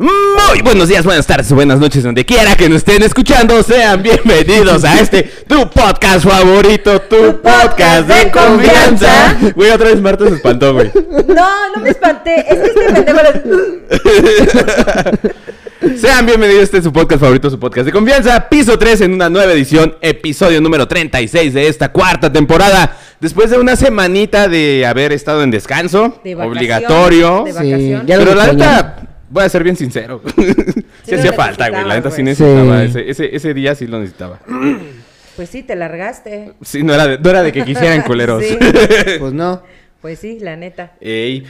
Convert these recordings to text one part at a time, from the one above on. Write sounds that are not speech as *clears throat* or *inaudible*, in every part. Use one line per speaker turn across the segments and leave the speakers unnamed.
Muy buenos días, buenas tardes, buenas noches, donde quiera que nos estén escuchando, sean bienvenidos a este tu podcast favorito, tu podcast de confianza. Güey, otra vez Marta se espantó, güey.
No, no me espanté. Es que este pendejo
*laughs*
lo-
Sean bienvenidos a este su podcast favorito, su podcast de confianza, piso 3 en una nueva edición, episodio número 36 de esta cuarta temporada. Después de una semanita de haber estado en descanso,
De vacaciones,
obligatorio.
de vacación.
ya lo
Pero la
extrañaba.
neta, voy a ser bien sincero. *laughs* Sí,
lo
hacía falta, güey. La neta sí
necesitabas,
necesitaba. Ese,
güey.
ese, ese día sí lo necesitaba.
Pues sí, te largaste.
Sí, no era de, no era Ah, de que quisieran culeros. *laughs*
Sí.
Pues no.
Pues sí, la neta.
Ey.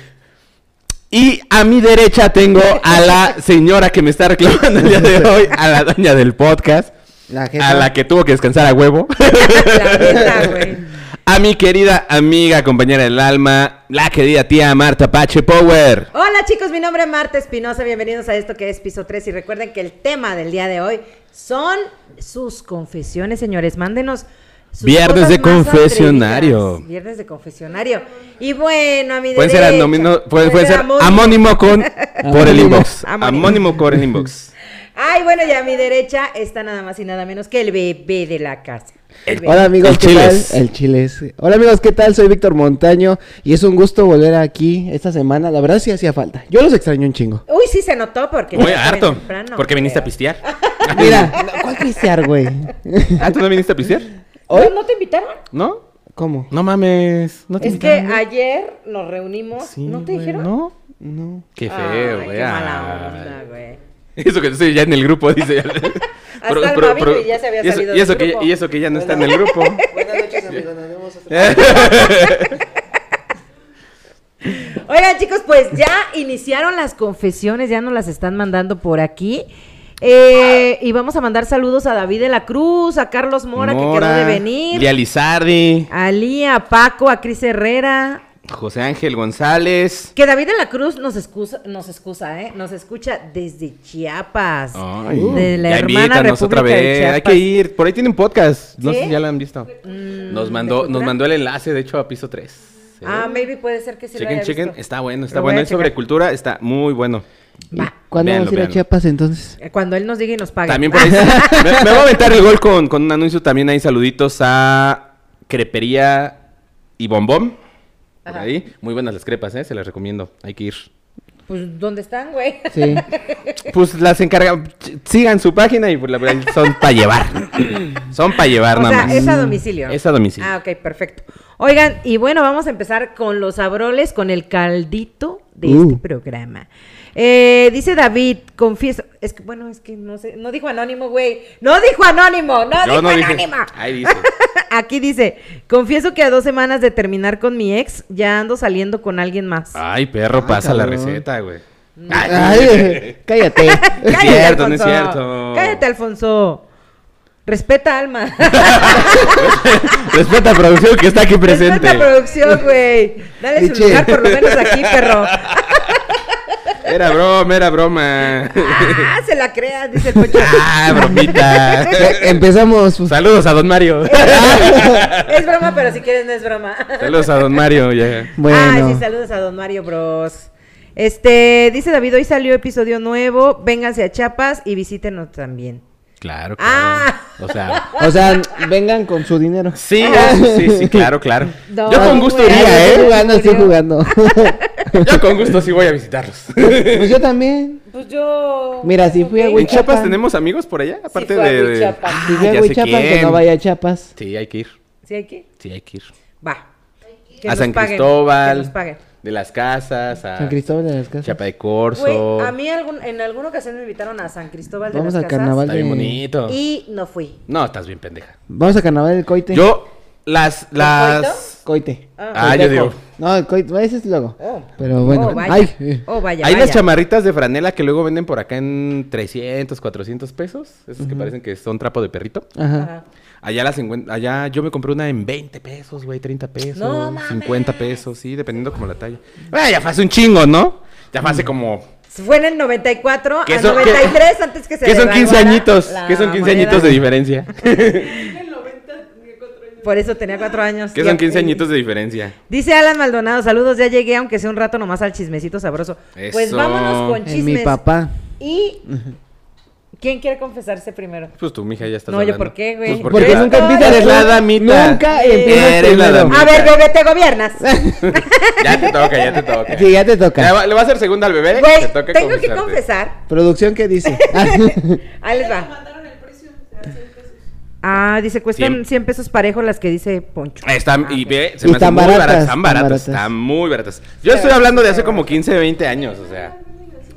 Y a mi derecha tengo a la señora que me está reclamando el día de hoy, a la doña del podcast,
La jefa.
a la que tuvo que descansar a huevo.
La neta, güey.
A mi querida amiga, compañera del alma, la querida tía Marta Pache Power.
Hola chicos, mi nombre es Marta Espinosa, bienvenidos a esto que es Piso 3 y recuerden que el tema del día de hoy son sus confesiones, señores, mándenos sus
Viernes
cosas
de
más
confesionario.
atrevidas. Viernes de confesionario. Y bueno, a mi
Pueden ser,
derecha,
anónimo- pueden,
puede
pueden ser
amónimo.
amónimo con, por el inbox.
Amónimo.
Amónimo por el inbox.
Ay, bueno, y a mi derecha está nada más y nada menos que el bebé de la casa. El bebé.
Hola amigos,
El
¿qué
Chiles.
tal? El Chiles. Hola amigos, ¿qué tal? Soy Víctor Montaño y es un gusto volver aquí esta semana. La verdad sí hacía falta. Yo los extraño un chingo.
Uy, sí se notó porque...
Muy
llegaste
harto.
temprano,
Porque viniste a
pero- *laughs*
pistear.
Mira, *laughs* ¿cuál cristiar, güey?
Ah, ¿tú no viniste a pistear?
¿Hoy?
¿No te invitaron?
¿No?
¿Cómo?
No mames. No
Es que
invitaron.
ayer nos reunimos,
Sí,
¿no te
güey,
dijeron?
No.
No.
Qué
Ay,
feo, güey.
Qué
ay.
mala onda, güey.
Eso que estoy ya en el grupo,
*laughs*
dice. Pero-
el
pero-
Mavi,
pero-
güey, ya se había
y eso-
salido
y eso
del
que
grupo.
Y eso que ya no está en
*laughs*
el grupo.
Buenas noches, amigos. Nos vemos
Eh.
Oigan, chicos, pues ya *laughs* iniciaron las confesiones, ya nos las están mandando por aquí. Eh, y vamos a mandar saludos a David de la Cruz, a Carlos Mora, que quedó de venir,
Lía Lizardi,
a Lía, a Paco, a Cris Herrera.
José Ángel González.
Que David de la Cruz nos excusa, nos excusa, ¿eh? Nos escucha desde Chiapas.
Ay,
de la
ya
hermana
invítanos
República
otra
de
vez.
Chiapas.
Hay que ir. Por ahí tienen podcast. No sé
¿Sí?
si ya la han visto.
Mm,
Nos
¿de
mandó, nos
cultura?
mandó el enlace, de hecho, a piso 3.
Ah, maybe puede ser que sí lo
chequen,
haya
chequen.
visto.
Está bueno, está
Lo voy
bueno.
a
Es sobre
checar.
cultura, está muy bueno.
Va.
¿Cuándo
Véanlo,
vamos a ir a
véanlo.
Chiapas entonces?
Cuando él nos diga y nos pague.
También por ahí. *laughs* me, me voy a aventar el gol con, con un anuncio también. Hay saluditos a Crepería y Bombón. Por
Ajá.
ahí. Muy buenas las crepas, ¿eh? Se las recomiendo. Hay que ir.
Pues, ¿dónde están, güey?
Sí.
Pues las encargan. Sigan su página y pues, la verdad, son para llevar. son para llevar,
*laughs* O
nada
sea,
más.
es a domicilio.
Es a domicilio.
Ah, ok, perfecto. Oigan, y bueno, vamos a empezar con los abroles, con el caldito de este
Uh.
programa. Eh, dice David, confieso, es que bueno, es que no sé, no dijo anónimo, güey. No dijo anónimo, no
Yo
dijo
no dije-
anónimo. *laughs*
Ahí dice.
Aquí dice, confieso que a dos semanas de terminar con mi ex, ya ando saliendo con alguien más.
Ay, perro, pasa la
cabrón.
receta, güey.
Ay, *laughs* cállate.
es
Cállate,
cierto, no es
Alfonso.
cierto.
Cállate, Alfonso.
*laughs*
Respeta, Alma.
*laughs* Respeta a producción que está aquí presente.
Respeta producción, güey. Dale su
Eche.
lugar por lo menos aquí,
*laughs*
perro.
Era broma, era broma.
Ah, se la creas, dice el pocho.
*laughs* ah,
*laughs*
bromita.
Eh,
Eh,
Empezamos. pues.
Saludos a don Mario.
es broma, pero si quieres no es broma.
Saludos a don Mario. ya.
Ah, sí,
Bueno.
saludos a don Mario Bros. Este, dice David, hoy salió episodio nuevo, vénganse a Chiapas y visítenos también.
Claro, claro.
Ah.
O sea.
O sea, vengan con su dinero.
*laughs*
Sí, ah, sí, sí, claro, claro.
No,
Yo con gusto
güey.
iría,
Estoy
¿eh?
jugando, estoy
*laughs*
jugando.
Yo con gusto sí voy a visitarlos.
Pues yo también.
Pues yo.
Mira, si fui a
¿En
Huichapan.
Chiapas tenemos amigos por allá? Aparte
fue a
de. de-
Huichapan.
Ah,
Si fui a
ya sé
Huichapan, que
quién.
no vaya a Chiapas.
Sí, hay que ir.
¿Sí hay que?
Sí, hay que ir.
Va. Que
a
nos
San
paguen,
Cristóbal.
Que nos paguen.
De las casas.
Ah.
A
San Cristóbal de las Casas.
Chiapa de Corzo.
Güey, a mí algún- en alguna ocasión me invitaron a San Cristóbal de
Vamos
las
al
Casas
carnaval.
Está bien
de-
bonito.
y no fui.
No, estás bien pendeja.
Vamos a carnaval del coite.
Yo, las, las,
Coitas.
Coite.
Ah, yo digo.
No, el coite, ese es luego.
Oh.
Pero bueno.
Oh, vaya.
Ay, eh.
Oh, vaya,
Hay las
vaya.
chamarritas de franela que luego venden por acá en 300, 400 pesos. Esas que parecen que son trapo de perrito.
Ajá.
Ajá.
Allá las encuent- allá yo me compré una en 20 pesos, güey, 30 pesos,
No
50 pesos, sí, dependiendo como la talla. Bueno, ya fue hace un chingo, ¿no? Ya
Mm.
fue hace como
Fue en el 94
¿Qué
a
son-
93 antes que se
que son 15
devaluara
añitos,
la
que son 15
moneda.
añitos
*laughs*
de diferencia.
Por eso tenía 4 años.
Que
Y-
son 15 añitos de diferencia.
Dice Alan Maldonado, saludos, ya llegué, aunque sea un rato nomás al chismecito sabroso. Pues
Eso.
vámonos con
En
En
chismes.
mi papá.
Y ¿quién quiere confesarse primero?
Pues tú, mija, ya estás
No, yo,
hablando.
¿por qué, güey?
Pues
Porque
Yo
eres-
nunca
estoy-
empiezas
Eres la
tú.
damita.
Nunca
Eh.
empiezas
Eres la
primero.
damita.
A ver, bebé, te gobiernas.
Ya te toca, ya te toca.
Ah,
*laughs*
Sí, ya te
Ya
toca.
va- ¿Le va a hacer segunda al bebé?
Güey,
Te toca
tengo que
confesarte.
confesar.
¿Producción qué dice?
*laughs*
Ahí les va. Ah, dice, cuestan
Cien.
100 pesos parejo las que dice Poncho.
Están,
Ah,
Ah,
y ve, se
Y
me hacen
tan
muy
baratas,
baratas, están
tan
baratas,
baratas.
están muy baratas. Yo estoy hablando de hace como 15, 20 años, o sea.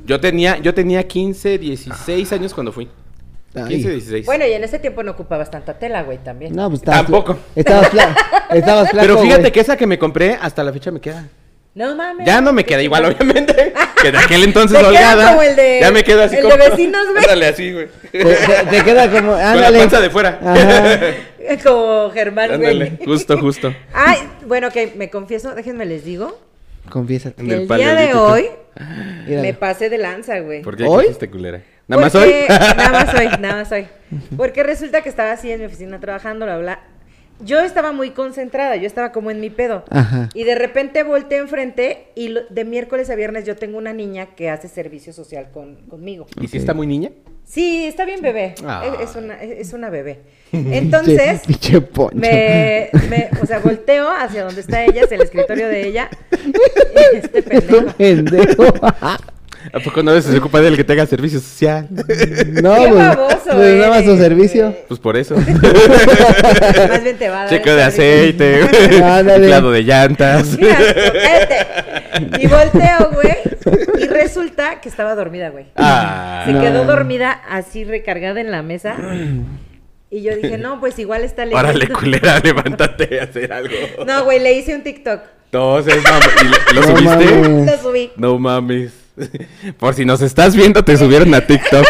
Yo tenía, yo tenía 15, 16 años cuando fui. 15,
Ay.
16.
Bueno, y en ese tiempo no ocupabas tanta tela, güey, también.
No, pues estabas
Tampoco.
Estabas flaco. Estabas flaco.
Pero fíjate
güey.
que esa que me compré hasta la fecha me queda.
No mames.
Ya no me
*laughs*
queda igual, obviamente. Que de aquel entonces
Te queda
holgada.
como el de-
ya me quedo así
el de
como.
vecinos, güey.
*laughs* Ándale, así, güey. *laughs*
Te, te- te queda como.
Con la
Pues, Ándale.
panza de fuera. *laughs*
Ajá.
Como Germán,
Ándale,
güey.
justo, justo.
Ay, bueno, que me confieso, déjenme les digo.
Confiésate.
En
que
el
el día de
Paleolítico.
hoy
Míralo.
me pasé de lanza, güey.
¿Por qué
¿Hoy?
hiciste culera? ¿Nada más hoy? *laughs*
Porque- Nada más hoy, nada más hoy. Porque resulta que estaba así en mi oficina trabajando, bla, bla. Yo estaba muy concentrada, yo estaba como en mi pedo.
Ajá.
Y de repente volteé enfrente y lo- de miércoles a viernes yo tengo una niña que hace servicio social con- conmigo.
¿Y si está muy niña?
Sí, está bien bebé.
Ah.
Es, es una, es es una bebé. Entonces,
*laughs*
Pinche- Pinche poncho.
me, me- o sea, volteo hacia donde está ella, hacia el escritorio de
*laughs*
ella. Este pendejo.
Tú, *laughs* pendejo.
¿A poco no se ocupa del que te haga servicio social?
*laughs* No,
Qué
pues.
baboso eh.
pues nada más su
eres,
*laughs*
servicio.
Pues
*laughs*
por eso.
Más bien te va a dar.
Checo
el
de
servicio.
aceite,
*laughs*
Ándale.
inflado de llantas.
Mira, cállate. Y volteo, güey. Y resulta que estaba dormida, güey.
Ah,
Se
No.
quedó dormida así recargada en la mesa. Y yo dije, no, pues igual está leyendo.
Órale, culera, *laughs* levántate a hacer algo.
No, güey, le hice un TikTok.
Entonces, mami, ¿y le- ¿lo
No
subiste?
mames.
Lo subí.
No mames. *laughs* Por si nos estás viendo, te subieron a
*laughs*
TikTok.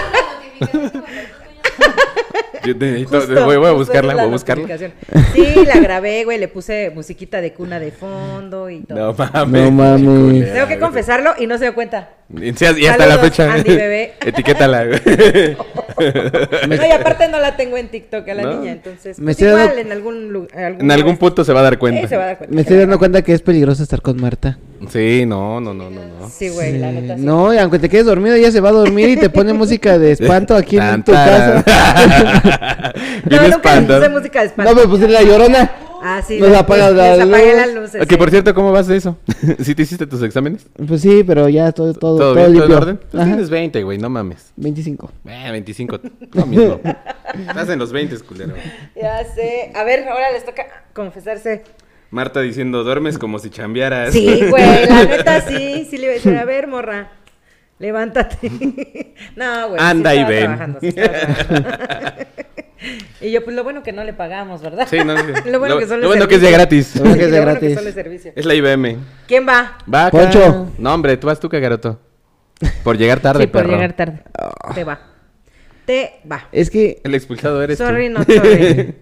Yo necesito-
Justo,
voy, voy a
justo
buscarla,
es la
voy a buscarla.
notificación. Sí, la grabé, güey, le puse musiquita de cuna de fondo y todo.
No mames.
No mames.
culera,
Tengo que
güey.
confesarlo y no se dio cuenta.
Y sea- y hasta la
Saludos,
fecha.
Andy, bebé.
*laughs* Etiquétala. güey.
*laughs* No, y aparte no la tengo en TikTok a la
No.
niña, entonces
Me
pues,
estoy dando-
igual en algún lugar.
En algún punto se va a dar cuenta.
se va a dar cuenta.
Me estoy dando cuenta que es peligroso estar con Marta.
Sí, no, no, no, no, no.
Sí, güey, la
Eh,
neta. sí.
no, y aunque te quedes dormido, ella se va a dormir y te pone música de espanto aquí en
Tan,
tu
taran. *laughs*
casa.
Bien
No, nunca les
espantado.
puse música de espanto.
no, me puse la llorona.
Ah, sí.
Nos
les-
apagas
les-
las
les apagué
luces.
las luces.
Ok,
sí.
por cierto, ¿cómo vas
*laughs*
de eso? ¿Sí te hiciste tus exámenes?
Pues sí, pero ya todo, todo, todo,
bien?
limpio.
¿Todo en orden? Tú
Ajá,
tienes 20, güey, no mames.
25.
Eh, 25, lo mismo. Estás en los 20, culero.
Ya sé. A ver, ahora les toca
*laughs*
confesarse.
Marta diciendo, duermes como si chambearas.
Sí,
*laughs*
güey, la neta sí, sí le iba a decir, a ver, morra, levántate. *laughs* No, güey. sí
Anda y
estaba
ven.
trabajando, sí estaba
*laughs*
trabajando. y yo, pues lo bueno que no le pagamos, ¿verdad?
Sí, no, sí.
*laughs* Lo bueno que solo
lo bueno que es de gratis.
Lo bueno que
Sí, *laughs*
es de
lo bueno que
gratis.
solo es servicio.
Es la IBM.
¿Quién va?
Va, acá.
Poncho.
No, hombre, tú vas tú, cagaroto. Por llegar tarde,
sí, por
perro. Oh.
llegar tarde. Te va. Te va.
Es que,
El expulsado eres
Sorry,
tú. *laughs*
not sorry.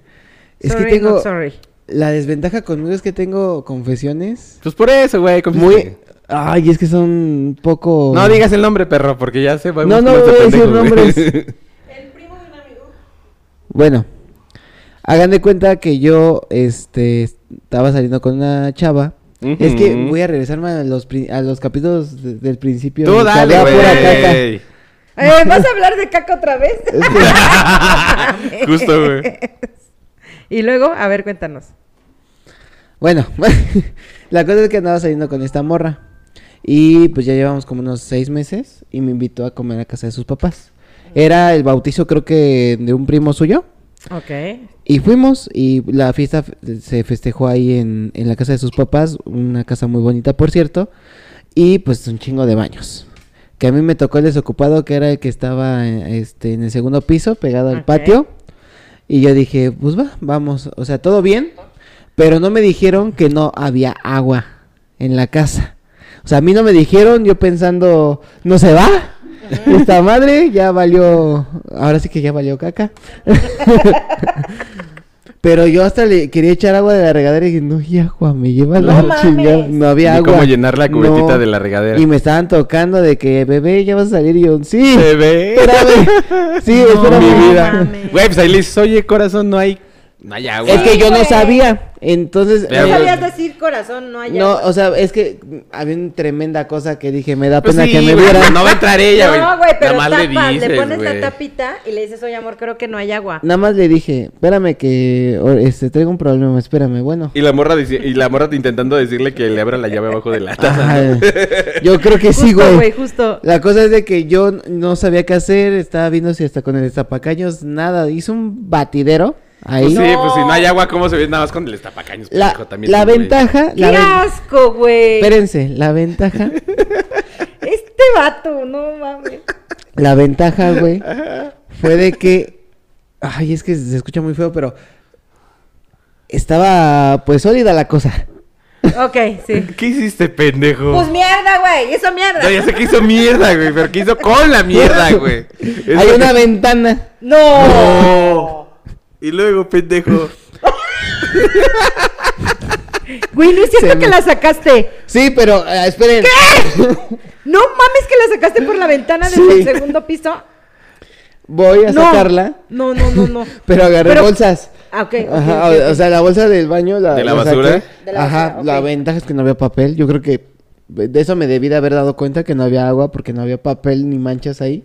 es que
Sorry,
tengo.
not sorry.
La desventaja conmigo es que tengo confesiones
Pues por eso, güey.
muy.
confísate.
Ay, es que son un poco.
No digas el nombre, perro, porque ya se va
No, no
muscular
voy a
este
decir
pendejo, *laughs* güey.
nombres. Bueno, hagan de cuenta que yo este, estaba saliendo con una chava.
Ujú.
Es que voy a regresarme a los, pri- a los capítulos de- del principio.
Tú
que
dale,
hablaba pura caca.
güey.
Eh, ¿Vas a hablar de caca otra
*laughs*
vez?
*laughs*
Justo, güey.
y luego, a ver, cuéntanos.
Bueno, *laughs* la cosa es que andaba saliendo con esta morra. Y pues ya llevamos como unos seis meses y me invitó a comer a casa de sus papás. Era el bautizo creo que de un primo suyo.
Ok.
Y fuimos y la fiesta f- se festejó ahí en, en la casa de sus papás, una casa muy bonita por cierto, y pues un chingo de baños. Que a mí me tocó el desocupado que era el que estaba eh, este, en el segundo piso, pegado al
Ok.
patio. Y yo dije, pues va, vamos, o sea, todo bien, Pero no me dijeron que no había agua en la casa. O sea, a mí no me dijeron, yo pensando, no se va. Esta madre ya valió, ahora sí que ya valió caca. Pero yo hasta le quería echar agua de la regadera y dije, no, y agua, me lleva la
mames.
chingada. No había
Ni
agua.
cómo llenar la cubetita
No.
de la regadera.
Y me estaban tocando de que, bebé, ya vas a salir. Y yo, sí,
Se ve.
espérame. Sí,
No
espérame.
mi vida.
mames.
Güey, pues ahí le dices, oye, corazón, no hay. No hay agua.
Es que yo no
güey.
sabía. Entonces,
No
Pero-
eh,
sabías decir corazón, no hay
no,
agua.
o sea, es que había una tremenda cosa que dije, me da
Pues
pena
sí,
que me
güey,
vieran.
No va a entrar ella, güey.
No, güey, pero
Nada más
tapa, le,
dices,
pones
güey.
la tapita y le dices, oye, amor, creo que no hay agua.
Nada más le dije, espérame que o- este, traigo un problema, espérame, bueno.
Y la morra dice- y la morra intentando decirle que le abra la llave abajo de la
*laughs*
taza.
Ajá. yo creo que sí,
Justo,
güey.
justo.
La cosa es de que yo n- no sabía qué hacer, estaba viendo si hasta con el estapacaños, nada, hice un batidero ahí.
Pues sí, pues si no hay agua, ¿cómo se ve? Nada más con el estapacaños.
la
pendejo, también
la
tú, güey.
ventaja,
¡Qué
la ven-
asco, güey!
espérense, la ventaja,
Este vato, no mames.
la ventaja, güey, fue de que, ay, es que se escucha muy feo, pero estaba pues sólida la cosa.
Ok, sí.
¿Qué hiciste, pendejo?
Pues mierda, güey, eso mierda.
No, ya sé que hizo mierda, güey, pero ¿qué hizo con
*laughs*
la mierda, güey? Es
Hay
lo
una
que-
ventana.
No.
¡Oh! Y luego, pendejo.
Güey, no es
Se
cierto
me-
que la sacaste.
Sí, pero eh, esperen.
No mames que la sacaste por la ventana desde
Sí.
el segundo piso.
Voy a
pues, no.
sacarla,
No, no, no, no.
pero agarré
Pero-
bolsas.
Ah, ok. ok,
Ajá,
ok,
o-
ok.
O sea, la bolsa del baño. La,
¿De la
saqué.
basura?
De la
Ajá,
basura,
la
ok.
ventaja es que no había papel. Yo creo que de eso me debí de haber dado cuenta que no había agua porque no había papel ni manchas ahí.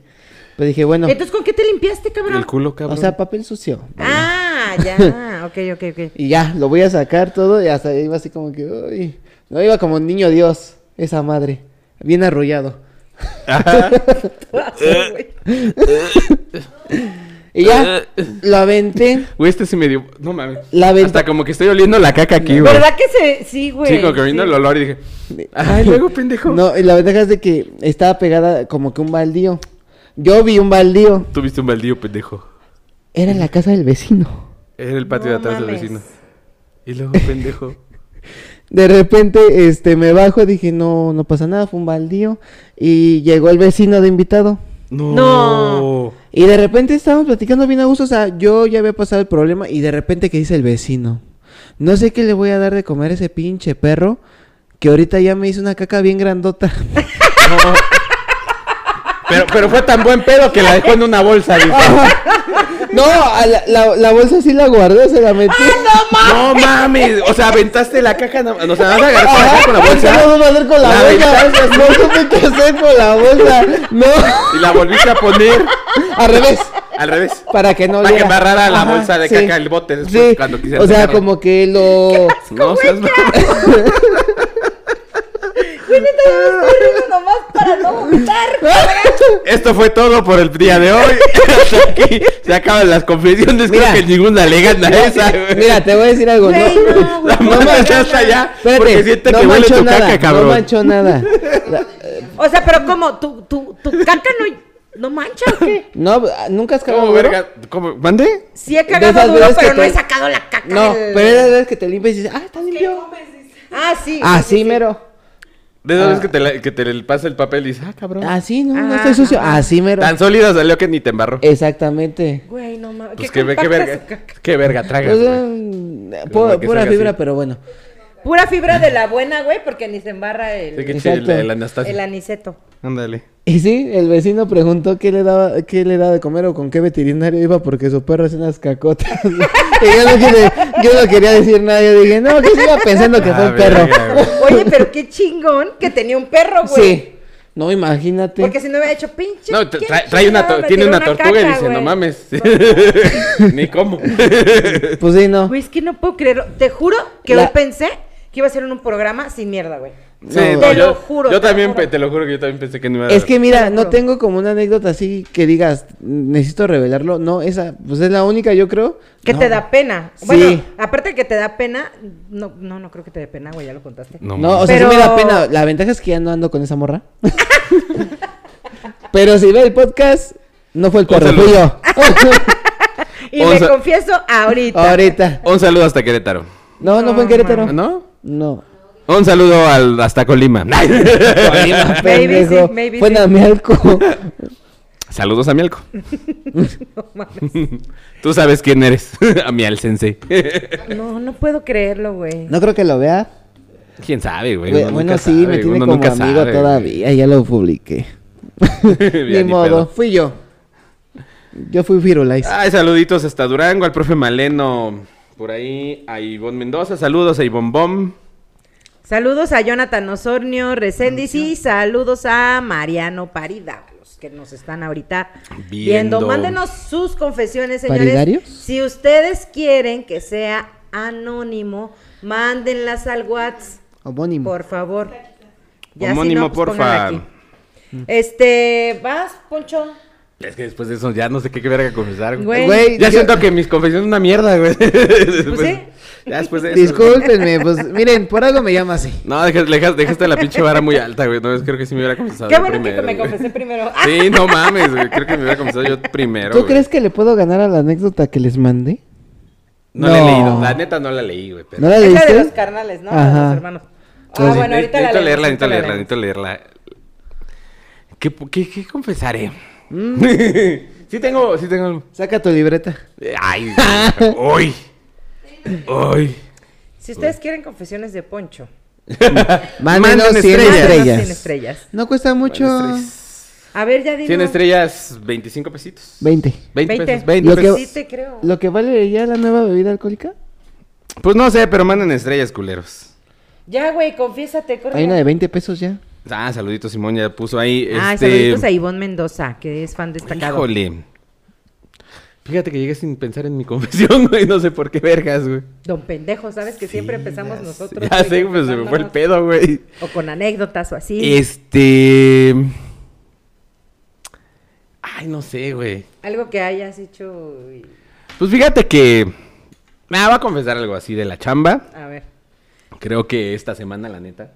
Pero dije, bueno,
Entonces, ¿con qué te limpiaste, cabrón?
El culo,
o
cabrón.
sea, papel sucio.
Ah, ya. Ok, ok, ok.
Y ya, lo voy a sacar todo y hasta iba así como que, uy. No iba como niño Dios, esa madre. Bien arrollado.
Asco, güey.
*laughs*
*laughs*
Y ya,
Ah.
lo aventé.
Güey, este sí me dio. No mames.
La venta-
Hasta como que estoy oliendo la caca aquí, güey.
¿Verdad que se.? Sí, güey.
Sí, como que oliendo
sí.
el olor y dije. Ay, luego, pendejo.
No, y la ventaja es de que estaba pegada como que un baldío. Yo vi un baldío.
Tuviste un baldío, pendejo.
Era en la casa del vecino.
Era el patio
No
de atrás del
mames.
vecino. Y luego, pendejo.
De repente, este, me bajo, dije, no, no pasa nada, fue un baldío. Y llegó el vecino de invitado.
No.
No.
Y de repente estábamos platicando bien a gusto, o sea, yo ya había pasado el problema y de repente que dice el vecino, no sé qué le voy a dar de comer a ese pinche perro que ahorita ya me hizo una caca bien grandota. *laughs*
Pero, pero fue tan buen pedo que la dejó en una bolsa,
*laughs*
dice.
no, a la, la- la bolsa sí la guardé, se la metí.
¡Ah, No mames, o sea, aventaste la caja, na- o sea, nada más agarraste la caja con la
¿Qué
bolsa
vamos a hacer con la,
La
bolsa? No supe qué hacer con la bolsa. No,
y la volviste a poner
al revés.
al revés.
Para que no
Para que
oliera.
embarrara la
Ajá,
bolsa de
sí.
caca el bote después
Sí,
cuando quise
o sea,
sacarla.
como que
*laughs*
lo...
No seas mamón.
Güey, neta, yo me estoy riendo nomás para no vomitar.
Esto fue todo por el día
*laughs*
de hoy. Hasta aquí se acaban las confesiones.
Mira.
Creo que ninguna le gana a *laughs* esa. güey.
Mira, te voy a decir algo,
Güey,
¿no?
no, güey.
la mano
manches,
ya está allá
Espérate,
porque siente
no
que huele
manchó
tu
nada,
caca, cabrón.
No manchó
*laughs*
nada. La-
O sea, pero como, tu, tu, tu caca no, no mancha o qué?
No, nunca has cagado
¿Cómo,
duro?
verga? ¿Cómo? ¿Mande?
Sí he
De esas
cagado duro,
veces que
pero no
te-
he sacado la caca.
No,
del-
pero es la vez que te limpias y dices, ah, está limpio.
Ah, sí.
Así mero.
De
Ah.
esas veces que te, la- que te pasa el papel y dices, ah, cabrón.
Así, no, no
Ah,
estoy sucio. Así mero.
Tan sólida salió que ni te embarró.
Eh, Exactamente.
Güey, no mames.
Pues
qué
qué, ve- qué
compacta
verga.
su caca.
Qué verga, tragas.
Pues,
güey.
mm,
Es
pu-
bueno que
pura
salga
fibra,
así.
pero bueno.
Pura fibra de la buena, güey, porque ni se embarra
Sí,
el,
que chile, el,
Exacto.
el Anastasio.
el aniceto.
Ándale.
Y sí, el vecino preguntó qué le daba, qué le daba de comer o con qué veterinario iba porque su perro hace unas cacotas. *laughs* y yo no, quise- yo no quería decir nada, yo dije, no, que siga pensando que fue
Ah,
el perro.
verga, güey.
Oye, pero qué chingón que tenía un perro, güey.
*laughs* Sí. No, imagínate.
Porque si no hubiera hecho pinche.
No, tra-
¿qué
trae, trae una,
chingada
tor-
me
tiene
tiró
una tortuga y
caca,
dice, no
güey?" *laughs*
mames. *laughs* Ni cómo.
Pues *laughs* sí, no.
Güey, es que no puedo creerlo. Te juro que
La-
hoy pensé que iba a ser un programa sin mierda, güey.
Sí,
Te
no, yo,
lo juro,
Yo
te lo
también,
juro.
pe- te lo juro que yo también pensé que no iba a
Es que
Te
mira,
lo
no
juro.
tengo como una anécdota así que digas, necesito revelarlo. No, esa, pues es la única, yo creo.
Que
No.
te da pena.
Sí.
Bueno, aparte de que te da pena, no, no, no creo que te dé pena, güey, ya lo contaste.
No,
No, o sea,
Pero-
sí me da pena. La ventaja es que ya no ando con
*laughs*
esa morra. Pero si ve el podcast, no fue el perro,
saludo.
fui yo.
Y
O
me
sea-
confieso ahorita.
*laughs* Ahorita.
Un saludo hasta Querétaro.
No, no fue en Querétaro.
¿No?
No.
Un saludo al,
*laughs*
hasta Colima.
Maybe sí,
pendejo.
maybe
Fue en
sí. *laughs*
Amialco.
*laughs* Saludos a Mialco. *laughs* Tú sabes quién eres, *laughs* Amial Sensei.
No, no puedo creerlo, güey.
No creo que lo vea.
¿Quién sabe, güey?
Bueno, sí, me tiene como amigo
*laughs*
todavía. Ya lo publiqué. Ni modo, fui yo. Yo fui Firulais.
Ah,
Ay, saluditos hasta Durango, al profe Maleno. Por ahí a Ivonne Mendoza. Saludos a Ivonne Bom.
Saludos a Jonathan Osornio Reséndiz y saludos a Mariano Parida, los que nos están ahorita viendo.
Viendo.
Mándenos sus confesiones, señores.
¿Paridarios?
Si ustedes quieren que sea anónimo, mándenlas al WhatsApp,
Homónimo.
por favor.
Homónimo, porfa.
pues pónganla Este, vas, Poncho.
Es que después de eso ya no sé qué verga confesar,
Güey.
güey.
Güey,
Ya
yo-
siento que mis confesiones son una mierda, güey. *laughs* Después-
sí.
Ya después de eso.
Discúlpenme, pues miren, por algo me llama así.
No, dejaste, dejaste- dejaste la pinche vara muy alta, güey. No, es- creo que sí me hubiera confesado
Qué
yo
bueno que
primero,
me
güey.
confesé primero.
*laughs* Sí, no mames, güey. Creo que
*laughs*
me hubiera confesado yo primero,
¿Tú
güey.
crees que le puedo ganar a la anécdota que les mandé?
No, la he
No.
leído. La neta no la leí, güey. Pero...
¿No
Ah,
la
Es la
leíste?
de los carnales, ¿no? La de
Ajá.
los hermanos. Ah,
Entonces,
bueno, ahorita la
necesito
leemos,
leerla,
ahorita
necesito
la
leerla,
leemos.
necesito leerla. ¿Qué, po- qué, qué confesaré? *laughs* sí tengo, sí tengo. algo.
Saca tu libreta.
Eh, Ay, hoy. Hoy.
Si ustedes quieren confesiones de Poncho,
Mándenos
Manden
100
estrellas.
Mándenos
estrellas.
100 estrellas.
No cuesta mucho.
A ver, ya digo.
100 estrellas, 25 pesitos.
20.
20,
20.
pesos, 20
Lo
pesos.
Sí, te creo.
¿Lo que vale ya la nueva bebida alcohólica?
Pues no sé, pero manden estrellas, culeros.
Ya, güey, confiésate, corre.
Hay una de 20
*laughs*
pesos ya.
Ah, saludito Simón, ya puso ahí.
Ah,
este...
saluditos a Ivonne Mendoza, que es fan destacado.
Híjole. Fíjate que llegué sin pensar en mi *laughs* confesión, güey. No sé por qué vergas, güey.
Don Pendejo, ¿sabes que siempre empezamos nosotros?
Ya
güey,
sé, pues se me fue el
confesándonos?
pedo, güey.
O con anécdotas o así.
Este. Ay, no sé, güey.
Algo que hayas hecho. y-
Pues fíjate que. Me va a confesar algo así de la chamba.
A ver.
Creo que esta semana, la neta.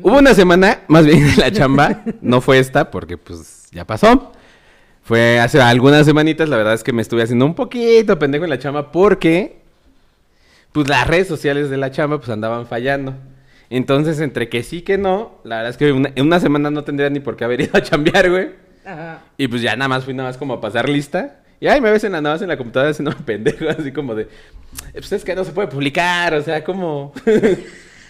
Hubo una semana, más bien de la chamba. No fue esta, porque pues ya pasó. Fue hace algunas semanitas, la verdad es que me estuve haciendo un poquito pendejo en la chamba porque. Pues las redes sociales de la chamba pues andaban fallando. Entonces, entre que sí que no, la verdad es que una- en una semana no tendría ni por qué haber ido a chambear, güey.
Ajá.
Y pues ya nada más fui nada más como a pasar lista. Y ay, me ves en la nada más en la computadora haciendo *laughs* un pendejo, así como de. Pues es que no se puede publicar, o sea, ¿cómo? *laughs*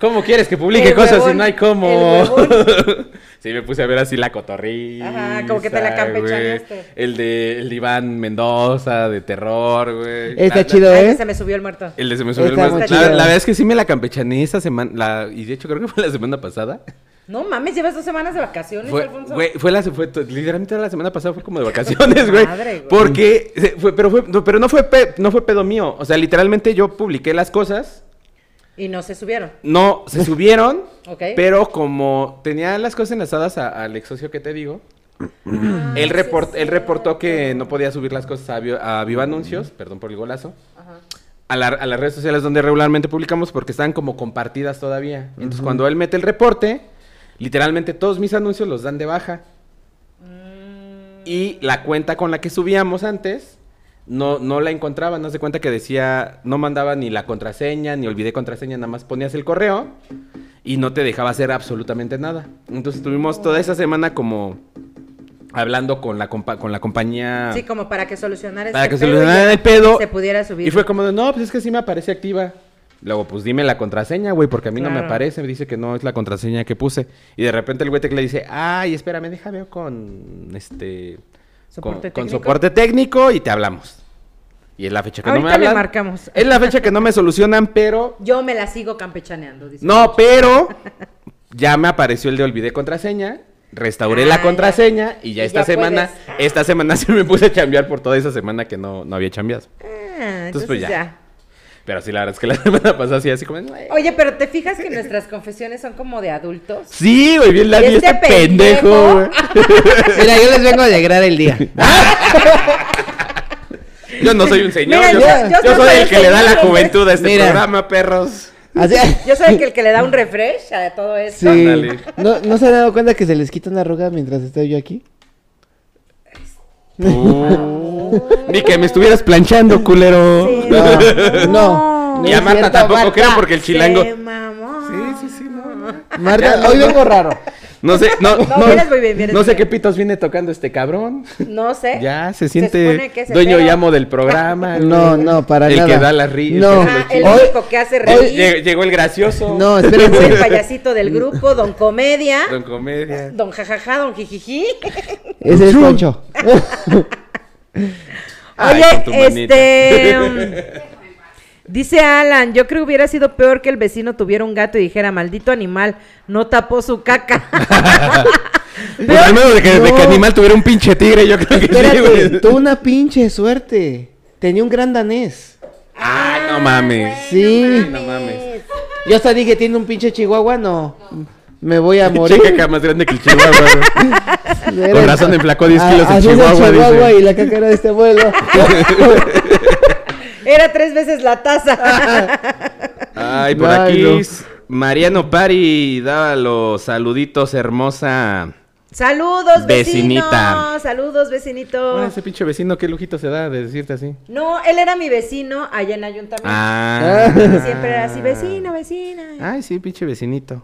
¿Cómo quieres que publique
El
cosas si
huevón,
no hay
el
cómo?
huevón.
*laughs* sí, me puse a ver así la cotorrilla.
Ajá, como que te la campechaneaste.
El de, el de Iván Mendoza, de terror, güey.
Está
La-
chido,
Ay, que
¿eh?
se me subió el muerto.
el de se me subió el
Está
más-
muy
La,
chido.
la verdad es que sí me la campechaneé esa semana. la- y de hecho, creo que fue la semana pasada.
No mames, llevas dos semanas de vacaciones,
Fue,
Alfonso.
güey, fue la, fue, to- literalmente la semana pasada fue como de vacaciones, güey.
Madre, güey.
Porque, se- fue, pero, fue, no, pero no, fue pe- no fue pedo mío. O sea, literalmente yo publiqué las cosas,
Y no se subieron.
no se subieron,
*laughs* Ok.
pero como tenía las cosas enlazadas a- al ex socio que te digo, él, report- él reportó que no podía subir las cosas a, Vi- a Viva Anuncios, perdón por el golazo. A, la- a las redes sociales donde regularmente publicamos porque están como compartidas todavía. Entonces, cuando él mete el reporte, literalmente todos mis anuncios los dan de baja. Y la cuenta con la que subíamos antes, no, no la encontraba. No se cuenta que decía, no mandaba ni la contraseña, ni olvidé contraseña, nada más ponías el correo y no te dejaba hacer absolutamente nada. Entonces, estuvimos toda esa semana como hablando con la, compa- con la compañía.
Sí, como para que solucionar
Ah. Para
este
que
pedo y
solucionaran
ya
el pedo.
Se pudiera subir.
Y fue como de, no, pues es que sí me aparece activa. Luego, pues dime la contraseña, güey, porque a mí no me
Claro.
aparece. Me dice que no es la contraseña que puse. Y de repente el güey que le dice, ay, espérame, déjame ver con este.
Soporte
con, con
técnico.
soporte técnico y te hablamos. Y es la fecha que no me
Ahorita le
hablan.
marcamos.
Es la fecha que no me solucionan, pero.
Yo me la sigo campechaneando, dice.
No, pero. Ya me apareció el de olvidé contraseña. Restauré
Ah,
la
ya.
contraseña y ya
Y
esta
ya
semana,
puedes.
esta semana *laughs* se me puse a chambear por toda esa semana que no, no había chambeado.
Ah,
Entonces, pues, ya. Pero sí, la verdad es que la *laughs* semana pasada sí, así como. "Ay".
Oye, pero te fijas que nuestras confesiones son como de adultos.
Sí, güey, bien la
¿Y este
este pendejo, güey.
*laughs*
Mira, yo les vengo a alegrar el
*laughs*
día.
Yo no soy un señor,
Mira,
yo,
yo- yo
yo
no
soy
soy
el que le da la
señor, güey.
juventud a este
Mira.
programa, perros.
*laughs* Así-
Yo soy el que, el que le da un refresh a todo esto.
Sí.
Ándale.
¿No, ¿No se han dado cuenta que se les quita una arruga mientras estoy yo aquí?
Ni que me estuvieras planchando, culero.
No, no.
no.
Y a
es
Marta
cierto,
tampoco
Marta.
creo porque el chilango.
Se mamó.
Sí, sí, sí, no.
Marta, hoy vengo raro.
No sé, no, no,
No, vienes muy bien, vienes
no
muy
sé
bien.
qué pitos viene tocando este cabrón.
No sé.
Ya se
supone
siente
que es el
dueño y
pedo.
amo del
*laughs*
programa.
No,
güey.
no, para
el
nada.
que da las risas.
No.
los
Ah, el
chistes.
Hoy-
único que hace
Hoy
reír.
llegó, llegó el gracioso.
No,
Llegó el
espérense.
payasito del grupo, don comedia,
Don Comedia.
don jajaja, don jijiji.
Ese es Poncho.
*laughs*
Ay,
Oye,
con tu manita. *laughs*
este. mm, dice Alan, yo creo que hubiera sido peor que el vecino tuviera un gato y dijera, maldito animal, no tapó su caca.
*laughs* Pues al menos de que, de que
No.
animal tuviera un pinche tigre, yo creo que sí,
Espérate,
güey.
tuvo una pinche suerte. Tenía un gran danés.
Ah, no mames.
Sí.
No mames.
Yo hasta dije, tiene un pinche chihuahua, no. Me voy
*laughs*
a morir.
Pinche caca más grande que el chihuahua, *laughs* güey.
*laughs* Era-
Con razón emplacó 10
Ah,
kilos en
así es
Chihuahua, dice.
y la caca era de este
*laughs*
abuelo.
Era tres veces la taza.
*laughs* Ay, por
Ay,
aquí
no.
s- Mariano Pari daba los saluditos, hermosa.
Saludos, vecino.
Vecinita.
Saludos, vecinito.
Ahora ese pinche vecino, qué lujito se da de decirte así.
No, él era mi vecino allá en ayuntamiento.
*laughs* Ah.
Siempre era así, vecino, vecina.
Ay, sí, pinche vecinito.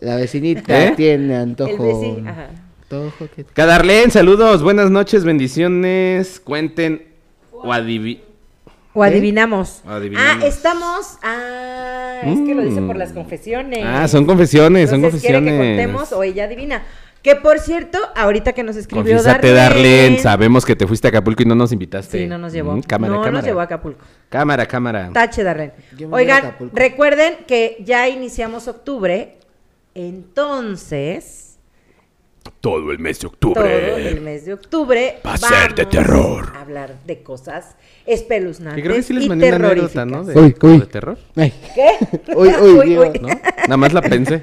La vecinita
¿Eh?
tiene
El
antojo.
vecino. Ajá.
Antojo que-
Cadarlén, saludos, buenas noches, bendiciones. Cuenten o adivi...
O adivinamos.
O adivinamos.
Ah, estamos. Ah, es que lo dice por las confesiones.
Ah, son confesiones, son
Entonces,
confesiones.
¿Quiere que contemos o ella adivina? Que por cierto, ahorita que nos escribió
Confiésate, Darlene. Sabemos que te fuiste a Acapulco y no nos invitaste.
Sí, no nos llevó.
Mm, cámara,
no
cámara.
nos llevó a Acapulco.
Cámara, cámara.
Tache, Darlene.
Yo me voy a
Oigan,
Acapulco.
recuerden que ya iniciamos octubre. Entonces,
Todo el mes de
todo
octubre.
el mes de octubre
Va a ser de terror.
a hablar de cosas espeluznantes
Que creo que sí les
y
mandé una anécdota,
Ah, terroríficas.
¿no? De,
Uy,
como
uy.
de terror,
Ay,
*laughs* ¿Qué?
Uy, uy, Dios,
¿no? Nada más la pensé.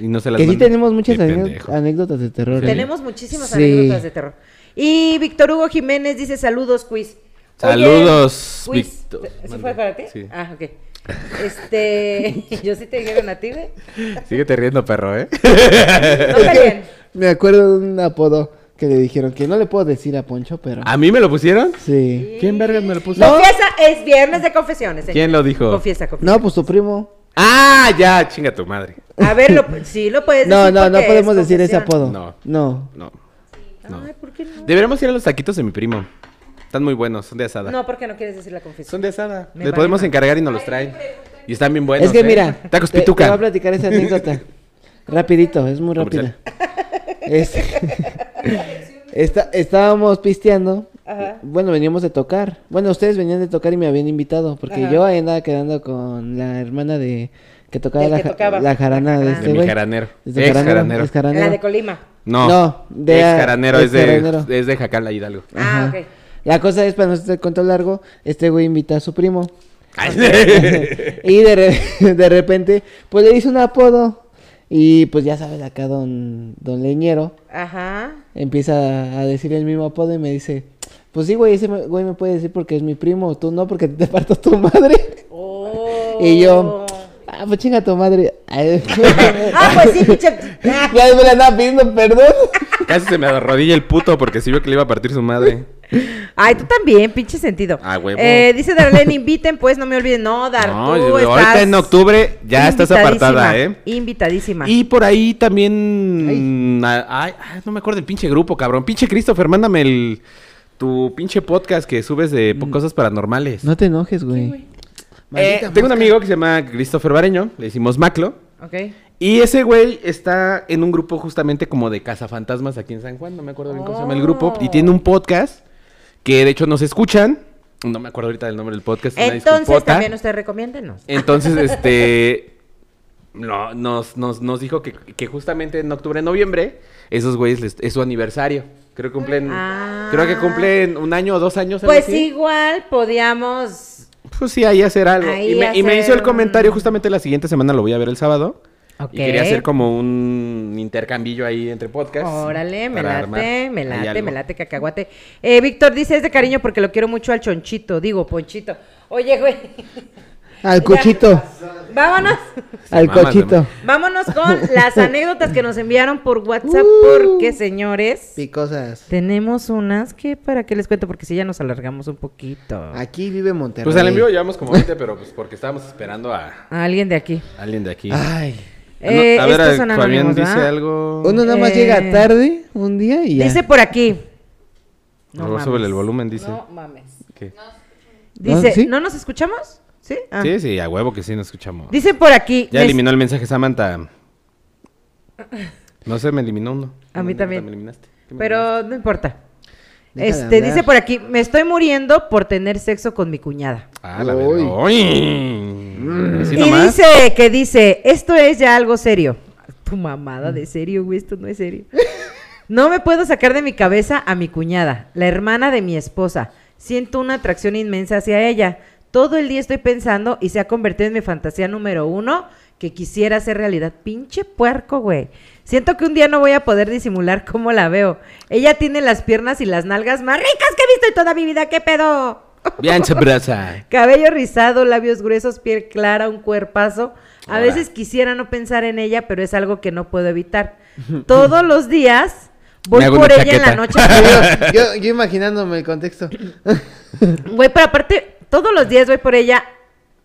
Y no se las
que sí
mandé.
tenemos muchas
Qué
ane-
pendejo.
anécdotas de terror. ¿eh?
Tenemos muchísimas
Sí.
anécdotas de terror. Y Víctor Hugo Jiménez dice saludos, quiz. Oye,
Saludos,
quiz.
Víctor.
¿Sí
Mande.
fue para ti?
Sí.
Ah, ok. Este, *laughs* yo sí te dijeron a ti, güey.
Síguete riendo, perro, ¿eh?
No está bien.
Me acuerdo de un apodo que le dijeron que no le puedo decir a Poncho, pero.
*laughs* ¿A mí me lo pusieron?
Sí.
¿Quién vergas me lo puso?
Confiesa, es viernes de confesiones. señor.
Pues ¿Quién lo dijo?
Confiesa, confiesa.
No, pues tu primo.
Ah, ya, chinga tu madre.
A ver, lo, sí lo puedes
No,
decir.
no, no
porque
podemos
es
decir ese
confesión.
apodo.
No.
No. No.
No, no.
Ay, ¿por qué no?
Deberíamos ir a los taquitos de mi primo. Están muy buenos, son de asada.
No, porque no quieres decir la confesión.
Son de asada.
Me
Les
vale
podemos
madre.
encargar y nos los traen. Y están bien buenos.
Es que
¿eh?
mira,
Tacos
te, te voy
pituca.
a platicar esa
*laughs*
anécdota. Rapidito, es muy rápida. Es- *laughs* Está- estábamos pisteando.
Ajá.
Bueno, veníamos de tocar. Bueno, ustedes venían de tocar y me habían invitado. Porque
Ajá.
yo ahí andaba quedando con la hermana de que tocaba,
Del
la,
que
ja-
tocaba.
la jarana de
De
este
De mi
güey.
jaranero.
Es de
Ex
jaranero,
jaranero.
es jaranero.
La de Colima.
No.
No, de-
Ex jaranero es de,
exjaranero.
es de Jacala Hidalgo.
Ah,
Ajá.
ok.
La cosa es, para no hacer el cuento largo, este güey invita a su primo.
Ay, *laughs*
*laughs* y de, re- de repente, pues le dice un apodo. Y pues ya sabes, acá don, don Leñero
Ajá.
empieza a decir el mismo apodo y me dice, pues sí, güey, ese me- güey me puede decir porque es mi primo, tú no, porque te parto tu madre.
Oh.
Y yo, ah, pues chinga tu madre. Ay, *laughs*
*laughs* Ah, pues sí, pinche.
ya me la andaba pidiendo perdón.
Casi se me arrodilla el puto porque sí vio que le iba a partir su madre.
Ay, tú también, pinche sentido.
Ah, huevo.
Eh, dice Darlene, inviten, pues no me olviden. No, Dar,
No,
tú
yo- ahorita
estás
en octubre ya estás
invitadísima,
apartada, ¿eh?
Invitadísima.
Y por ahí también. ah, Ay. ah, no me acuerdo el pinche grupo, cabrón. Pinche Christopher, mándame el. Tu pinche podcast que subes de
Mm.
po- cosas paranormales.
No te enojes, güey.
Eh, tengo un amigo que se llama Christopher Bareño, le decimos Maclo.
Ok.
Y ese güey está en un grupo justamente como de cazafantasmas aquí en San Juan, no me acuerdo bien cómo se llama el grupo. Y
Oh.
tiene un podcast que de hecho nos escuchan. No me acuerdo ahorita del nombre del podcast. una
Entonces
disculpota.
también usted recomiéndenos. *laughs*
Entonces, este. no, nos, nos, nos dijo que, que justamente en octubre, noviembre, esos güeyes les- es su aniversario. Creo que cumplen.
Ah.
Creo que cumplen un año o dos años. algo
Pues
así.
igual podíamos.
Pues sí, ahí hacer algo.
Ahí
y, me, y me
hacer
hizo el comentario
un-
justamente la siguiente semana, lo voy a ver el sábado.
Ok.
Y quería hacer como un intercambillo ahí entre podcasts.
Órale, me
para
late,
armar
me
ahí
late,
algo.
me late, cacahuate. *laughs* Eh, Víctor dice, es de cariño porque lo quiero mucho al chonchito, digo, ponchito. Oye, güey.
Al cuchito.
Vámonos.
Al
mamas,
cochito.
hermano.
Vámonos con
*laughs*
las anécdotas que nos enviaron por WhatsApp,
Uh.
porque señores,
Picosas.
tenemos unas que para que les cuento, porque si ya nos alargamos un poquito.
Aquí vive Monterrey.
Pues al envío llevamos como 20, pero pues porque estábamos esperando a
A alguien de aquí.
alguien de aquí.
Ay.
No,
Eh,
a ver,
estos son
Fabián
anónimos,
dice
¿verdad?
algo.
Uno nada más
Eh.
llega tarde un día y ya. *laughs*
Dice por aquí.
No,
mames.
sube el volumen, dice.
No mames.
¿Qué?
Dice,
Ah, ¿sí?
¿no nos escuchamos? ¿Sí? Ah.
Sí, sí, a huevo que sí nos escuchamos.
Dice por aquí.
Ya
me-
eliminó el mensaje Samantha. No sé, me eliminó uno.
A mí
Samantha,
también.
me eliminaste. ¿Qué me
Pero no importa.
Deja de
este,
hablar.
dice por aquí, me estoy muriendo por tener sexo con mi cuñada.
eliminaste? Ah, la verdad. ¡Ay! Así
y
nomás.
dice que dice, esto es ya algo serio. Tu mamada de serio, güey, esto no es serio. No me puedo sacar de mi cabeza a mi cuñada, la hermana de mi esposa. Siento una atracción inmensa hacia ella. Todo el día estoy pensando y se ha convertido en mi fantasía número uno que quisiera hacer realidad. Pinche puerco, güey. Siento que un día no voy a poder disimular cómo la veo. Ella tiene las piernas y las nalgas más ricas que he visto en toda mi vida. ¿Qué pedo?
Bien sabrosa.
Cabello rizado, labios gruesos, piel clara, un cuerpazo. A
Ahora.
veces quisiera no pensar en ella, pero es algo que no puedo evitar. *laughs* Todos los días voy
Me hago
por
una
ella en la
chaqueta.
noche.
*laughs* Yo, yo- yo imaginándome el contexto.
Güey, pero aparte, todos los días voy por ella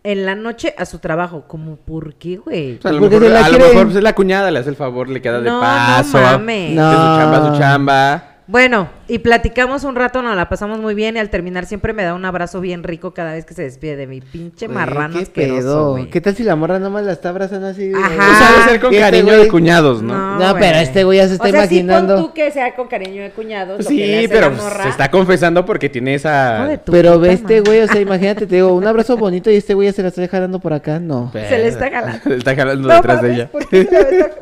en la noche a su trabajo. Como, ¿por qué, güey?
O sea, a lo
Porque
mejor,
se la
a lo
quieren.
mejor, pues, es la cuñada, le hace el favor, le queda de
No, no
paso.
mames.
Es
No.
Su chamba, su chamba.
Bueno, y platicamos un rato, nos la pasamos muy bien y al terminar siempre me da un abrazo bien rico cada vez que se despide de mi pinche
Güey,
marrano
¿Qué
asqueroso,
pedo?
güey.
¿Qué tal si la morra nomás la está abrazando así?
Ajá.
Pues ha de ser con
Y este
cariño
güey-
de cuñados, ¿no?
No, pero
güey.
este güey ya se está
o sea, Sí,
imaginando.
pon tú que sea con cariño de cuñado.
Pues sí, pero pues, se está confesando porque tiene esa.
Pero ve este güey,
*laughs*
o sea, imagínate, te digo, un abrazo bonito y este güey ya se la está jalando por acá. No.
Se le está jalando.
*laughs* Se le está jalando detrás de ella.
*laughs*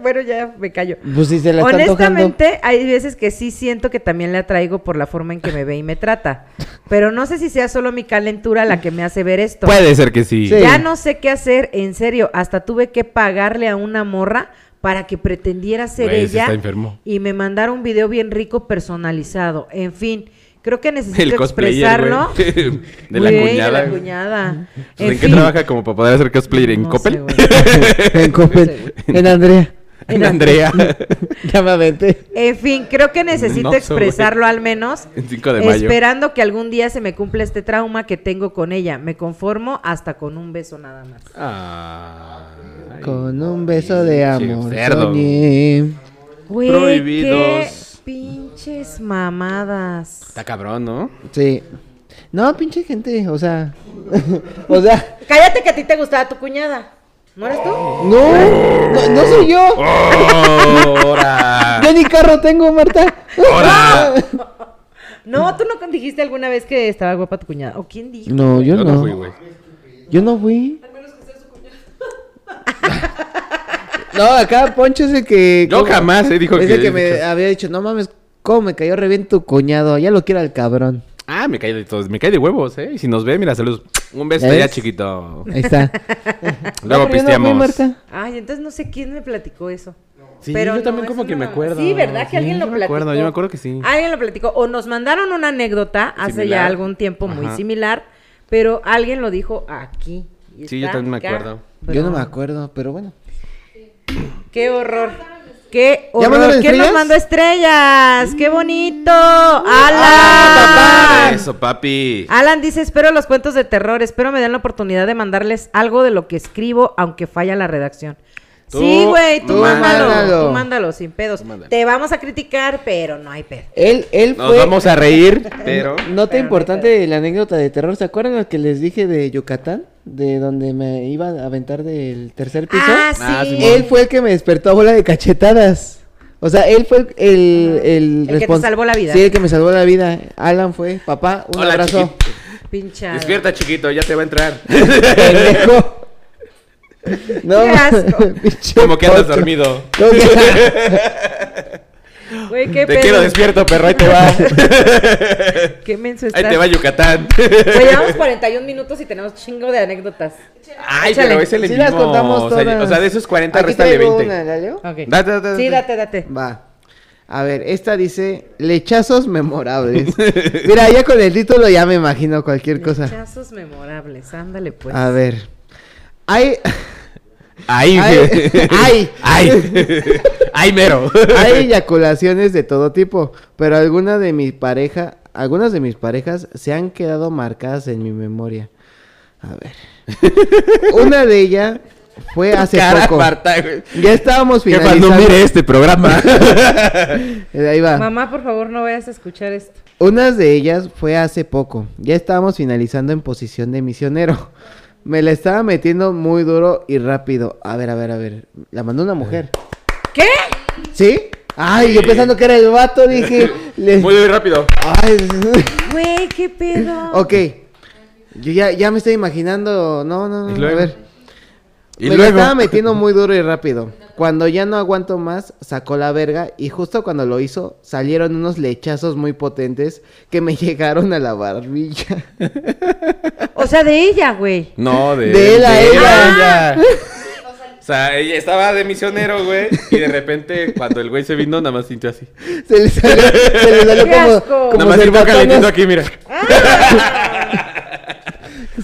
Bueno, ya me callo.
Pues si se la está antojando.
Honestamente, hay veces que sí siento que también le atraigo por la forma en que me ve y me trata. Pero no sé si sea solo mi calentura la que me hace ver esto.
Puede ser que sí.
Sí.
Ya no sé qué hacer, en serio. Hasta tuve que pagarle a una morra para que pretendiera ser
Güey, sí
ella
está enfermo.
y me mandara un video bien rico personalizado. En fin, creo que
El
necesito
cosplayer, güey.
expresarlo.
*laughs* De la
Güey,
cuñada.
De la
güey.
cuñada.
Pues, ¿En,
En
qué
fin.
trabaja como para poder hacer cosplayer? ¿En
No
Coppel?
sé, güey.
*laughs* En Coppel, en Andrea.
*laughs*
*laughs*
en Andrea.
Ya me aventé.
En fin, creo que necesito
No sé,
expresarlo al menos.
En 5 de mayo.
Esperando que algún día se me cumpla este trauma que tengo con ella. Me conformo hasta con un beso nada más.
Ah, ay,
Con un beso de
pinche
amor.
cerdo.
soñé.
Güey,
Prohibidos.
qué pinches mamadas.
Está cabrón, ¿no?
Sí. No, pinche gente, o sea. *laughs* o sea,
Cállate que a ti te gustaba tu cuñada. ¿No eres tú?
no, no, no soy yo.
Oh.
¡Ahora!
Yo ni carro tengo, Marta.
¡Ahora!
No, tú no dijiste alguna vez que estaba guapa tu cuñada. ¿O quién dijo?
No, yo
Yo no fui,
no.
güey.
Yo no fui. No, acá Poncho es el que.
Yo
¿cómo?
jamás, eh, dijo
Es
que-
el que me había dicho, no mames, cómo me cayó re bien tu cuñado. Ya lo quiero al cabrón.
Ah, me cae de todos, me cae de huevos, ¿eh? Y si nos ve, mira, saludos. Un beso
¿Ya
ya,
ves? *laughs*
chiquito.
Ahí está.
*laughs* Luego
Pero yo no fui,
pisteamos.
Marta.
Ay, entonces no sé quién me platicó eso.
Sí,
Pero
yo
no,
también
es
como que
una
me
mamá-
acuerdo.
Sí, ¿verdad? Que
Sí,
alguien lo
yo me
platicó.
acuerdo, yo me acuerdo que sí.
Alguien lo platicó. O nos mandaron una anécdota hace ya
Similar.
algún tiempo muy
Ajá.
similar, pero alguien lo dijo aquí. Y
Sí, yo
está
también me
acá.
acuerdo.
Yo no
Pero-
me acuerdo, pero bueno.
Qué horror. Qué horror.
mandaron
¿Quién nos
estrellas?
mandó estrellas? ¡Qué bonito!
¡Ah,
Ah,
¡Alan!
Eso, papi.
Alan dice, espero los cuentos de terror, espero me den la oportunidad de mandarles algo de lo que escribo, aunque falla la redacción.
Tú
sí, güey, tú mándalo,
mándalo.
tú mándalo sin pedos.
mándalo.
Te vamos a criticar, pero no hay pedo.
Él, él
Nos
fue.
vamos a reír, pero.
Nota importante de la anécdota de terror. ¿Se acuerdan lo que les dije de Yucatán? De donde me iba a aventar del tercer piso.
Ah, sí.
Ah, Simón.
Él fue el que me despertó a bola de cachetadas. O sea, él fue el. El, el
Ah, El que te
respons-
salvó la vida.
Sí, el que me salvó la vida. Alan fue, papá, un
Hola,
abrazo.
chiquito.
Pincha.
Despierta, chiquito, ya te va a entrar.
*laughs* Pendejo. No,
Qué asco.
*laughs* pinche
*laughs* Como que andas
Poncho.
dormido.
Como
*laughs*
que-
Güey, qué
Te
pedo.
quiero despierto, perro, ahí te va.
*laughs*
*laughs*
Qué menso
Ahí
estás.
te va Yucatán. *laughs*
Güey, llevamos 41 minutos y tenemos chingo de anécdotas.
Ay,
Échale.
pero ese le
Sí las
dimos.
contamos
o, sea,
todas.
o sea, de esos 40,
Aquí
réstale
traigo
20.
una, ¿la leo?
Ok.
Date, date,
Sí, date, date.
Va. A ver, esta dice lechazos memorables. *laughs* Mira, ya con el título ya me imagino cualquier cosa.
Rechazos memorables, ándale pues.
A ver. Hay,
Ay,
Ay.
ay, ay, ay, mero. *laughs*
hay eyaculaciones de todo tipo, pero alguna de mi pareja, algunas de mis parejas se han quedado marcadas en mi memoria. A
*laughs*
ver. Una de ellas fue hace
Cara,
poco.
Marta, güey.
Ya estábamos
*laughs* Jefa, no
finalizando.
mire este programa.
Eh, Ahí va.
Mamá, por favor, no vayas a escuchar esto.
Una de ellas fue hace poco. Ya estábamos finalizando en posición de misionero. Me la estaba metiendo muy duro y rápido. A ver, a ver, a ver. La mandó una mujer.
¿Qué?
¿Sí? Ay, yo pensando que era el vato,
*laughs*
dije. les-
Muy rápido.
Ay, *laughs*
Güey, qué pedo.
ok. Yo ya, ya me estoy imaginando. No, no, no.
Y
Mm, A
luego.
ver.
Y
me la
luego.
estaba metiendo muy duro y rápido. Cuando ya no aguanto más, sacó la verga y justo cuando lo hizo, salieron unos lechazos muy potentes que me *laughs* llegaron a la barbilla. *laughs*
O sea, de ella, güey.
*laughs* No, de,
De él ah. a
ella. O sea, ella estaba de misionero, güey. Y de repente, cuando el güey se vino, nada más sintió así.
Se le salió, se le
*laughs*
salió
¡Qué asco!
como, como
Nada más sintió calentito
cerbatanas.
aquí, mira.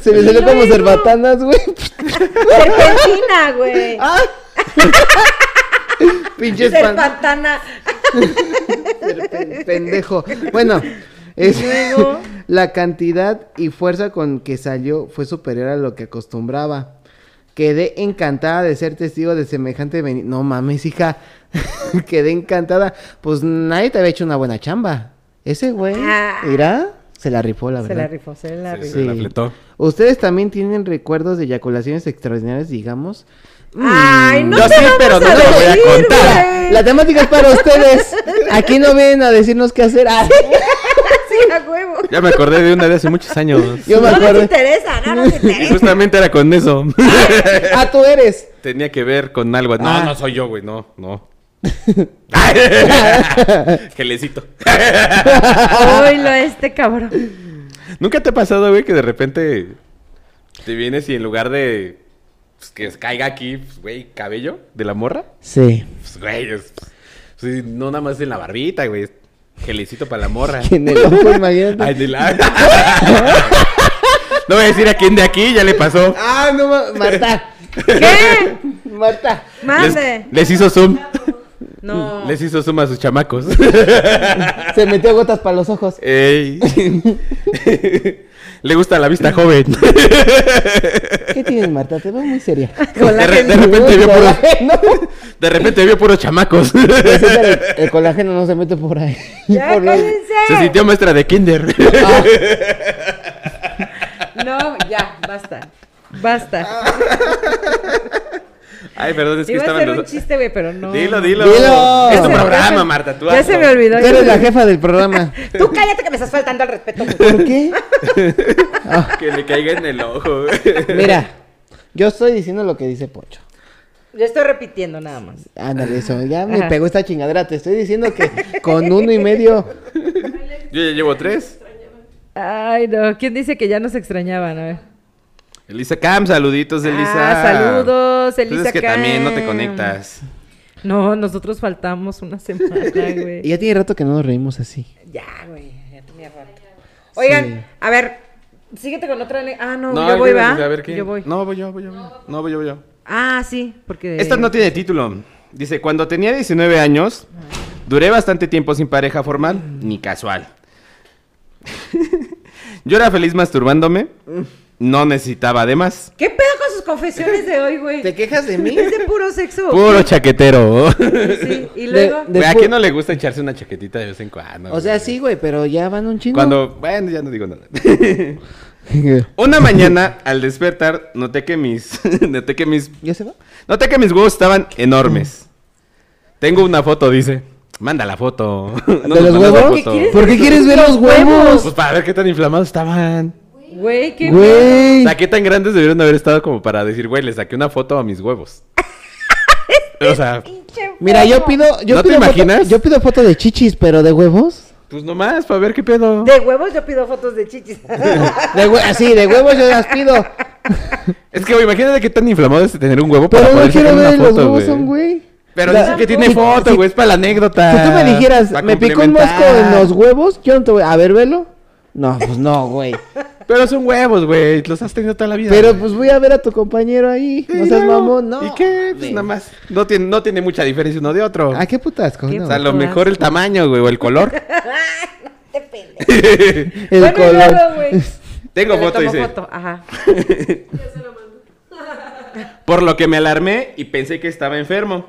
Se le salió como
Luego.
cerbatanas, güey. *laughs*
*laughs* Serpentina, güey.
¡Ah! Pinche espan-
Serpentana.
pen- pendejo. Bueno, es-
Luego.
*laughs* la cantidad y fuerza con que salió fue superior a lo que acostumbraba. Quedé encantada de ser testigo de semejante beni- No mames, hija. *laughs* Quedé encantada. Pues nadie te había hecho una buena chamba. Ese güey,
Ah.
mira, se la rifó,
Ah,
la
Se
verdad.
la rifó, se
Ah,
la
Se,
rifó.
se la fletó.
¿Ustedes también tienen recuerdos de eyaculaciones extraordinarias, digamos?
Mm.
Mm,
Ay, no
Yo
te
sí,
vamos
pero
a
no lo voy a
decir,
contar.
güey.
La temática es para ustedes. Aquí no vienen a decirnos qué hacer. Ah,
Sí, a huevo.
Ya me acordé de una de hace muchos años.
*laughs* yo me
no nos
acuerdo.
interesa, no nos
Y *laughs*
interesa.
justamente era con eso. *laughs*
Ah, tú eres.
Tenía que ver con algo. No,
Ah.
no soy yo, güey. No,
*laughs*
no. *laughs* Gelecito.
Ay, lo este cabrón.
¿Nunca te ha pasado, güey, que de repente te vienes y en lugar de pues, que caiga aquí, pues, güey, cabello de la morra?
Sí.
Pues, güey, es- pues, sí, no nada más en la barbita, güey. es Gelecito para la morra.
En el ojo, *laughs* imagínate.
Ay, de la... *laughs* no voy a decir a quién de aquí, ya le pasó.
Ah, no,
*laughs*
ma- Marta.
¿Qué?
Marta.
Mande.
Les, les hizo zoom.
No.
Les hizo zoom a sus chamacos. *laughs*
Se metió gotas para los ojos.
Ey. *laughs* le gusta la vista joven.
¿Qué tienes, Marta? Te veo muy seria.
De, re- de repente vio puros, de repente vio puros chamacos. *laughs*
Pues es el, el colágeno no se mete por ahí.
Ya,
Por los-
cállense.
Se sintió maestra de kinder.
No, ya, basta. Basta.
Ay, perdón, Ah, es que
Iba a
estaban
ser un
los...
chiste, güey, pero no.
Dilo, dilo.
Dilo.
Es tu
Ya se-
programa, Marta, tú
Ya
hazlo.
se me olvidó.
Tú eres la jefa del programa.
Tú cállate que me estás faltando al respeto. güey. *laughs*
¿Por qué?
Ah, Que le caiga en el ojo.
Mira, yo estoy diciendo lo que dice Poncho.
Yo estoy repitiendo nada más.
Ándale, eso, ya me
Ajá.
pegó esta chingadera. Te estoy diciendo que con uno y medio.
Yo ya llevo tres.
Ay, no. ¿Quién dice que ya nos extrañaban? A ver.
Elisa Cam, saluditos, Elisa.
Ah, saludos,
Pues
Elisa
Es que también no te
Cam.
conectas.
No, nosotros faltamos una *laughs* semana,
Y
güey.
ya tiene rato que no nos reímos así.
ya, güey. Ya tenía rato. Oigan,
Sí.
a ver. Síguete con otra. ne- Ah, no, yo
el
voy,
viernes,
¿va?
pues, a ver qué-
Yo voy.
No, voy yo, voy yo. voy yo. No, voy yo, voy yo.
Ah, sí, porque.
Esta no tiene título. Dice, cuando tenía 19 años, duré bastante tiempo sin pareja formal, ni casual. *laughs* Yo era feliz masturbándome, no necesitaba de más.
¿Qué pedo con sus confesiones de hoy, güey?
¿Te quejas
*laughs*
de mí?
Es de puro sexo.
Puro chaquetero.
Sí, y luego.
De-
Güey, ¿A
pu-
quién no le gusta echarse una chaquetita de vez en cuando?
O sea,
güey?
sí, güey, pero ya van un chingo. *laughs*
Cuando, bueno, ya no digo nada. *laughs* Una mañana, al despertar, noté que mis, *laughs* noté que mis
¿Ya se va?
Noté que mis huevos estaban enormes. Tengo una foto, dice. Manda la foto. *laughs* No
¿De
nos
los
mandas la
huevos?
foto.
¿Qué quieres?
¿Por qué quieres ver los huevos?
Pues para ver qué tan inflamados estaban.
Güey, qué miedo.
O
Güey.
sea, qué tan grandes debieron haber estado como para decir, güey, le saqué una foto a mis huevos.
*laughs*
o sea,
Pinche
Mira, yo
huevo.
pido. Yo
¿No te
pido foto-
imaginas?
yo pido foto de chichis, pero de huevos.
pues nomás, para ver qué pedo.
De huevos yo pido fotos de chichis. *laughs*
De hue- así, de huevos yo las pido.
Es que, güey, imagínate qué tan inflamado es tener un huevo para
Pero
poder
no quiero
sacar
ver
una
los
foto,
huevos,
güey.
son güey.
Pero
La-
dice que tiene
si-
foto,
si-
güey, es para la anécdota.
Si tú me dijeras,
Ah, para
me picó un mosco en
complementar.
los huevos, yo no te voy. A ver, velo. No, pues no,
*laughs*
güey.
Pero son huevos, güey. Los has tenido toda la vida.
Pero
güey.
pues voy a ver a tu compañero ahí.
Sí,
no seas
luego.
mamón, no.
¿Y qué? Pues nada más. No tiene, no tiene mucha diferencia uno de otro.
¿A Ah, qué putasco?
¿Qué
No.
o sea, a lo
Qué
mejor el
asco.
tamaño, güey, o
*laughs*
el color.
El
Bueno, y
color.
luego, güey.
Tengo
Le
foto,
tomo
dice.
foto, Ajá.
Por lo que me alarmé y pensé que estaba enfermo.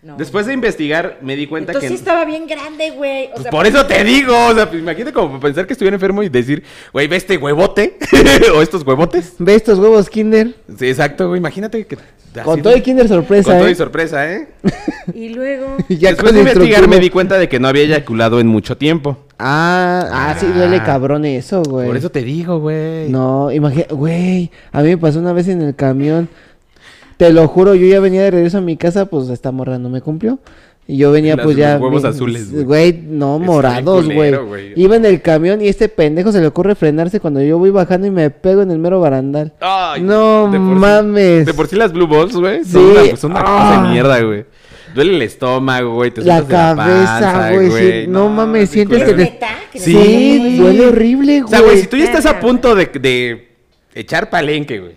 No.
Después de investigar, me di cuenta
Entonces sí
que.
estaba bien grande, güey. O
Pues
sea,
por eso te digo, o sea, pues imagínate como pensar que estuviera enfermo y decir, güey, ve este huevote *laughs* o estos huevotes.
¿Ve estos huevos Kinder?
Sí, exacto, güey, imagínate que...
Con
así-
todo y Kinder sorpresa,
Con todo
¿eh?
y
*laughs*
sorpresa, ¿eh?
Y luego.
Ya
Después
con
de
el
investigar
trompudo.
me di cuenta de que no había eyaculado en mucho tiempo.
Ah, ah, sí, duele
Ah.
cabrón eso, güey.
Por eso te digo, güey.
No, imagínate, güey, a mí me pasó una vez en el camión, te lo juro, yo ya venía de regreso a mi casa, pues esta morra no me cumplió. Y yo venía
Las-
pues ya...
los huevos
me-
azules, güey.
Güey, no,
Es
morados,
bien
güey.
culero, güey.
Iba en el camión y este pendejo se le ocurre frenarse cuando yo voy bajando y me pego en el mero barandal.
Ay,
no
de por sí-
mames.
de por sí las Blue Balls, güey,
Sí.
son una, pues, son una cosa
Ah.
de mierda, güey. Duele el estómago, güey, te
La
sueltas de la
cabeza,
panza,
güey, sí. No mames,
es
sientes
culero.
que te-
¿Neta? ¿Que
Sí,
Sí,
güey.
duele horrible, güey. Eh.
O sea, güey, si tú ya estás a
Verga.
punto de, de echar palenque, güey,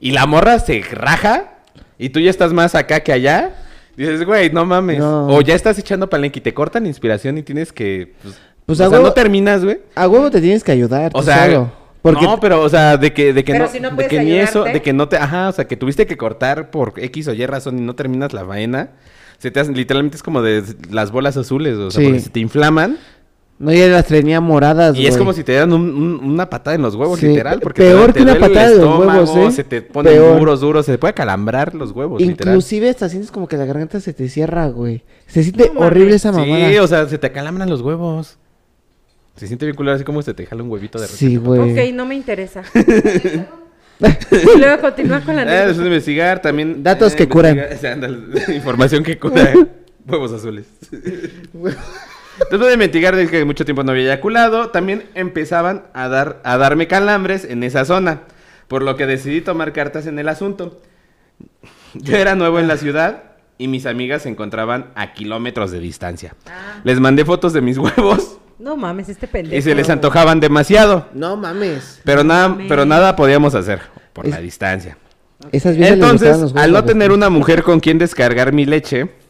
y la morra se raja, y tú ya estás más acá que allá, dices, güey, no mames.
No.
O ya estás echando palenque y te cortan inspiración y tienes que. Pues,
Pues,
o
a
sea,
huevo-
no terminas, güey.
A huevo te tienes que ayudar,
O
tú
sea,
solo, Porque
no, pero, o sea, de que, de que
Pero
no,
si no
de
puedes
que ni eso,
ayudarte.
de que no te, ajá, o sea, que tuviste que cortar por X o Y razón y no terminas la vaina, se te hacen, literalmente es como de las bolas azules, o sea,
Sí.
porque se te inflaman
no ya las tenía moradas,
y es
güey.
como si te dieran un- un- una patada en los huevos,
Sí,
literal,
pe-
porque
peor
te,
que una
duele el
patada de los huevos, ¿eh?
se te ponen
Peor.
duros, duros, se te puede calambrar los huevos, pues, literal.
Inclusive hasta sientes como que la garganta se te cierra, güey. Se siente
No mames.
horrible esa mamada.
Sí, o sea, se te calambran los huevos. Se siente bien culero, así como se te jala un huevito de repente.
Sí, güey.
Ok, no me interesa.
*laughs*
y
*laughs*
luego continúa con la
Ah, después de
anécdota.
investigar también. eh,
Datos que curan.
investigar- *laughs* o sea, ándale, información que cura. eh,
*laughs*
Huevos azules. después de investigar, dije que mucho tiempo no había eyaculado. También empezaban a, dar, a darme calambres en esa zona. Por lo que decidí tomar cartas en el asunto. Yo era nuevo en la ciudad. Y mis amigas se encontraban a kilómetros de distancia.
Ah.
Les mandé fotos de mis huevos
No mames, este pendejo.
y se les antojaban demasiado.
No mames.
Pero nada,
mames.
pero nada podíamos hacer por
Es-
la distancia.
Esas viejas les gustaban
Entonces,
los
al no
huevos,
tener una mujer con quien descargar mi *laughs* leche,
güey.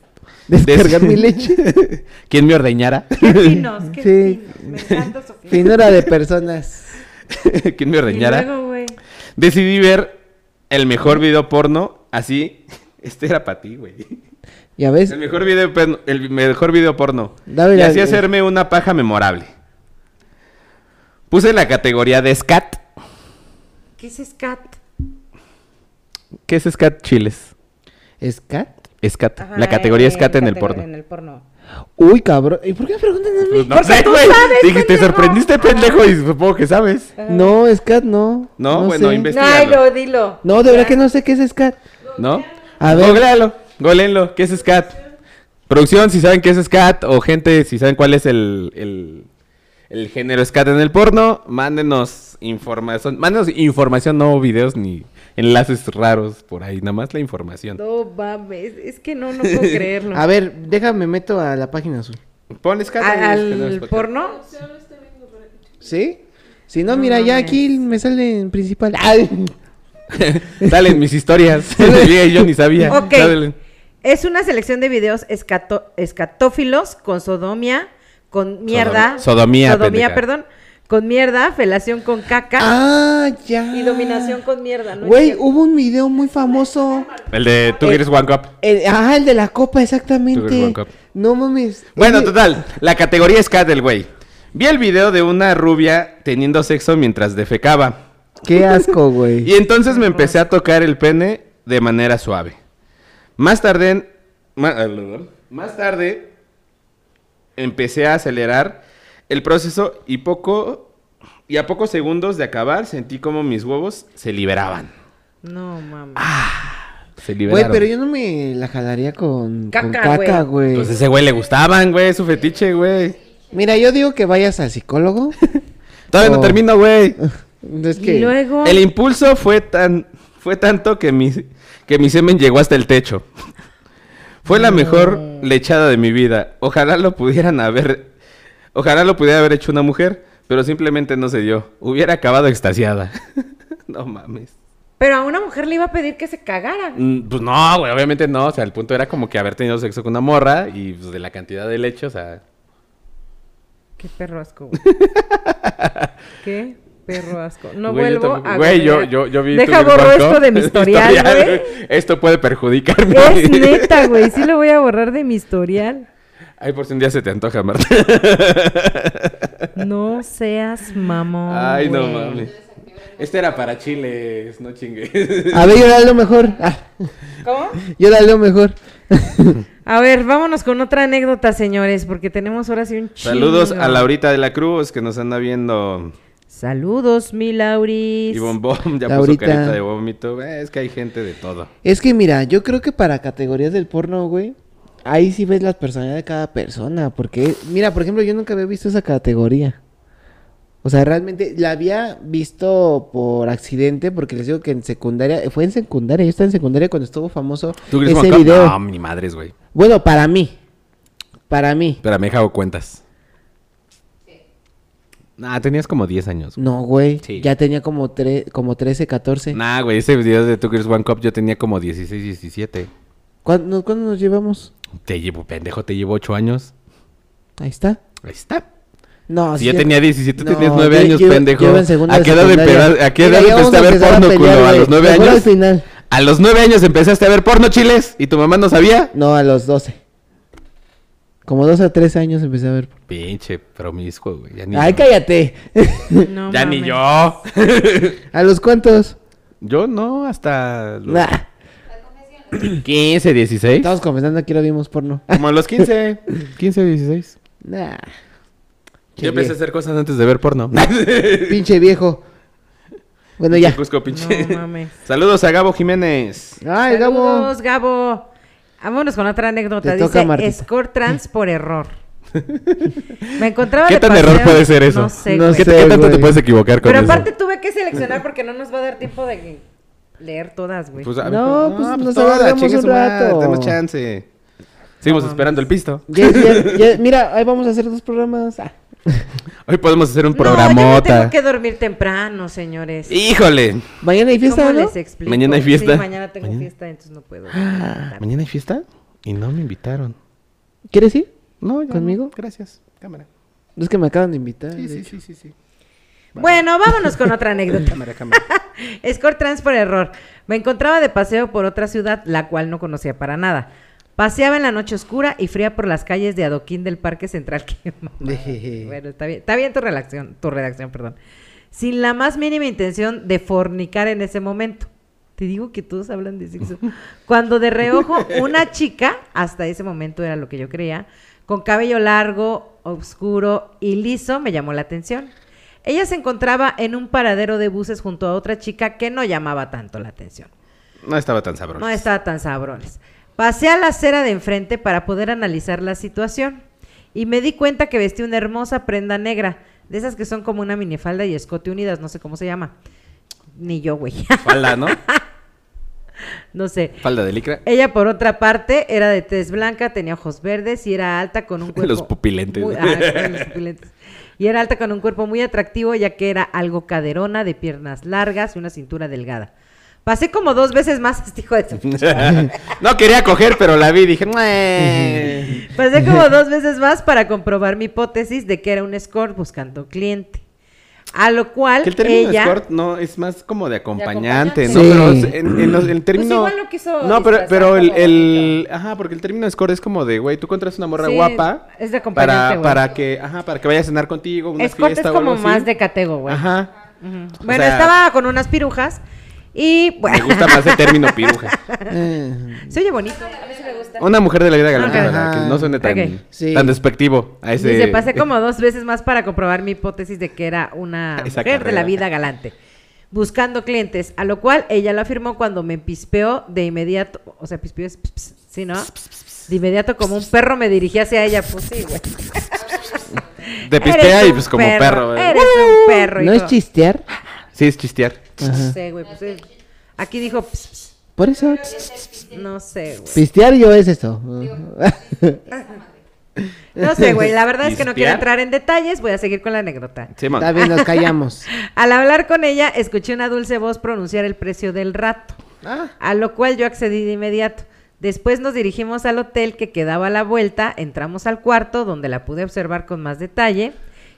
Descargar *laughs*
des-
mi leche.
*laughs* quien me
*laughs*
ordeñara, *laughs*
Qué finos, qué
Sí.
finos. Me encanta su fino.
Finura de personas.
quien me
Y
ordeñara,
luego, güey.
decidí ver el mejor video porno, así, *laughs* este era para ti, güey.
Ya ves,
El mejor video porno, el mejor video porno.
Dame
y
la-
así hacerme una paja memorable. Puse la categoría de scat.
¿Qué es scat?
¿Qué es scat chiles?
es cat.
Scat.
Ajá,
la categoría
eh,
scat en el
categoría-
porno.
En el porno.
Uy, cabrón. ¿Y por qué me preguntan a mí?
Pues no
Porque
sé,
tú
güey.
sabes,
Dije, te
pendejo.
sorprendiste, pendejo, y supongo que sabes.
No, es cat, no.
No, bueno,
sé.
investiga.
Ay,
Investígalo.
lo dilo.
No, de verdad que no sé qué es scat.
¿No?
A
A
ver.
ver. Googlealo, googleenlo. ¿Qué es SCAT? Producción, si saben qué es SCAT o gente, si saben cuál es el, el, el género SCAT en el porno, mándenos información. Mándenos información, no videos ni enlaces raros por ahí, nada más la información.
No mames, es que no, no
*laughs*
puedo creerlo.
A ver, déjame meto a la página azul.
Pon SCAT.
¿Al,
en
al
los canales podcast.
porno?
¿Sí? Si no,
No
mira, ya
mames.
aquí me sale en principal. Ay.
Salen
*laughs*
mis historias. *laughs* Sí, yo ni sabía.
Ok.
Salen.
Es una selección de videos escato- escatófilos con sodomia, con mierda.
sodomía, pendeja.
perdón. Con mierda, felación con caca
Ah, ya.
y dominación con mierda. ¿no?
Güey,
Es que-
hubo un video muy famoso.
El de
Eh,
Two Girls One Cup.
El- ah, el de la copa,
Tuve el
exactamente.
World Cup.
No mames.
Bueno,
Ese-
total, la categoría es cat del güey. Vi el video de una rubia teniendo sexo mientras defecaba.
Qué asco, güey.
*laughs* Y entonces me empecé a tocar el pene de manera suave. Más tarde, en- ma- ah, más tarde empecé a acelerar el proceso y poco y a pocos segundos de acabar sentí como mis huevos se liberaban.
No mames.
Ah, Se
Güey,
liberaron.
pero yo no me la jalaría con
Caca,
con caca, güey.
Pues ese güey le gustaban, güey, es su fetiche, güey.
Mira, yo digo que vayas
*laughs*
al psicólogo.
Todavía
Oh.
no termino, güey.
es que
Y
*laughs*
luego.
El impulso fue tan fue tanto que mi que mi semen llegó hasta el techo. Fue la mejor lechada de mi vida. Ojalá lo pudieran haber ojalá lo pudiera haber hecho una mujer, pero simplemente no se dio. Hubiera acabado extasiada. *laughs* no mames.
Pero a una mujer le iba a pedir que se cagara. güey.
Mm, Pues no, güey, obviamente no. O sea, el punto era como que haber tenido sexo con una morra y pues, de la cantidad de leche, o sea.
Qué perro asco.
*laughs*
güey. Qué perro asco. No
güey, yo
vuelvo
tampoco-
a.
Güey, yo,
comer.
yo, yo vi.
Deja
tu
borro
banco,
esto de
*laughs*
mi historial, güey.
Esto puede perjudicarme. *laughs*
Es neta, güey. Sí lo voy a borrar de mi historial.
Ay, por si un día se te antoja, Marta.
No seas mamón.
Ay, no
güey.
mames. Este era para chiles, no chingues.
A ver, yo la leo mejor. Ah,
¿Cómo?
yo la leo mejor.
A ver, vámonos con otra anécdota, señores, porque tenemos ahora sí un chingo.
*laughs* Saludos a Laurita de la Cruz que nos anda viendo.
Saludos, mi Lauris.
Y Bom Bom ya puso
Laurita.
carita de vómito. Eh, Es que hay gente de todo.
Es que mira, yo creo que para categorías del porno, güey, ahí sí ves la personalidad de cada persona. Porque, mira, por ejemplo, yo nunca había visto esa categoría. O sea, realmente la había visto por accidente, porque les digo que en secundaria, fue en secundaria, yo estaba en secundaria cuando estuvo famoso
¿Tú crees
ese
Juan Cap-
video.
No, ni madres, güey.
Bueno, para mí, para mí.
Espera, me he dejado cuentas. Nah, tenías como 10 años. güey.
No, güey,
Sí.
ya tenía como, tre como 13, 14.
Nah, güey, ese video de Two Girls One Cup yo tenía como 16, 17.
¿Cuándo, cuándo nos llevamos?
Te llevo, pendejo, te llevo 8 años.
Ahí está.
Ahí está.
No,
Si
sí,
yo tenía 17, tú
No,
tenías 9
yo-
años,
yo-
pendejo.
yo en segunda
¿A
de
qué edad,
secundaria.
empe- a qué
Mira,
edad
ya
empezaste
vamos
a ver
empezar
porno,
pelear,
culo? ¿A
güey.
los 9
Mejor
años?
al final.
A los 9 años empezaste a ver porno, chiles. ¿Y tu mamá no sabía?
No, a los 12. Como 12 a 13 años empecé a ver.
Pinche promiscuo, güey. Ya ni
Ay,
yo.
cállate. *laughs*
No
Ya ni
mames.
yo.
¿A los cuántos?
*laughs* Yo no, hasta los
Nah,
15, 16.
estamos confesando aquí lo vimos porno. *laughs*
Como a los 15, 15, 16.
Nah.
Yo empecé a hacer cosas antes de ver
*laughs*
porno.
Pinche viejo. Bueno, ya.
Cusco, pinche.
No mames.
*laughs* Saludos a Gabo Jiménez.
Ay, Gabo.
Saludos, Gabo. Vámonos con otra anécdota.
Te
Dice
toca, Martita.
score trans por
*laughs*
error. Me encontraba
¿Qué
de
tan
paseo-
error puede ser eso?
No sé,
No
güey.
¿Qué,
sé.
qué tanto te
güey.
puedes equivocar con
Pero
eso?
aparte tuve que seleccionar porque no nos va a dar tiempo de leer todas, güey.
Pues, a-
No, pues, nos
toda,
alargamos
chingue
un
su madre,
rato.
Tenemos chance. Seguimos
No mames.
esperando el pisto.
Ya- ya- ya- mira, ahí vamos a hacer dos programas. Ah,
Hoy podemos hacer un
No, yo me
programota.
tengo que dormir temprano, señores.
Híjole.
Mañana hay fiesta,
¿Cómo
¿no?
les explico?
¿Mañana hay fiesta?
Sí, mañana tengo
Mañana.
fiesta, entonces no puedo.
*gasps*
¿Mañana hay fiesta? Y no me invitaron.
¿Quieres ir?
No, ya no.
¿Conmigo?
Gracias. Cámara.
Es que me acaban de invitar.
Sí,
de
sí,
hecho.
sí, sí, sí.
Bueno, vámonos con otra anécdota.
*laughs*
*laughs*
Cámara, cámara.
Score trans por error. Me encontraba de paseo por otra ciudad, la cual no conocía para nada. Paseaba en la noche oscura y fría por las calles de adoquín del Parque Central. *laughs* Qué
*laughs*
mamada. bueno, está bien, está bien tu redacción, tu redacción, perdón. Sin la más mínima intención de fornicar en ese momento. Te digo que todos hablan de sexo. Cuando de reojo una chica, hasta ese momento era lo que yo creía, con cabello largo, oscuro y liso, me llamó la atención. Ella se encontraba en un paradero de buses junto a otra chica que no llamaba tanto la atención.
No estaba tan sabroso.
No estaba tan sabrones. Pasé a la acera de enfrente para poder analizar la situación y me di cuenta que vestía una hermosa prenda negra, de esas que son como una minifalda y escote unidas, no sé cómo se llama. Ni yo, güey. *laughs*
Falda, ¿no?
no sé.
Falda
*laughs*
de licra. *laughs*
Ella, por otra parte, era de tez blanca, tenía ojos verdes y era alta
*laughs*
con un cuerpo.
Los pupilentes.
muy- ah, con los pupilentes. Y era alta con un cuerpo muy atractivo, ya que era algo caderona, de piernas largas y una cintura delgada. Pasé como dos veces más, *laughs* este hijo de su
no quería coger, pero la vi y
*laughs*
dije, "Mue".
Pasé Pues como dos veces más para comprobar mi hipótesis de que era un escort buscando cliente. A lo cual
Que el término
ella...
escort no es más como de acompañante,
acompañante.
¿no?
Sí.
Pero es- en, en los- el término.
Pues igual lo quiso
no, pero,
disfrazar
pero el,
como
el- Ajá, porque el término escort es como de, güey, tú contratas una morra
Sí,
guapa.
es de acompañante,
para,
güey.
para que, ajá, para que vaya a cenar contigo, una
Escort es
fiesta o
como
algo así.
más de catego, güey.
Ajá.
Ujú.
O
Bueno,
sea-
estaba con unas pirujas y...
Me
Bueno,
gusta más el término piruja.
Eh,
*laughs* se oye bonito. A mí sí me gusta.
Una mujer de la vida galante,
Ok.
para que no suene tan,
Ok.
Sí.
tan despectivo a ese.
Dice, pasé como dos veces más para comprobar mi hipótesis de que era una
Esa
mujer de la
carrera.
vida galante. Buscando clientes, a lo cual ella lo afirmó cuando me pispeó de inmediato. O sea, pispeó es... ps, ps, sí, ¿no? De inmediato como un perro me dirigí hacia ella. Pues sí, güey.
Te
Eres
pistea y
un
pues como perro. ¿eh?
Eres un perro.
¿No es
hijo.
chistear?
Sí, es chistear.
No sé, güey. pues, eh, aquí dijo, "Ps, ps".
Por eso.
no sé, güey.
Pistear yo es eso.
No sé, güey. La verdad es que no quiero
¿Pistear?
entrar en detalles. Voy a seguir con la anécdota.
*laughs*
Simón.
Está bien, nos callamos.
Al hablar con ella, escuché una dulce voz pronunciar el precio del rato,
Ah.
a lo cual yo accedí de inmediato. Después nos dirigimos al hotel que quedaba a la vuelta, entramos al cuarto donde la pude observar con más detalle.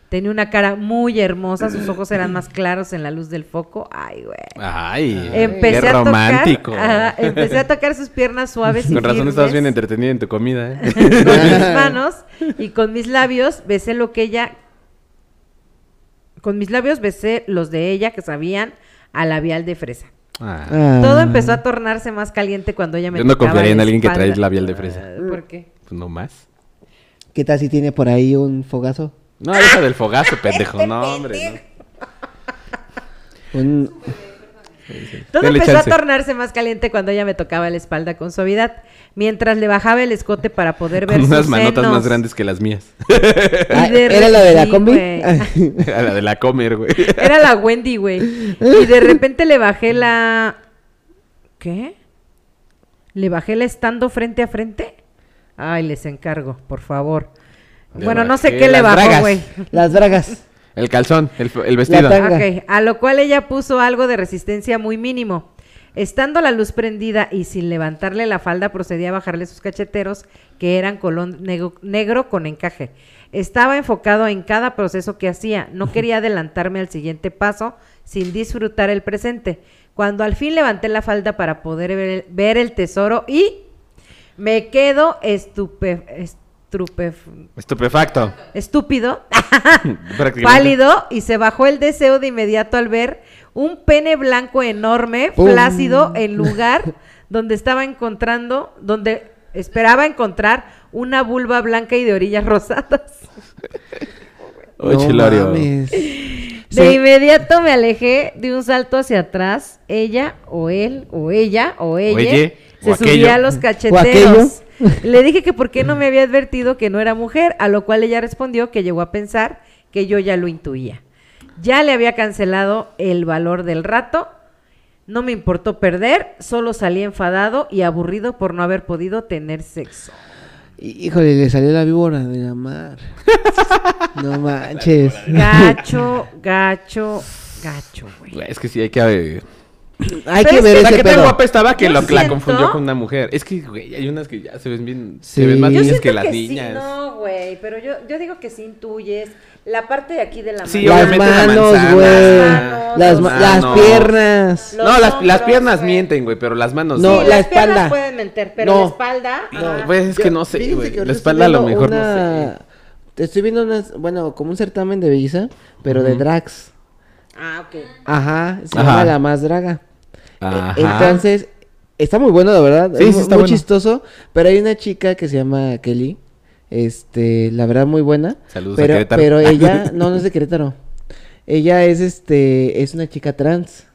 Tenía una cara muy hermosa, sus ojos eran más claros en la luz del foco. Ay, güey.
Ay,
Empecé
qué
a tocar,
romántico.
ajá, empecé a tocar sus piernas
*laughs*
suaves y
Con razón estabas bien
firmes
entretenida en tu comida, ¿eh? *laughs*
con mis manos y con mis labios besé lo que ella con mis labios besé los de ella que sabían a labial de fresa.
Ah,
Ah.
*laughs* Todo empezó a tornarse más caliente cuando ella me
Yo no
tocaba la
confiaría en alguien que trae
espalda.
labial de fresa.
Ah, ¿Por qué?
pues no más.
¿Qué tal si tiene por ahí un fogazo?
No, deja del fogazo, pendejo. No, hombre. no.
*laughs*
Un...
Todo
Dale
empezó
chance.
a tornarse más caliente cuando ella me tocaba la espalda con suavidad, mientras le bajaba el escote para poder ver
Con unas
sus
manotas
senos.
más grandes que las mías. *laughs*
Ah,
de
¿Era la de la
sí,
combi? *laughs*
güey.
A la de la comer, güey.
Era la Wendy, güey. Y de repente le bajé la. ¿Qué? ¿Le bajé la estando frente a frente? Ay, les encargo, por favor.
Le
bueno, no sé
bajé
qué le
las
bajó,
bragas.
güey.
Las dragas.
El calzón, el, el vestido.
La Tanga.
Ok, a lo cual ella puso algo de resistencia muy mínimo. Estando la luz prendida y sin levantarle la falda, procedí a bajarle sus cacheteros, que eran colón negro, negro con encaje. Estaba enfocado en cada proceso que hacía. No quería adelantarme al siguiente paso sin disfrutar el presente. Cuando al fin levanté la falda para poder ver el, ver el tesoro y me quedo estupe, estrupef-
Estupefacto.
estúpido
*laughs* Prácticamente.
pálido y se bajó el deseo de inmediato al ver un pene blanco enorme,
¡Pum!
plácido, en lugar *laughs* donde estaba encontrando, donde esperaba encontrar una vulva blanca y de orillas *laughs* rosadas.
Uy,
No
Chilorio.
mames.
De
Sí.
inmediato me alejé de un salto hacia atrás. Ella o él o ella o ella
Oye,
se
o aquello.
subía a los
aquello.
cacheteros. *laughs* Le dije que por qué no me había advertido que no era mujer, a lo cual ella respondió que llegó a pensar que yo ya lo intuía. Ya le había cancelado el valor del rato. No me importó perder, solo salí enfadado y aburrido por no haber podido tener sexo.
Híjole, le salió la víbora de
*laughs*
la mar. No manches.
Gacho, gacho, gacho, güey.
Güey, Es que sí, hay que. eh,
Hay
Pero
que
es
ver
que-
La
ese
que tan
pedo.
guapa estaba que
Yo
lo- la
siento-
confundió con una mujer. Es que, güey, hay unas que ya se ven bien. Se
Sí.
ven más
Yo
niñas
siento
que las
sí,
niñas.
no, güey, pero yo, yo digo que sí intuyes la parte de aquí de la
Sí,
mano.
Las
obviamente la
manos,
manzana.
güey. Las,
Los
ma-
manos.
las
Ah, no.
piernas.
Los
no, las,
hombros,
las piernas
güey.
mienten, güey, pero las manos
No,
no.
Sí,
la
las piernas
espalda.
pueden mentir, pero
No,
la espalda. ah.
No,
ajá.
pues es que no sé, güey. La espalda a lo mejor no sé.
Te estoy viendo unas, bueno, como un certamen de belleza, pero de drags.
Ah, ok.
Ajá, se
Ajá.
llama La Más Draga. E-
Ajá.
Entonces, está muy bueno, la verdad.
Sí,
es
sí
mu-
está
muy
bueno.
chistoso. Pero hay una chica que se llama Kelly. Este, la verdad, muy buena.
Saludos a
pero,
Querétaro.
Pero
*laughs*
ella, no, no es de Querétaro. Ella es este, es una chica trans.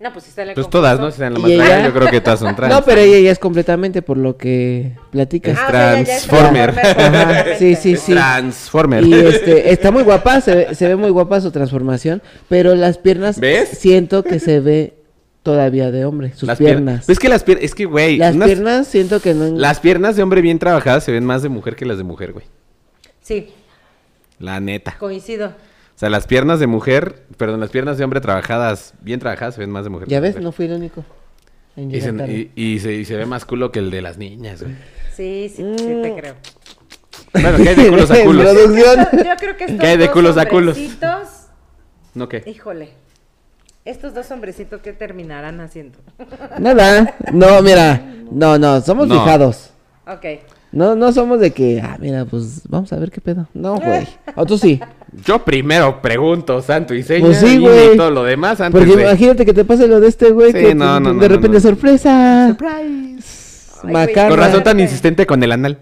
No, pues sí está la
Pues
confusión.
todas, ¿no? Si sean la
¿Y
más grande,
ella?
yo creo que todas son trans.
*laughs* No, pero ella ya es completamente por lo que platica.
Es
Ah, o sea, ella ya es
Transformer.
transformer.
Ajá, sí, sí, sí.
Transformer.
Y
*laughs*
este, está muy guapa, se ve, se ve muy guapa su transformación, pero las piernas
¿Ves?
siento que se ve todavía de hombre, sus
Las Pues
piernas.
Es que las piernas, es que, güey,
Las
unas-
piernas siento que no
las piernas de hombre bien trabajadas se ven más de mujer que las de mujer, güey.
Sí,
La neta.
coincido.
O sea, las piernas de mujer, perdón, las piernas de hombre trabajadas, bien trabajadas, se ven más de mujer.
Ya
que de
ves,
mujer.
no fui el único. en
Y
llegar
se,
tarde.
y- y se- y se ve más culo que el de las
*laughs*
niñas, güey.
Sí, sí, sí
Mm.
te creo.
Bueno, que hay de culos a culos.
Producción.
Yo creo que estos
¿Qué hay de
dos
culos a culos?
hombrecitos,
¿No qué?
Híjole. Estos dos hombrecitos que terminarán haciendo. *laughs*
Nada. No, mira. No, no, somos
No.
fijados.
Ok.
No, no somos de que, ah, mira, pues vamos a ver qué pedo. No,
*laughs*
güey. O tú sí.
Yo primero pregunto, santo y seña,
Pues sí,
INE y
güey.
todo lo demás antes
Porque
de-
imagínate que te pase lo de este güey
Sí,
que te-
no, no, no,
de
no,
repente
no.
sorpresa.
Ay,
Macarra.
güey,
Con razón tan
Aparte.
insistente con el anal.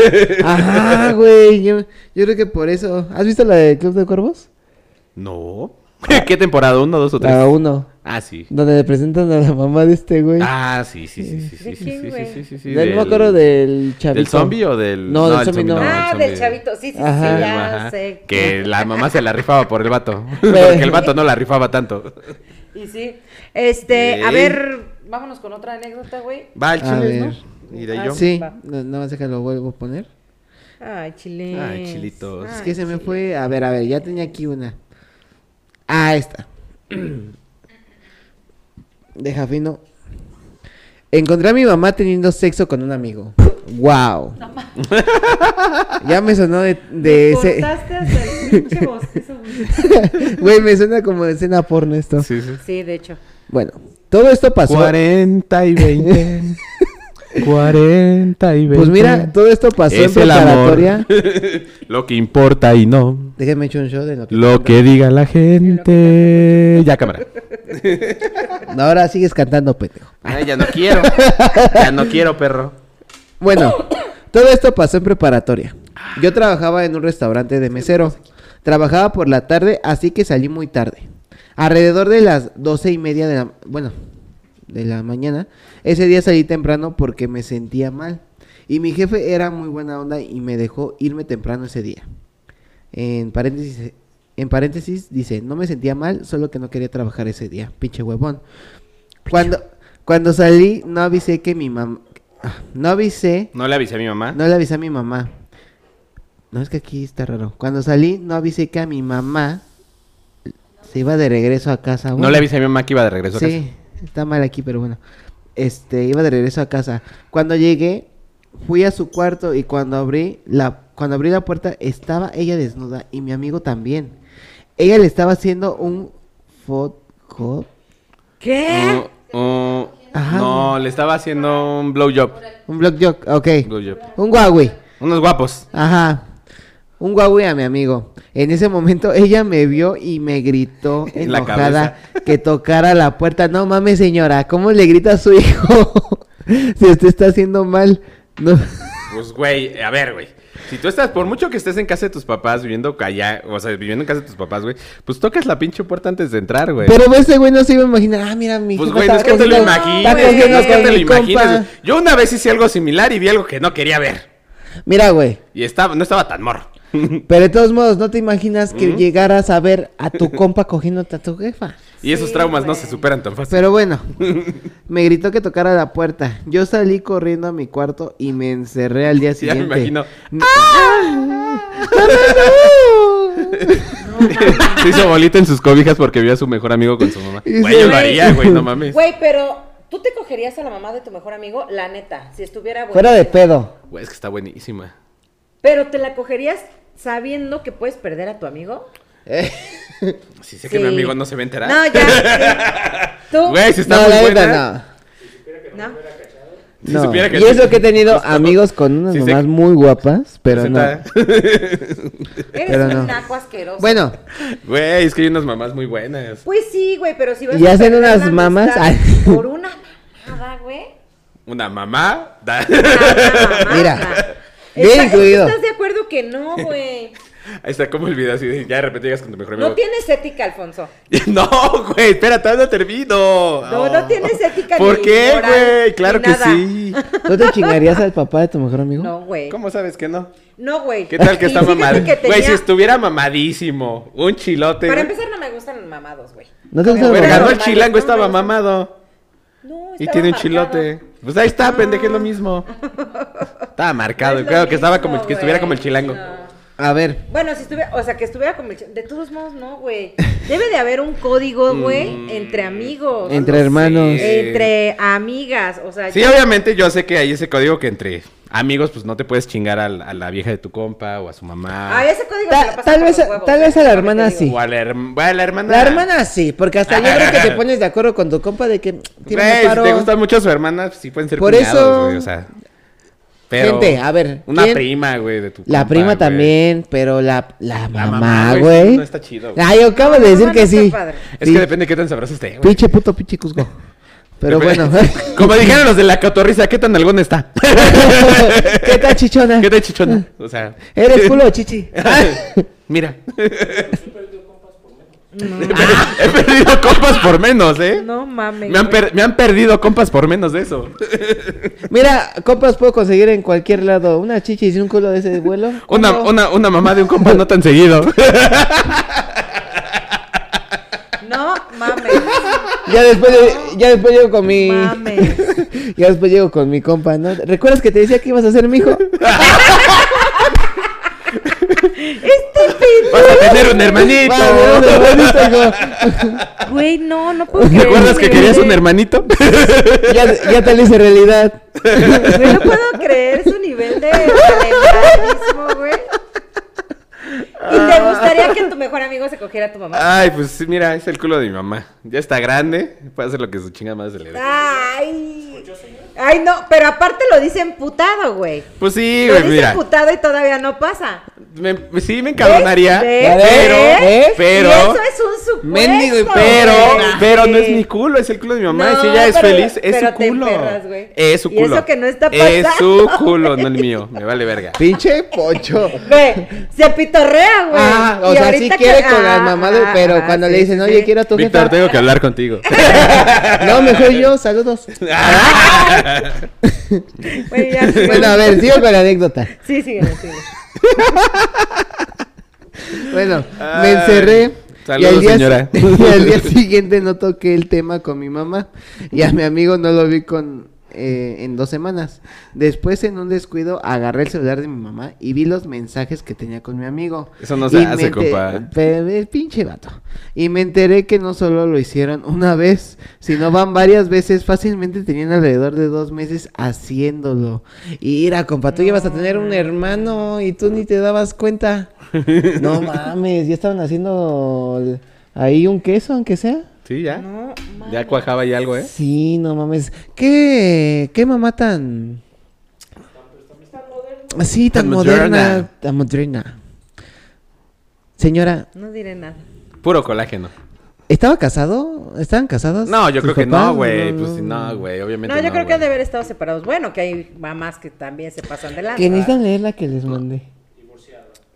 *laughs*
Ajá, güey. Yo, yo creo que por eso. ¿Has visto la de Club de Cuervos?
no. *laughs* ¿Qué temporada? ¿Uno, dos o tres?
La uno.
Ah, sí.
Donde le presentan a la mamá de este güey.
Ah, sí, sí, sí, sí, sí,
¿De
sí,
quién,
sí, sí,
güey?
sí, sí, sí,
Del- no me acuerdo del chavito.
¿Del zombie o del...?
No, del
el
zombie no.
el
ah,
zombie-
del chavito. Sí, sí, sí,
Ajá.
ya
Ajá.
sé.
Que
*laughs*
la mamá se la rifaba por
*laughs*
el vato. *laughs* Porque el vato no la rifaba tanto.
Y sí. Este, a
Ok.
ver, vámonos con otra anécdota, güey.
Va, el
A
chile,
ver.
¿no? Y de
Ah,
yo.
Sí,
Va.
no- nada más que lo vuelvo a poner.
Ay, chile.
Ay, chilitos.
Ah,
Es que se me fue. A ver, a ver, ya tenía aquí una. Ah, *clears throat* esta. Deja fino. Encontré a mi mamá teniendo sexo con un amigo. ¡Wow! ya me sonó de. de ese-
Cortaste hasta el pinche bostezo, güey.
*laughs* Güey, me suena como de escena porno esto.
Sí, sí.
*laughs* Sí, de hecho.
Bueno, todo esto pasó.
40 y
*laughs*
20. 40 y 20.
Pues mira, todo esto pasó
Es
en
el amor.
preparatoria.
*laughs* Lo que importa y no.
Déjame echar un shot de lo que.
Lo que diga la gente. Ya, cámara.
No, ahora sigues cantando, pendejo.
Ay, ya no quiero. Ya no quiero, perro.
Bueno, todo esto pasó en preparatoria. Yo trabajaba en un restaurante de mesero. Trabajaba por la tarde, así que salí muy tarde. Alrededor de las doce y media de la... Bueno, de la mañana. Ese día salí temprano porque me sentía mal. Y mi jefe era muy buena onda y me dejó irme temprano ese día. En paréntesis, en paréntesis dice, no me sentía mal, solo que no quería trabajar ese día. Pinche huevón. Cuando, cuando salí, no avisé que mi mamá... No avisé
No le avisé a mi mamá.
no le avisé a mi mamá. No, es que aquí está raro. Cuando salí, no avisé que a mi mamá se iba de regreso a casa.
No,
Ah, Bueno,
le avisé a mi mamá que iba de regreso a
Sí, está mal aquí, pero bueno. Este, iba de regreso a casa. Cuando llegué, fui a su cuarto y cuando abrí la, cuando abrí la puerta, estaba ella desnuda y mi amigo también. Ella le estaba haciendo un foco.
¿Qué?
casa. Uh, uh,
Ajá.
no, le estaba haciendo un blowjob.
Un block joke, ok.
Blowjob.
Un Huawei.
Unos guapos.
Ajá. Un Huawei a mi amigo. En ese momento ella me vio y me gritó
*laughs* En la
enojada que tocara la puerta. No mames, señora, ¿cómo le grita a su hijo? *laughs* si usted está haciendo mal. No.
Pues, güey, a ver, güey. Si tú estás, por mucho que estés en casa de tus papás, viviendo allá, o sea, viviendo en casa de tus papás, güey, pues tocas la pinche puerta antes de entrar, güey.
Pero ese güey no se iba a imaginar. Ah, mira, mi
Pues,
hijo
güey, no es que te lo
cogiendo-
imagines,
está cogiendo
no es que
con
te lo
mi compa.
imagines. Yo una vez hice algo similar y vi algo que no quería ver.
Mira,
*laughs*
güey.
Y estaba, no estaba tan morro.
Pero de todos modos, no te imaginas que llegaras a ver a tu compa cogiéndote a tu jefa.
Y esos traumas no se superan tan fácil. *laughs*
Pero bueno, me gritó que tocara la puerta. Yo salí corriendo a mi cuarto y me encerré al día
*laughs* ya me
siguiente. ¡Ah!
imagino.
N-
*laughs* se hizo bolita en sus cobijas porque vio a su mejor amigo con su mamá.
Y
Güey,
se-
yo lo haría, güey, no mames.
Güey, pero ¿tú te cogerías a la mamá de tu mejor amigo? La neta, si estuviera buena.
Fuera de pedo.
Güey, es que está buenísima.
Pero ¿te la cogerías sabiendo que puedes perder a tu amigo?
Eh,
*laughs* Si Pues sé que mi
Sí.
amigo no se va a enterar.
No, ya.
*laughs*
sí. Tú.
Güey, si está
no,
muy
la
buena.
neta
No.
*laughs* Si
no. no.
supiera que
y
sí.
eso que he tenido
Justo. Pues
amigos con unas
Sí, sé
mamás
que-
muy guapas, pero no.
Senta-
Eres
Pero no.
un naco asqueroso.
Bueno,
*laughs* Güey, es que hay unas mamás muy buenas.
Pues sí, güey, pero si vas
Y hacen
perder
unas
la
mamas.
amistad Por una mamada, güey.
Una mamá. da- *laughs*
Una mamada.
Mira,
Está-
bien
es que
incluido.
¿Estás de acuerdo que no, güey?
Ahí está como el video así de ya de repente llegas con tu mejor amigo.
No tienes ética, Alfonso.
*laughs* No, güey, espera, todavía no termino. Oh.
No, no tienes ética
¿Por
ni
qué,
moral,
güey?
ni
Claro que
nada. *laughs*
sí.
¿tú te chingarías al papá de tu mejor amigo?
No, güey.
¿Cómo sabes que no?
No, güey.
¿Qué tal que
Y *laughs*
está
fíjate
mamado?
que
Güey,
tenía-
si estuviera mamadísimo, un chilote.
Para
güey.
empezar, no me gustan los mamados, güey.
¿No te gusta
Güey,
el
ganó
mamado?
el
normales,
chilango,
no
estaba
me gustan.
mamado.
No,
Y
Pues estaba
tiene un
marcado.
chilote. Pues ahí está, pendeje, es lo mismo. Estaba marcado,
No es lo
claro que estaba
mismo,
como el- que estuviera
güey.
como el chilango.
No.
A ver,
Bueno, si estuviera, o sea, que estuviera como el chi- De todos modos, no, güey. Debe de haber un código,
Mm.
güey, entre amigos.
entre
no
hermanos.
sé.
Entre amigas, o sea.
Eh, Sí,
yo-
obviamente yo sé que hay ese código que entre amigos, pues no te puedes chingar al- a, la vieja de tu compa o a su mamá.
Ah, ese código
Ta-
se lo pasan
tal
por
vez-
los huevos,
tal
güey,
vez a la
¿sabes qué
hermana
te digo?
sí.
O a la, herm- a la hermana.
La hermana sí, porque hasta yo creo que
*laughs*
te pones de acuerdo con tu compa de que
Güey,
tiene
si te gusta mucho su hermana, pues sí pueden ser
Por
cuñados,
eso-
güey, o sea. Pero
Gente, a ver,
Una
¿quién-
prima, güey, de tu
La
compa,
prima
güey.
también, pero la, la,
La
mamá,
sí,
güey.
No está chido, güey.
Ay, yo acabo
No,
de
la
decir
mamá
que
no está
sí.
padre.
Es que depende de qué tan sabroso esté, güey.
Pinche puto, pinche cusco. Pero
Depende-
bueno.
*laughs*
*laughs*
Como dijeron los de la cotorriza, ¿qué tan algún está?
¿Qué tal, chichona?
¿Qué tan chichona? O sea.
¿Eres culo
*laughs*
o chichi?
Mira. He perdido compas por menos, ¿eh?
No mames.
Me han, per- me han perdido compas por menos
*laughs*
de eso.
*laughs* Mira, compas puedo conseguir en cualquier lado una chichi y un culo de ese vuelo.
Una,
¿Cómo?
una, una mamá de un compa no
*laughs*
tan seguido.
No mames.
Ya después, de- ya después llego con mi... *laughs*
Mames.
ya después llego con mi compa, ¿no? ¿Recuerdas que te decía que ibas a ser mi hijo?
Este pendejo.
Vas a tener un hermanito.
Güey, no, no puedo creer.
¿Recuerdas que querías
*laughs*
un hermanito?
ya, ya te lo
*laughs*
hice realidad.
Güey, no puedo creer su nivel de calentarismo, güey. ¿Y te
Ah.
gustaría que tu mejor amigo se cogiera a tu mamá?
Ay, pues mira, es el culo de mi mamá. Ya está grande, puede hacer lo que su chingada madre se le dé.
Ah. Ay. Ay, no, pero aparte lo dice emputado, güey.
Pues sí,
Lo
güey,
dice
mira.
emputado y todavía no pasa.
Me- sí, me encabronaría.
¿Ves? ¿Ves?
Pero,
¿Ves?
pero,
Y eso es un supuesto.
Mendigo y
*laughs*
pero,
güey.
pero no es mi culo, es el culo de mi mamá.
No,
si ella es
pero-
feliz, es
pero
su
te
culo.
emperras, güey.
es su
Y eso
culo.
que no está
Es su
pasando,
*laughs* culo,
güey.
no el mío. Me vale verga.
Pinche pocho.
Güey, se pitorrea, güey.
Ah, o
Y
sea, sí
ahorita
quiere
que-
con las
Ah,
mamadas,
ah,
pero
ah,
cuando
sí,
le dicen,
sí,
oye,
sí.
quiero a tu
Víctor,
jefa.
tengo que
*laughs*
hablar contigo.
No, mejor yo, saludos.
Bueno,
*laughs*
ya, sí,
Bueno, a ver, sigo con la anécdota.
Sí, síguele, síguele.
Bueno, me
Ay,
encerré.
saludos,
y al día,
señora.
*laughs* y al día siguiente no toqué el tema con mi mamá. Y a mi amigo no lo vi con eh, en dos semanas. Después, en un descuido, agarré el celular de mi mamá y vi los mensajes que tenía con mi amigo.
Eso no se
Y
hace,
me enter-
compa.
Pero es pinche vato. Y me enteré que no solo lo hicieron una vez, sino van varias veces. Fácilmente tenían alrededor de dos meses haciéndolo. Y mira, compa, tú llevas a tener un hermano y tú ni te dabas
*laughs*
cuenta. No mames, ya estaban haciendo l- ahí un queso, aunque sea.
Sí, ya. ya cuajaba y algo, ¿eh?
Sí, no mames. ¿Qué, qué mamá tan... Sí, tan,
Tan
moderna.
moderna.
Tan moderna. Señora,
No diré nada.
Puro colágeno.
¿estaba casado? ¿Estaban casados?
No, yo
sus
creo que
papás?
no, güey. Pues sí, no, güey. Obviamente.
No, yo creo que
güey.
han de haber estado separados. Bueno, que hay mamás que también se pasan de lanza.
Que necesitan leer la que les mandé.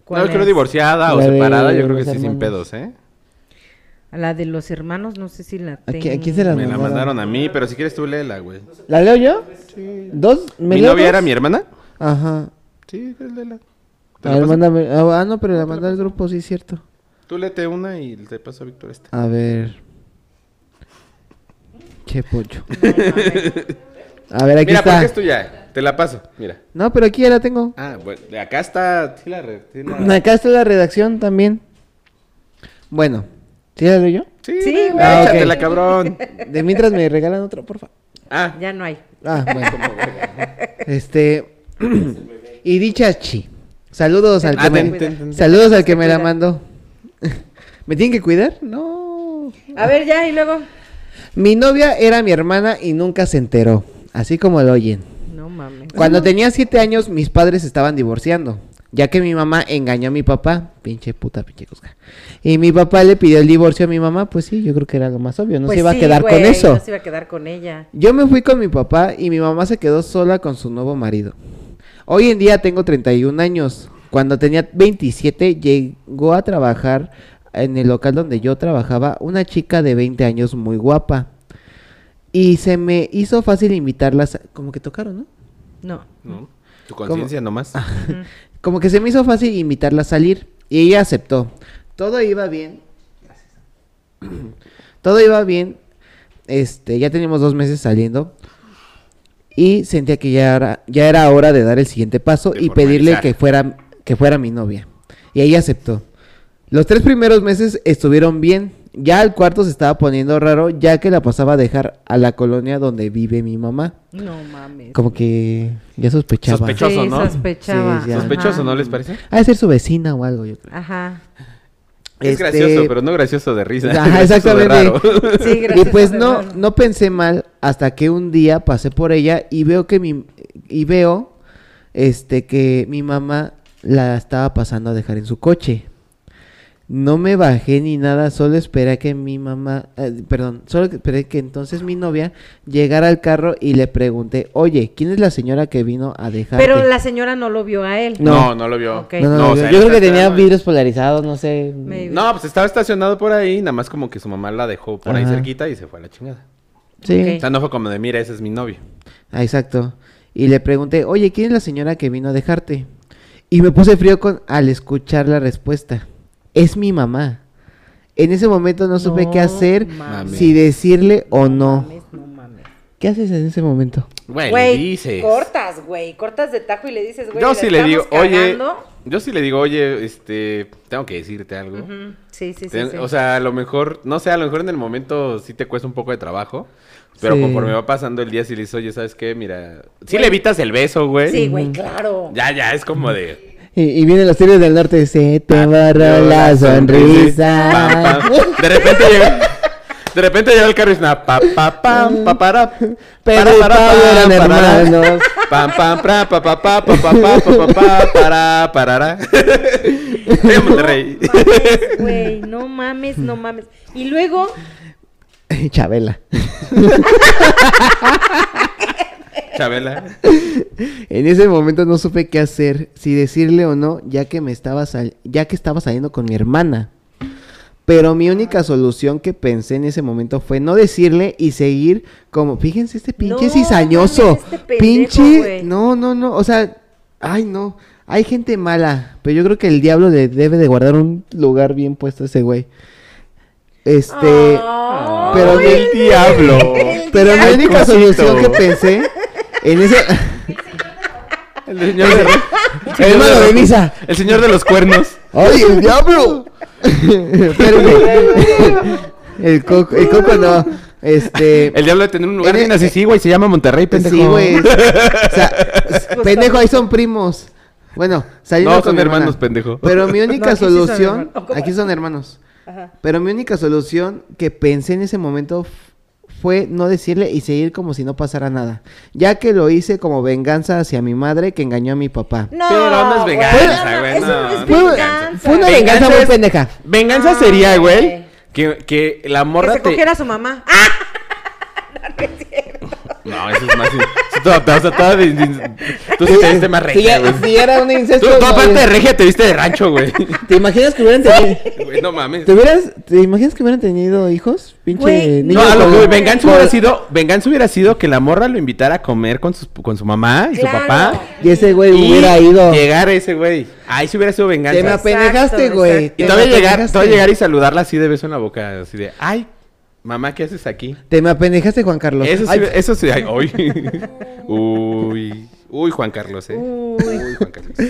¿Cuál
No, yo creo
es?
divorciada o
La de
separada. Yo creo que
los
sí, sin
hermanos.
pedos, ¿eh?
La de los hermanos, no sé si la
¿A
tengo.
qui- a quién se la
Me la
mandaron?
mandaron a mí, pero si quieres tú léela, güey.
¿La leo yo? Sí. ¿Dos? ¿Me
¿Mi
leo
novia
dos?
era mi hermana?
Ajá.
Sí, léela. Te
A
la
ver,
paso.
mándame. Ah, ah, no, pero la mandé al grupo, sí, es cierto.
Tú léete una y te paso a Víctor esta.
A ver. Che pocho. A ver, aquí
Mira,
está.
porque es tuya. Te la paso. Mira.
No, pero aquí ya la tengo.
Ah, bueno, de acá está. Sí, la re- sí, la-
Acá está la redacción también. Bueno, ¿sí la leo yo?
Sí,
Sí,
güey.
güey.
Ah, ok.
Échatela, cabrón.
De mientras me regalan otra, por favor. *laughs*
Ah,
Ya no hay.
Ah, bueno. este. *clears throat* y dicha chi. Saludos al
Ah,
que me,
ten, ten, ten.
saludos al que me la
cuidar.
mandó. *laughs* ¿Me tienen que cuidar? No.
A ver, ya, y luego.
Mi novia era mi hermana y nunca se enteró, así como lo oyen.
No mames.
Cuando tenía siete años, mis padres estaban divorciando, ya que mi mamá engañó a mi papá, pinche puta, pinche cosca. Y mi papá le pidió el divorcio a mi mamá, pues sí, yo creo que era lo más obvio, no
Pues
se iba
sí,
a quedar con
güey,
eso.
No se iba a quedar con ella.
Yo me fui con mi papá y mi mamá se quedó sola con su nuevo marido. Hoy en día tengo 31 años. Cuando tenía 27 llegó a trabajar en el local donde yo trabajaba una chica de 20 años muy guapa. Y se me hizo fácil invitarlas, como que tocaron, ¿no?
No.
no. Tu conciencia nomás.
Como que se me hizo fácil invitarla a salir y ella aceptó. Todo iba bien. *clears throat* Todo iba bien. Este, ya teníamos dos meses saliendo y sentía que ya era, ya era hora de dar el siguiente paso
De
y pedirle
formalizar.
que fuera, que fuera mi novia. Y ella aceptó. Los tres primeros meses estuvieron bien. Ya el cuarto se estaba poniendo raro ya que la pasaba a dejar a la colonia donde vive mi mamá.
No mames.
Como que ya sospechaba.
Sospecho-
Sí,
Sospechoso, ¿no?
sospechaba.
Sí, *laughs* ya.
Sospechoso,
Ajá.
¿no les parece?
Ha de ser su vecina o algo, yo creo.
*laughs*
Ajá.
Es
Este-
gracioso, pero no gracioso de risa. *laughs*
Ajá,
gracioso de
exactamente.
raro.
Sí,
Y
gracias.
pues
por
no,
verlo.
no pensé mal hasta que un día pasé por ella y veo que mi y veo este que mi mamá la estaba pasando a dejar en su coche. No me bajé ni nada, solo esperé que mi mamá, eh, perdón, solo que esperé que entonces mi novia llegara al carro y le pregunté, oye, ¿quién es la señora que vino a dejar?
Pero la señora no lo vio a él.
*laughs* No.
No, no lo vio.
Ok.
no, no,
No,
no,
o
yo-
sea,
yo
él
creo que
está
tenía
esperando.
vidrios polarizados, no sé.
Maybe.
No, pues estaba estacionado por ahí, nada más como que su mamá la dejó por ahí
Ajá.
cerquita y se fue a la chingada.
Sí.
Ok.
O sea, no fue como de, mira, ese es mi novio.
Ah, exacto. Y le pregunté, oye, ¿quién es la señora que vino a dejarte? Y me puse frío con, al escuchar la respuesta. Es mi mamá. En ese momento no supe qué
No
hacer,
mames.
si decirle o no.
mames, no mames.
¿Qué haces en ese momento?
Güey,
Güey,
dices.
cortas, güey. Cortas de tajo y le dices, güey.
Yo
la
sí le digo,
estamos
oye,
cagando.
Yo sí le digo, oye, este, tengo que decirte algo.
Ujú, Sí, sí, sí.
Ten-
sí.
O sea, a lo mejor, no sé, a lo mejor en el momento sí te cuesta un poco de trabajo. Pero
Sí.
conforme va pasando el día, sí le dices, oye, ¿sabes qué? Mira, sí le evitas el beso, güey.
sí, güey, claro.
¿eh? Ya, ya, es como de.
Y, y vienen los tigres del norte y se
Ah,
te borró la
Pam,
sonrisa.
*laughs*
pam. De repente llega. De repente llega el carro y suena pa pa pam pa para
Pedro y Pablo eran hermanos.
pam pam pra pa pa pa pa pa pa pa pa pa para *laughs* parará. Eh, Monterrey.
mames, güey, no mames,
*laughs*
no mames. Y luego,
Chabela.
Chabela.
En ese momento no supe qué hacer, si decirle o no, ya que me estaba sal- ya que estaba saliendo con mi hermana. Pero mi única solución que pensé en ese momento fue no decirle y seguir como, fíjense este pinche
No,
cizañoso,
mames, este pendejo,
pinche,
güey.
no, no, no, o sea, ay no, hay gente mala, pero yo creo que el diablo le debe de guardar un lugar bien puesto a ese güey. Este,
Ah, Ay,
pero
güey.
del diablo. Pero mi
diablo.
única
Cosito.
solución que pensé en ese
*laughs* El señor de,
El hermano de misa.
El señor de los cuernos.
¡Ay, el diablo! Espérame. El coco, el coco no. Este.
El diablo de tener un lugar
En el-
bien así, sí, güey. Se llama Monterrey, pendejo.
Sí, güey. O sea, pendejo, ahí son primos. Bueno, saliendo
No,
con
son
mi hermana.
hermanos, pendejo.
Pero mi única
aquí sí son
solución.
hermanos. ¿Cómo?
aquí son hermanos.
Ajá.
Pero mi única solución que pensé en ese momento f- fue no decirle y seguir como si no pasara nada. Ya que lo hice como venganza hacia mi madre que engañó a mi papá.
No,
Pero no es
güey,
venganza,
no,
güey,
eso
no,
no es
no es
venganza.
Fue una venganza
Venganza
muy
es-
pendeja.
Venganza
Ay.
sería, güey, que, que la
Ah. Que
morra
se
te...
cogiera a su mamá. ¡Ah!
No, eso es más... in- Tú, te- tú, te- tú te- tú sí te viste más
Si ya,
regia, güey.
si ya era un
Tú,
incesto.
tú
no
aparte
había-
de regia te viste de rancho, güey.
¿Te imaginas que hubieran tenido,
Güey, no mames.
¿te hubieras, te imaginas que hubieran tenido hijos? Pinche
Güey,
niño
No, a lo
con-
que voy, venganza
con-
hubiera sido... Venganza hubiera sido que la morra lo invitara a comer con, sus, con su mamá y
Claro.
su papá.
Y ese güey
y
hubiera ido.
llegar a ese güey. Ahí sí hubiera sido
Te me
venganza.
apendejaste,
Exacto,
güey.
exacto.
Y
te
todavía
me
llegar,
apendejaste.
todavía llegar y saludarla así de beso en la boca, así de... Ay, mamá, ¿qué haces aquí?
Te me apendejaste, Juan Carlos.
Eso sí,
Ay,
eso sí, ay, uy. *laughs* uy, uy, Juan Carlos, eh.
Uy.
Uy, Juan
*laughs*
Carlos.
Uh,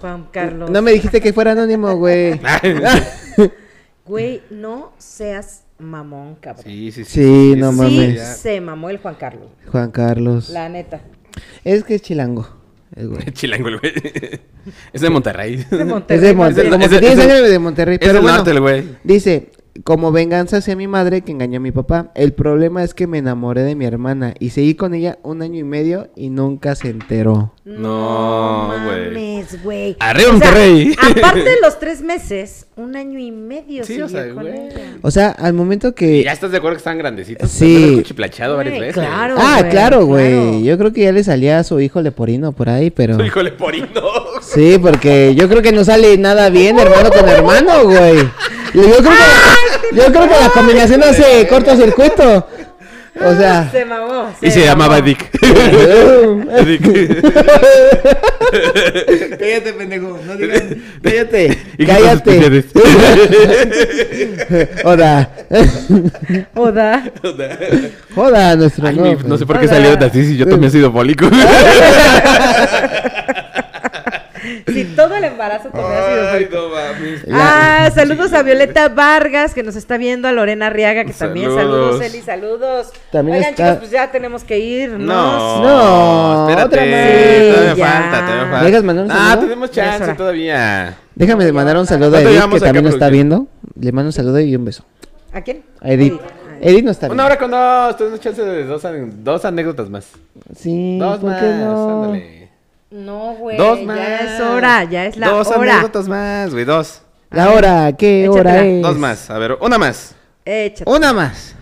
Juan Carlos.
no me dijiste que fuera anónimo, güey.
Güey, no seas mamón, cabrón. Sí,
sí, sí, sí.
Sí, no
sí,
mames.
ya.
se mamó el Juan Carlos.
Juan Carlos.
La neta.
Es que es chilango. el güey.
*laughs* Chilango, el güey. Es de Monterrey.
De Monterrey,
Es de
más
Monterrey.
bien.
Como
*laughs* es
que
de-
tiene
es de-
sangre de Monterrey.
es
pero
del
bueno,
norte el güey.
Dice, como venganza hacia mi madre que engañó a mi papá, el problema es que me enamoré de mi hermana y seguí con ella un año y medio y nunca se enteró.
No, güey.
mames, güey.
Arriba Monterrey.
Aparte de los tres meses, un año y medio.
Sí,
siguió
o sea,
con
güey.
ella.
O sea, al momento
Y
que...
ya estás de acuerdo que están grandecitos.
Sí.
Sí. cuchiplacheado varias
Ay,
veces. *laughs*
claro.
ah,
güey,
claro, güey.
claro.
Yo creo que ya le salía a su hijo leporino por ahí, pero...
Su hijo leporino.
Sí, porque yo creo que no sale nada bien hermano con hermano, güey. Yo creo que, la, yo creo que la combinación hace cortocircuito. O sea...
Ah, Se mamó.
Y Ah, se
mamó.
llamaba
*laughs*
Dick.
*laughs*
Dick.
Cállate, pendejo. No
*laughs*
digas... *laughs* Cállate.
Hijitos
*laughs* Cállate.
*laughs* especiales.
*laughs* Hola.
Oda.
Joda, nuestro
Ay,
no,
mi- no sé por qué salieron así si yo también soy *laughs* fólico.
Si todo el embarazo te hubiera sido
*laughs*
feliz.
no mames.
*laughs*
Ah, saludos a Violeta Vargas, que nos está viendo, a Lorena Arriaga, que también saludos,
Saludos.
Eli, saludos.
También
Oigan,
está-
chicos, pues ya tenemos que irnos.
No,
No,
espérate,
otra
más.
todavía
Sí, ya.
falta, todavía falta.
¿Dejas mandar un
ah,
saludo?
tenemos
Ya es hora.
chance todavía.
Déjame de mandar un saludo a
¿Cuánto
Edith, que
llevamos acá,
también nos está
producción?
viendo. Le mando un saludo y un beso.
¿A quién?
A Edith.
Ay,
Edith no está
Una
viendo.
hora con dos, tenemos chance de dos, an- dos anécdotas más.
Sí,
dos
¿por
más,
qué no?
ándale.
No, güey.
Dos más.
Ya es hora, ya es la
dos
hora.
anécdotas más, güey, dos.
La hora, ¿qué
Échatela.
hora es?
Dos más, a ver, una más.
Échate.
Una más.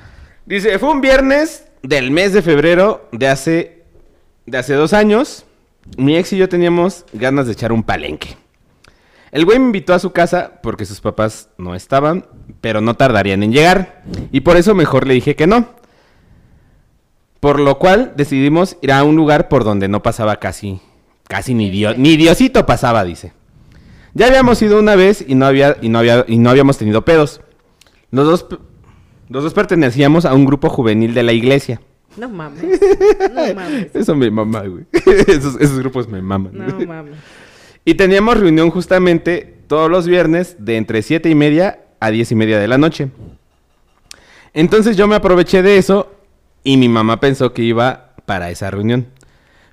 Dice, fue un viernes del mes de febrero de hace, de hace dos años. Mi ex y yo teníamos ganas de echar un palenque. El güey me invitó a su casa porque sus papás no estaban, pero no tardarían en llegar. Y por eso mejor le dije que no. Por lo cual decidimos ir a un lugar por donde no pasaba casi, casi ni, Dios, ni Diosito pasaba, dice. Ya habíamos ido una vez y no, había, y, no había, y no habíamos tenido pedos. Los dos, p- los dos pertenecíamos a un grupo juvenil de la iglesia.
No
*laughs*
mames. No mames.
*laughs* Eso me mama, güey. Esos, esos grupos me maman.
No mames.
Y teníamos reunión justamente todos los viernes de entre 7 y media a 10 y media de la noche. Entonces yo me aproveché de eso y mi mamá pensó que iba para esa reunión.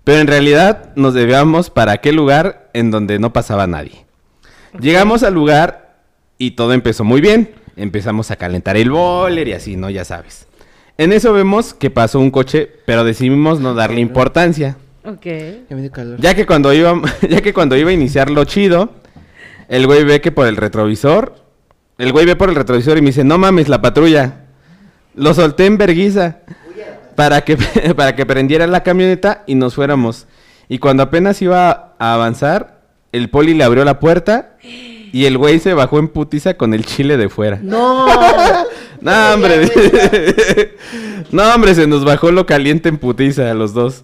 Pero en realidad nos debíamos para aquel lugar en donde no pasaba nadie. Llegamos al lugar y todo empezó muy bien. Empezamos a calentar el boiler y así, ¿no? Ya sabes. En eso vemos que pasó un coche, pero decidimos no darle importancia.
Ok.
Ya me dio calor.
Ya que cuando iba, *laughs* ya que cuando iba a iniciar lo chido, el güey ve que por el retrovisor, el güey ve por el retrovisor y me dice, no mames, la patrulla. Lo solté en verguiza para que, *laughs* para que prendiera la camioneta y nos fuéramos. Y cuando apenas iba a avanzar, el poli le abrió la puerta y el güey se bajó en putiza con el chile de fuera.
No.
No, hombre. *laughs* no, hombre, se nos bajó lo caliente en putiza a los dos.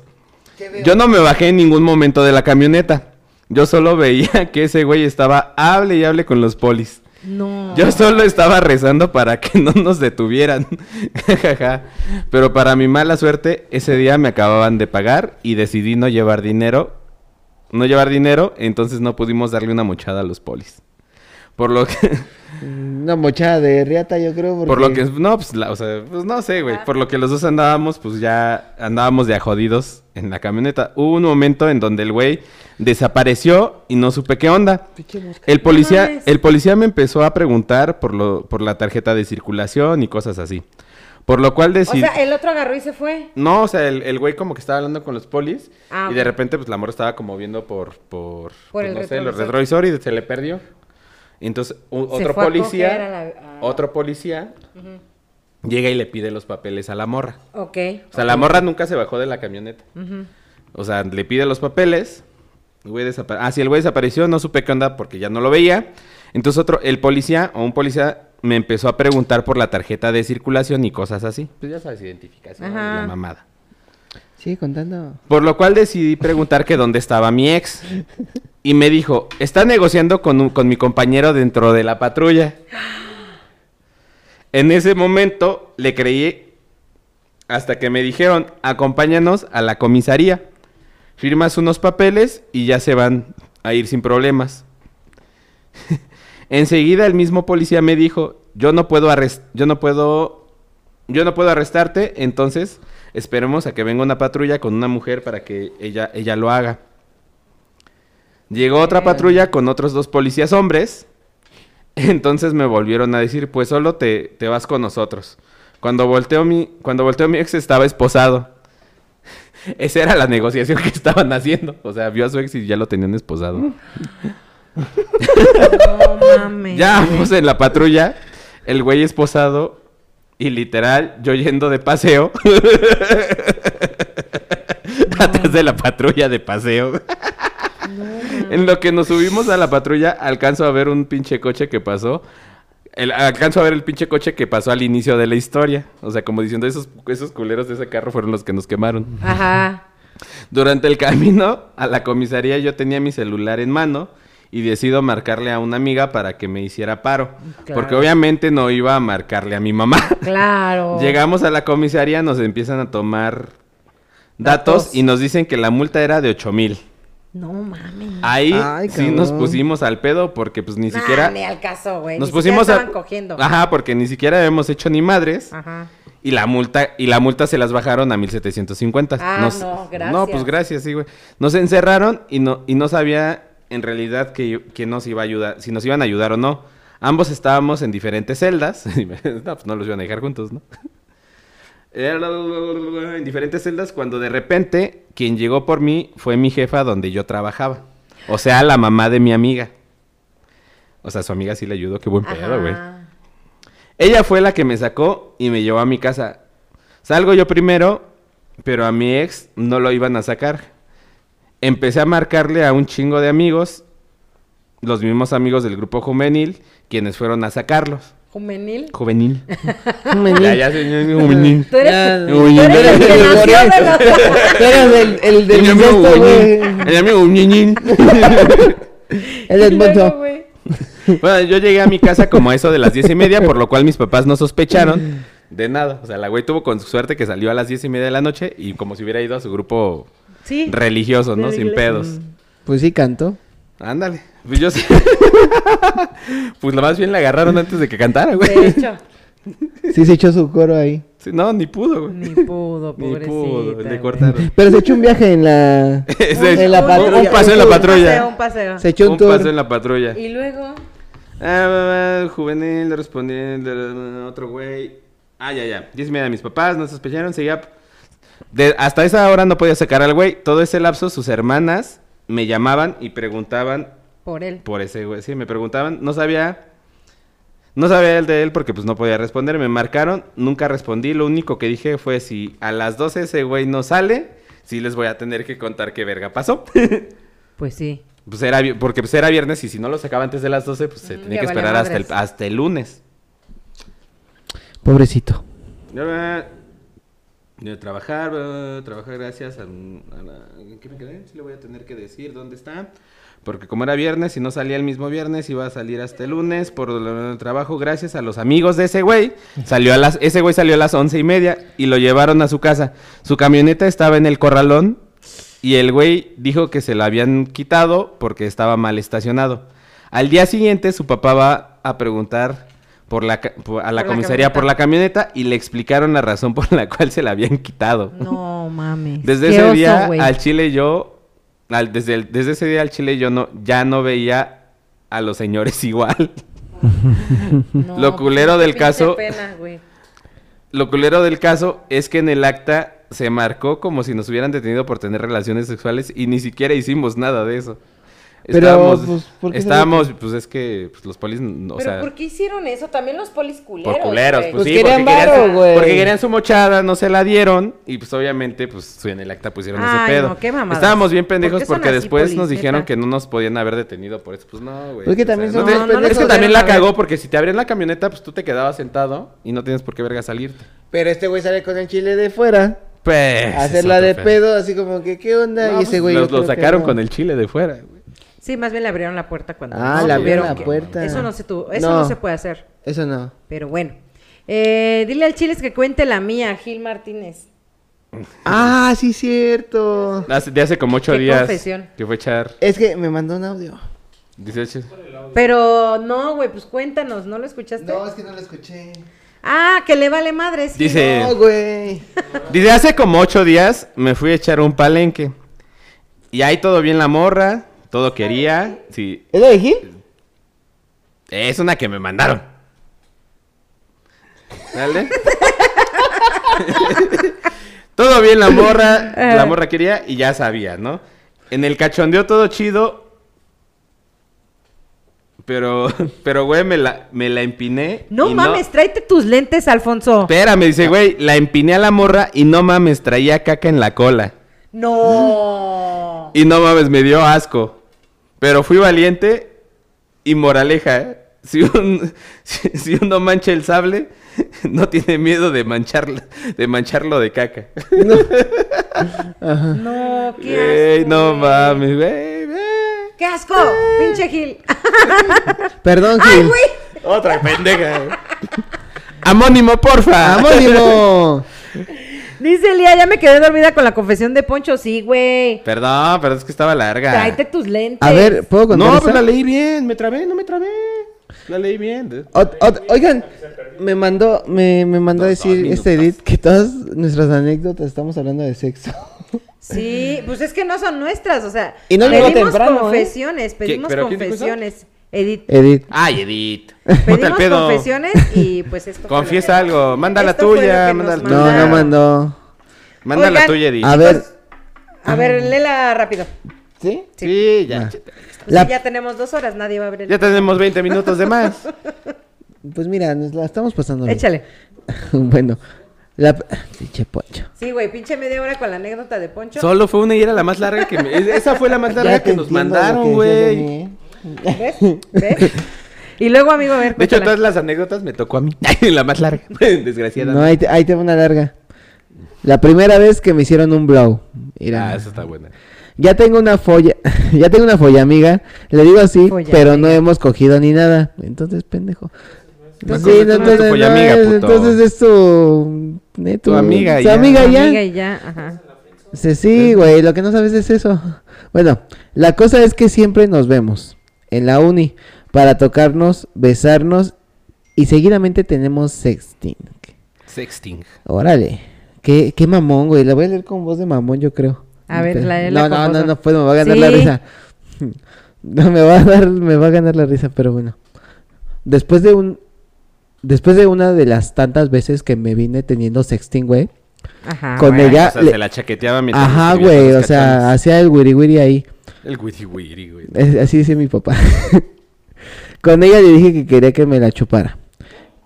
Yo no me bajé en ningún momento de la camioneta. Yo solo veía *laughs* que ese güey estaba hable y hable con los polis.
No.
Yo solo estaba rezando para que *laughs* no nos detuvieran. *laughs* Jajaja. Pero para mi mala suerte, ese día me acababan de pagar y decidí no llevar dinero. No llevar dinero, entonces no pudimos darle una mochada a los polis. Por lo que,
Una mochada de riata, yo creo.
por lo
porque-
que, no, pues, la- o sea, pues no sé, güey. Por lo que los dos andábamos, pues ya andábamos de a jodidos en la camioneta. Hubo un momento en donde el güey desapareció y no supe qué onda. El
No
policía,
mames.
el policía me empezó a preguntar por lo, por la tarjeta de circulación y cosas así. Por lo cual
O
decidí.
sea, el otro agarró y se fue.
No, o sea, el, el güey como que estaba hablando con los polis
Ah,
y de
ok.
repente pues la morra estaba como viendo por, por, pues,
el
no sé, los
retrovisor.
retrovisor y se le perdió. Y entonces u-
Se
otro
fue a coger a
policía,
la- a-
otro policía llega y le pide los papeles a la morra. *laughs*
Ok.
O sea, la morra nunca se bajó de la camioneta. O sea, le pide los papeles. El güey desapa- Ah, sí, el güey desapareció, no supe qué onda porque ya no lo veía. Entonces otro, el policía o un policía me empezó a preguntar por la tarjeta de circulación y cosas así. Pues ya sabes, identificación, ¿no?
Ajá.
la mamada.
Sí, contando.
Por lo cual decidí preguntar que dónde estaba mi ex. Y me dijo, está negociando con, un- con mi compañero dentro de la patrulla. En ese momento le creí hasta que me dijeron, acompáñanos a la comisaría. Firmas unos papeles y ya se van a ir sin problemas. *laughs* Enseguida el mismo policía me dijo, yo no puedo arres- yo no puedo yo no puedo arrestarte, entonces esperemos a que venga una patrulla con una mujer para que ella, ella lo haga. Llegó otra patrulla con otros dos policías hombres. *laughs* Entonces me volvieron a decir, pues solo te, te vas con nosotros. Cuando volteo mi, cuando volteo mi ex estaba esposado. *laughs* Esa era la negociación que estaban haciendo. O sea, vio a su ex y ya lo tenían esposado.
No mames.
Ya vamos en la patrulla, el güey esposado y literal yo yendo de paseo. Atrás de la patrulla de paseo. en lo que nos subimos a la patrulla, alcanzo a ver un pinche coche que pasó. El- alcanzo a ver el pinche coche que pasó al inicio de la historia. O sea, como diciendo, esos, esos culeros de ese carro fueron los que nos quemaron.
Ajá.
Durante el camino a la comisaría yo tenía mi celular en mano y decido marcarle a una amiga para que me hiciera paro.
Claro.
Porque obviamente no iba a marcarle a mi mamá.
Claro.
Llegamos a la comisaría, nos empiezan a tomar datos,
Datos.
y nos dicen que la multa era de 8 mil.
No mames.
Ahí
Ay,
sí nos
cabrón.
pusimos al pedo porque pues ni
Nah,
siquiera...
Ni al caso, güey.
Nos
Ni siquiera
pusimos a...
Estaban cogiendo.
Ajá, porque ni siquiera habíamos hecho ni madres.
Ajá.
Y la multa, y la multa se las bajaron a 1750.
Ah, no, gracias.
No, pues gracias, sí, güey. Nos encerraron y no, y no sabía en realidad que, que nos iba a ayudar, si nos iban a ayudar o no. Ambos estábamos en diferentes celdas. *laughs* no, pues no los iban a dejar juntos, ¿no? *laughs* en diferentes celdas cuando de repente quien llegó por mí fue mi jefa donde yo trabajaba. O sea, la mamá de mi amiga. O sea, su amiga sí le ayudó, qué buen pedo, güey.
Ajá.
Ella fue la que me sacó y me llevó a mi casa. Salgo yo primero, pero a mi ex no lo iban a sacar. Empecé a marcarle a un chingo de amigos, los mismos amigos del grupo juvenil, quienes fueron a sacarlos.
Juvenil.
*laughs*
Juvenil.
Ya,
ya, ya, señor, juvenil.
Tú eres,
Ya,
tú eres el que nació de *laughs* los-
Tú eres el, el del
El amigo
incesto, güey.
juvenil. El amigo juvenil.
El
Y luego,
Edmundo.
güey.
Bueno, yo llegué a mi casa como a eso de las diez y media, por lo cual mis papás no sospecharon de nada. O sea, la güey tuvo con suerte que salió a las diez y media de la noche y como si hubiera ido a su grupo
Sí.
religioso, ¿no?
De la
Sin
iglesia. Mm.
pedos.
Pues sí, canto.
Ándale. Pues yo sé. *laughs* pues la más bien la agarraron antes de que cantara, güey.
Mm, De hecho,
Sí, se echó su coro ahí.
Sí, no, ni pudo, güey.
ni pudo,
*laughs* Ni
pobrecita.
pudo,
güey.
le cortaron. *laughs*
Pero se echó un viaje en la.
Ese-
En la
un-
patrulla.
Un paseo en la
Un
patrulla.
Un paseo, un paseo.
Se echó un,
Un
tour.
paseo en la patrulla.
Y luego,
Ah, va, va, juvenil, le respondí, le- le- otro güey. Ah, ya, ya. Diez y media de mis papás, no sospecharon, seguía. De- hasta esa hora no podía sacar al güey. Todo ese lapso, sus hermanas me llamaban y preguntaban
por él.
por ese güey. Sí, me preguntaban, no sabía. No sabía el de él porque pues no podía responder. Me marcaron, nunca respondí. Lo único que dije fue si a las 12 ese güey no sale, sí les voy a tener que contar qué verga pasó.
Pues sí.
Pues era, vi- porque pues era viernes y si no lo sacaba antes de las 12, pues se
Mm,
tenía
ya
que
valió
esperar hasta el,
madres.
hasta el lunes.
Pobrecito.
Ya va. De trabajar, bla, bla, bla, trabajar gracias a, a la- ¿Qué me quedé? Sí le voy a tener que decir dónde está. Porque como era viernes y no salía el mismo viernes, iba a salir hasta el lunes por lo- el trabajo. Gracias a los amigos de ese güey. Salió a las, ese güey salió a las once y media y lo llevaron a su casa. Su camioneta estaba en el corralón y el güey dijo que se la habían quitado porque estaba mal estacionado. Al día siguiente su papá va a preguntar por la, ca- por- a la
Por la
comisaría por
camioneta.
la camioneta y le explicaron la razón por la cual se la habían quitado.
No mames.
Desde
Qué
ese
oso,
día
güey.
al Chile yo, al- desde, el- desde ese día al Chile yo no, ya no veía a los señores *laughs* igual.
No,
lo culero
qué
del
pinche
caso-
pena, güey.
Lo culero del caso es que en el acta se marcó como si nos hubieran detenido por tener relaciones sexuales y ni siquiera hicimos nada de eso.
Pero,
estábamos,
pues, ¿por qué se
estábamos, pues es que pues, los polis, no, o
Pero
sea,
¿por qué hicieron eso? También los polis culeros.
por culeros,
güey.
pues,
Pues
sí,
querían
porque,
varo,
querían,
güey.
porque querían su mochada, no se la dieron y pues obviamente pues en el acta pusieron ese
Ay,
pedo.
no, qué mamadas.
Estábamos bien
¿Por qué
pendejos
son
porque
así,
después
polis,
nos dijeron
neta?
que no nos podían haber detenido por eso, pues no, güey.
Es que
o sea,
también
no
son
te-
unos ¿eh?
no, no, es que
pendejos.
también la
Pudieron haber-
cagó porque si te abrían la camioneta, pues tú te quedabas sentado y no tienes por qué verga salirte.
Pero este güey sale con el chile de fuera.
Pues,
Hacerla
es
de
otro
pedo, así como que, ¿qué onda?
No,
y ese
pues,
güey. yo
Los, los
creo que
sacaron
no.
con el chile de fuera, güey.
Sí, más bien le abrieron la puerta cuando
Ah,
no
le
tuvieron
abrieron la
que-
puerta.
Eso no se tuvo, eso no.
No.
se puede hacer.
Eso no.
Pero bueno. Eh, dile al Chiles que cuente la mía, Gil Martínez.
Ah, sí, cierto.
Hace- de hace como ocho
Qué
días
confesión.
que fue echar
Es que me mandó un audio.
18.
Pero no, güey, pues cuéntanos, ¿no lo
¿Este?
escuchaste?
es que no lo escuché.
Ah, que le vale madres. Gil.
Dice-
No, güey.
Desde hace como ocho días me fui a echar un palenque. Y ahí todo bien la morra, todo quería. Sí,
¿Es la de Gil?
es una que me mandaron. ¿Dale? *laughs* todo bien la morra, la morra quería y ya sabía, ¿no? En el cachondeo todo chido. Pero, *laughs* pero güey, me la, me la empiné.
No
y
mames, tráete tus lentes, Alfonso.
Espera, me dice, güey, la empiné a la morra y no mames, traía caca en la cola.
No.
*laughs* Y no mames, me dio asco. Pero fui valiente y moraleja, ¿eh? *laughs* Si, un- si, si uno mancha el sable, *laughs* no tiene miedo de, mancharlo de mancharlo de caca.
No, qué
Güey,
asco.
no
güey.
mames, güey, güey.
¡Qué asco! ¡Pinche Gil!
*laughs* Perdón, Gil.
¡Ay, güey!
Otra pendeja. *laughs* güey. Amónimo,
Ah.
porfa.
¡Amónimo!
Dice Elía, ya me quedé dormida con la confesión de Poncho. Sí, güey.
Perdón, pero es que estaba larga.
Tráete tus lentes.
Ah. A ver, ¿puedo contar
No,
esta?
pero la leí bien, me trabé, no me trabé. La leí bien.
Ot- ot- oigan, me mandó, me, me mandó a decir este edit que todas nuestras anécdotas estamos hablando de sexo.
Sí, pues es que no son nuestras, o sea.
Y no llegó
pedimos
temprano, ¿eh?
confesiones, pedimos
¿Pero quién dijo eso?
confesiones. Edith,
*laughs* Edit.
Ay, Edith. Ponte
pedimos
al pedo.
confesiones y pues esto. fue lo
Confiesa
que-
algo. Manda la
Esto fue lo
tuya.
que
Manda,
nos
No, no
Mandaron.
mandó.
manda la
Oigan,
tuya, Edith.
A ver.
A ver, léela rápido.
¿Sí?
Sí, ya.
Ah.
Pues
La-
sí, ya tenemos dos horas, nadie va a abrir.
Ya tenemos 20 minutos de más.
Pues mira, nos la estamos pasando. bien.
*laughs* Échale.
*laughs* bueno, la. Pinche poncho.
Sí, güey, pinche media hora con la anécdota de Poncho.
*laughs* Solo fue una y era la más larga que me- Esa fue la más larga
Ya
que
te
nos
entiendo lo que
mandaron,
decías de mí,
güey.
¿eh? *laughs*
¿Ves? ¿Ves? Y luego, amigo, a ver.
De hecho,
cuéntala.
todas las anécdotas me tocó a mí. *laughs* la más larga. *laughs* Desgraciada.
No, ahí te, ahí te va una larga. La primera vez que me hicieron un blow. Mira.
Ah, esa está buena.
Ya tengo una folla, *laughs* ya tengo una folla amiga, le digo así,
Folla
pero no
amiga.
hemos cogido ni nada. Entonces, pendejo.
Entonces, tú no eres tu folla amiga,
es-
puto.
entonces es tu, eh,
Tu amiga
su
ya.
amiga
Tu
ya.
amiga y ya, ajá.
Sí, sí, güey, lo que no sabes es eso. *laughs* Bueno, la cosa es que siempre nos vemos en la uni para tocarnos, besarnos y seguidamente tenemos sexting.
Sexting.
Órale, qué, qué mamón, güey. La voy a leer con voz de mamón, yo creo.
A ver,
Pero-
la- la
No,
con
no,
voz
no,
de-
no puedo, me va a ganar la
Sí.
risa. *laughs* No, me va a dar, me va a ganar la risa, pero bueno. Después de un. Después de una de las tantas veces que me vine teniendo sexting, güey.
Ajá.
con
bueno.
ella.
o sea,
le-
se la chaqueteaba mientras
Ajá,
escribía
güey,
todos
o
los
sea,
cachones.
hacía el wiri wiri ahí.
El witty witty, güey.
Es- Así dice mi papá. *laughs* Con ella le dije que quería que me la chupara.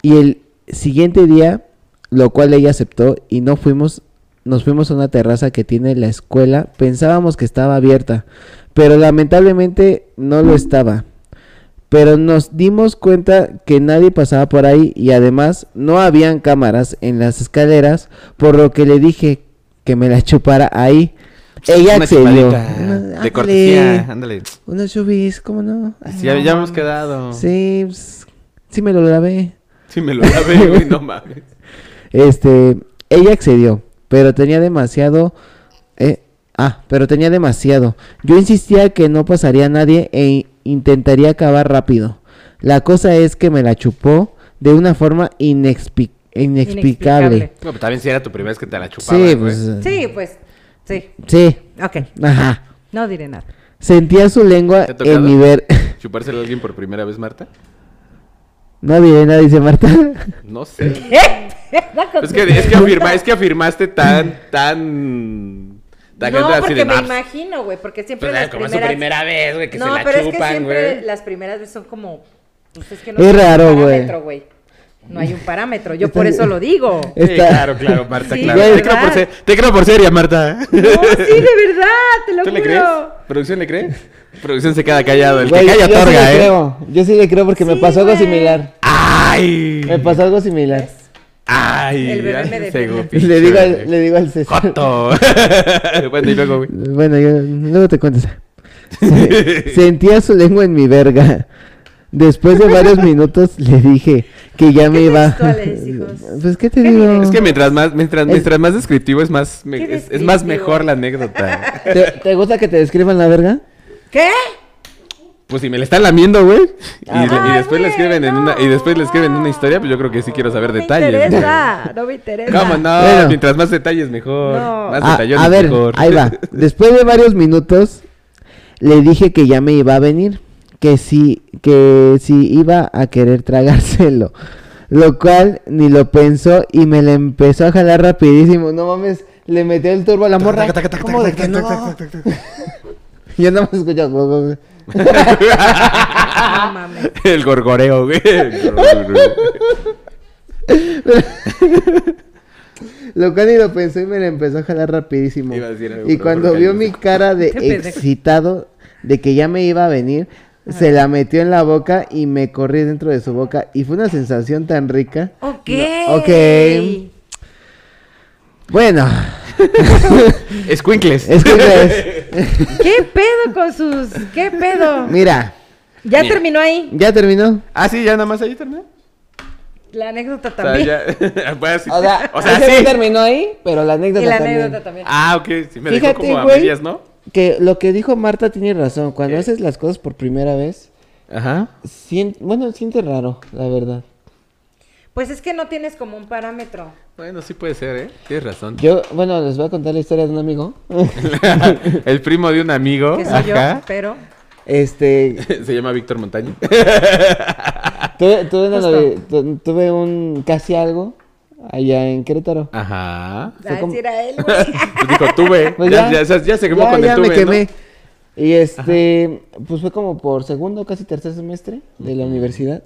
Y el siguiente día, lo cual ella aceptó y no fuimos, nos fuimos a una terraza que tiene la escuela. Pensábamos que estaba abierta, pero lamentablemente no lo estaba. Pero nos dimos cuenta que nadie pasaba por ahí y además no habían cámaras en las escaleras, por lo que le dije que me la chupara ahí. Ella
Pues, Una
accedió.
chupadita
Una- ándale.
De cortesía, ándale.
Unas chubis, ¿cómo no?
Sí, ya, ya hemos quedado. Sí.
Ah, Sí, pues, sí me lo grabé.
me lo
*laughs*
grabé, güey, no mames.
Este, ella accedió, pero tenía demasiado... eh, ah, pero tenía demasiado. Yo insistía que no pasaría nadie e intentaría acabar rápido. La cosa es que me la chupó de una forma inexpi- inexplicable.
Inexplicable.
No, pero también si era tu primera vez que te la chupaba,
Sí, pues...
Sí, pues. Sí.
Sí,
Ok.
ajá.
No diré nada.
Sentía su lengua
¿Te ha tocado?
en mi ver... *laughs*
¿Chupársela a alguien por primera vez, Marta?
No diré nada, dice Marta. *laughs*
No sé. es, que, es, que afirma- es que afirmaste tan, tan... tan
no,
así
porque
de,
me
"Ah,
imagino, güey, porque siempre
pues,
las
como es
primeras...
su primera vez, güey, que
no,
se la
pero es que
chupan,
siempre
güey.
las primeras veces son como... pues, es que
Es
tiene un
raro, güey.
parámetro, güey. No hay un parámetro, yo por eso lo
*laughs*
digo.
Sí,
Está-
claro, claro, Marta,
Sí,
claro.
güey,
Te creo, por
¿verdad?
ser- te creo por seria, Marta.
No, sí,
*laughs*
de verdad, te lo
¿Tú
juro.
le crees? ¿Producción le cree? Producción se queda callado. El
Güey,
que calla
yo sí
otorga,
le
¿eh?
creo, yo sí le creo porque me
Sí,
pasó algo
güey.
similar.
¡Ay!
Me pasó algo similar.
¡Ay!
El bebé me
ay,
define.
sego, pinche
Le digo,
bebé.
al, le digo al César.
¡Joto! *laughs* bueno, y luego, güey.
Bueno, yo- luego te cuento. Se- Sentía su lengua en mi verga. Después de varios minutos le dije que ya me iba.
textuales, hijos.
Pues qué te
¿Qué
digo.
nivel?
Es que mientras más, mientras,
Es-
mientras más descriptivo es más, me-
Qué
es, es más
descriptivo.
mejor la anécdota.
¿Te, te gusta que te describan la verga?
¿Qué?
Pues si me la están lamiendo, güey. Y,
Ah,
le- y
Ay,
después le
güey,
escriben en
no,
una, y después le escriben en una
no.
historia, pues yo creo que sí quiero saber
No me
detalles. güey.
interesa, no me interesa.
*laughs* ¿Cómo no?
Bueno.
Mientras más detalles mejor.
No.
Más
Ah,
detallones
a ver,
mejor.
*laughs*
ahí
*laughs*
va. Después de varios minutos le dije que ya me iba a venir, que si que si iba a querer tragárselo. *laughs* Lo cual ni lo pensó y me la empezó a jalar rapidísimo. No mames, le metió el turbo a la morra. ¿Cómo de que no? Yo no me escucho. "Gu, gu, gu".
No mames.
El gorgoreo, güey.
Lo cual ni lo pensó y me la empezó a jalar rapidísimo.
Iba a decir algo,
Y
pero
cuando
porque
vio
no
mi
sé.
cara de
Qué pendejo.
excitado de que ya me iba a venir, se la metió en la boca y me corrí dentro de su boca. Y fue una sensación tan rica.
Ok.
No, ok. Bueno, *laughs*
Escuincles.
es que pues,
¿Qué pedo con sus...? ¿Qué pedo?
*laughs* mira,
Ya
Mira.
terminó ahí.
ya terminó.
*laughs* Ah, sí, ya nada más ahí terminó.
La anécdota
O sea,
también.
ya. *laughs* Pues, sí.
O sea,
O sea,
ese no
sí.
terminó ahí, pero la anécdota
Y la
también.
anécdota también.
Ah, ok. Sí, me dejó
Fíjate,
como a
güey,
medias, ¿no?
que lo que dijo Marta tiene razón. Cuando
¿Qué?
haces las cosas por primera vez,
Ajá.
sien- bueno, siente raro, la verdad.
Pues es que no tienes como un parámetro.
Bueno, sí puede ser, ¿eh? Tienes razón.
Yo, bueno, les voy a contar la historia de un amigo.
*laughs* El primo de un amigo.
Que soy yo,
Ajá.
pero...
Este,
*laughs* Se llama Víctor Montaño.
tuve, tuve una
Justo.
novia- tu- tuve un casi algo allá en Querétaro.
Ajá.
Ah, sí
como-
era *laughs* él, güey.
*laughs* Pues *laughs* dijo, tuve.
Pues
ya, ya, ya, se quemó
ya-
con
ya
el tuve,
me
¿no?
quemé. Y este, pues fue como por segundo, casi tercer semestre de la universidad.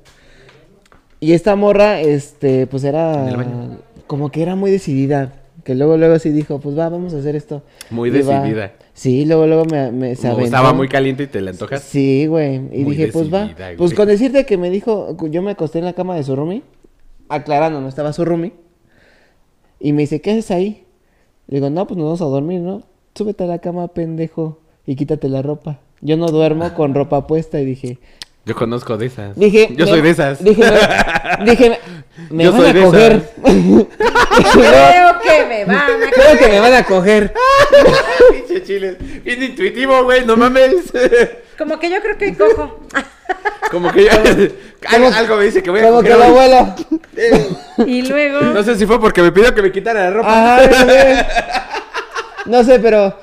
Y esta morra, este, pues
En el
era
baño.
como que era muy decidida. Que luego, luego sí dijo, pues va, vamos a hacer esto.
Muy
Y va.
decidida.
Sí, luego, luego me, me se
Como
aventó.
estaba muy caliente y te la antojas.
Sí, güey. Y
Muy
dije, pues va.
decidida, güey.
Pues con decirte que me dijo, cu- yo me acosté en la cama de su roomie, aclarando, no estaba su roomie. Y me dice, ¿qué haces ahí? Le digo, no, pues nos vamos a dormir, ¿no? Súbete a la cama, pendejo, y quítate la ropa. Yo no duermo con ropa puesta. Y dije,
Yo conozco de esas.
Dije.
Yo
me-
soy de esas. *laughs*
Dije, me, dije, me
Yo
van
soy
a
de
coger.
Creo que
*laughs*
me van a...
*laughs* Creo que me van a coger.
Pinche chile. Bien intuitivo, güey, no mames. *laughs*
Como que yo creo que cojo.
Como que yo. *laughs* algo, algo me dice que voy a
Como que
coger.
lo
hoy. Eh,
vuelo.
Y luego...
No sé si fue porque me pidió que me quitara la ropa.
Ajá, güey. No sé, pero.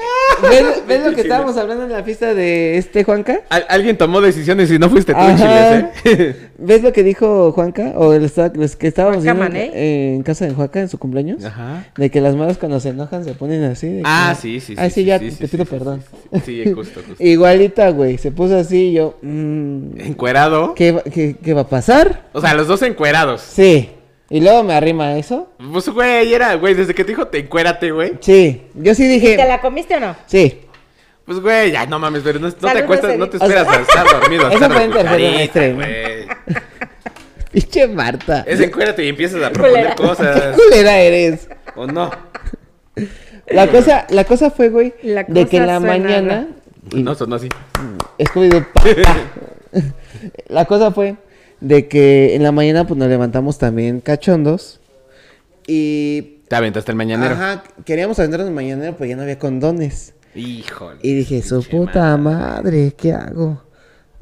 *laughs*
¿Ves, ves lo que estábamos hablando en la fiesta de este Juanca?
Al- alguien tomó decisiones y no fuiste tú,
Ajá.
chiles, ¿eh?
*laughs*
*laughs*
¿Ves lo que dijo Juanca? O el, esta- los que estábamos
Juanca
viendo en,
Mané.
en casa de Juanca en su cumpleaños.
Ajá.
De que las madres cuando se enojan se ponen así. de que-
Ah, sí, sí, sí.
Ah, sí, ya te
sí,
pido
sí,
perdón.
sí, sí, sí, justo, justo.
*laughs* Igualita, güey. Se puso así y yo. mm,
Encuerado.
¿qué, va- qué- qué va a pasar?
O sea, los dos encuerados.
Sí. Y luego me arrima a eso.
Pues, güey, era, güey, desde que te dijo te encuérate, güey.
Sí. Yo sí dije.
¿Te la comiste
*laughs*
o no?
Sí. *laughs*
Pues, güey, ya no mames, pero no, no te
Saludos,
acuestas,
Edith.
no te esperas a estar dormido.
*laughs*
a
Eso
estar
fue en tercer
acostadita,
semestre,
güey.
Pinche Marta.
Es encuérate y empiezas a
Culera.
proponer
¿Qué
cosas.
culera eres?
¿O no? Eh.
La cosa, la cosa fue, güey,
La
de que en
cosa
la
suena,
mañana. y-
No, sonó así.
Scooby-Doo, papá. *laughs* La cosa fue de que en la mañana pues nos levantamos también cachondos y
Te aventaste el mañanero.
ajá, queríamos adentrarnos en el mañanero, pero ya no había condones.
Híjole.
Y dije, su
pinche
puta
madre.
madre, ¿qué hago?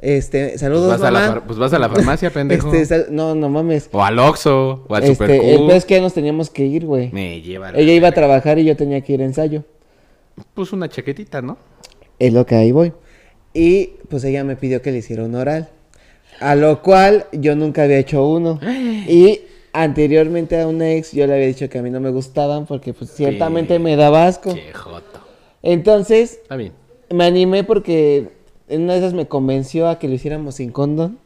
Este,
Pues
saludos
vas, a la,
mamá.
far- pues vas a la farmacia, pendejo.
Este, sal- no, no mames.
O al Oxxo, o al
Este,
Super
el peor es que ya nos teníamos que ir, güey.
Me lleva la
Ella iba a
verga.
trabajar y yo tenía que ir a ensayo.
Puso una chaquetita, ¿no?
Es lo que ahí voy. Y pues ella me pidió que le hiciera un oral. A lo cual yo nunca había hecho uno. Y anteriormente a una ex yo le había dicho que a mí no me gustaban porque pues ciertamente
Sí.
me daba asco.
Che, joto.
Entonces
Está bien.
me animé porque en una de esas me convenció a que lo hiciéramos sin condón.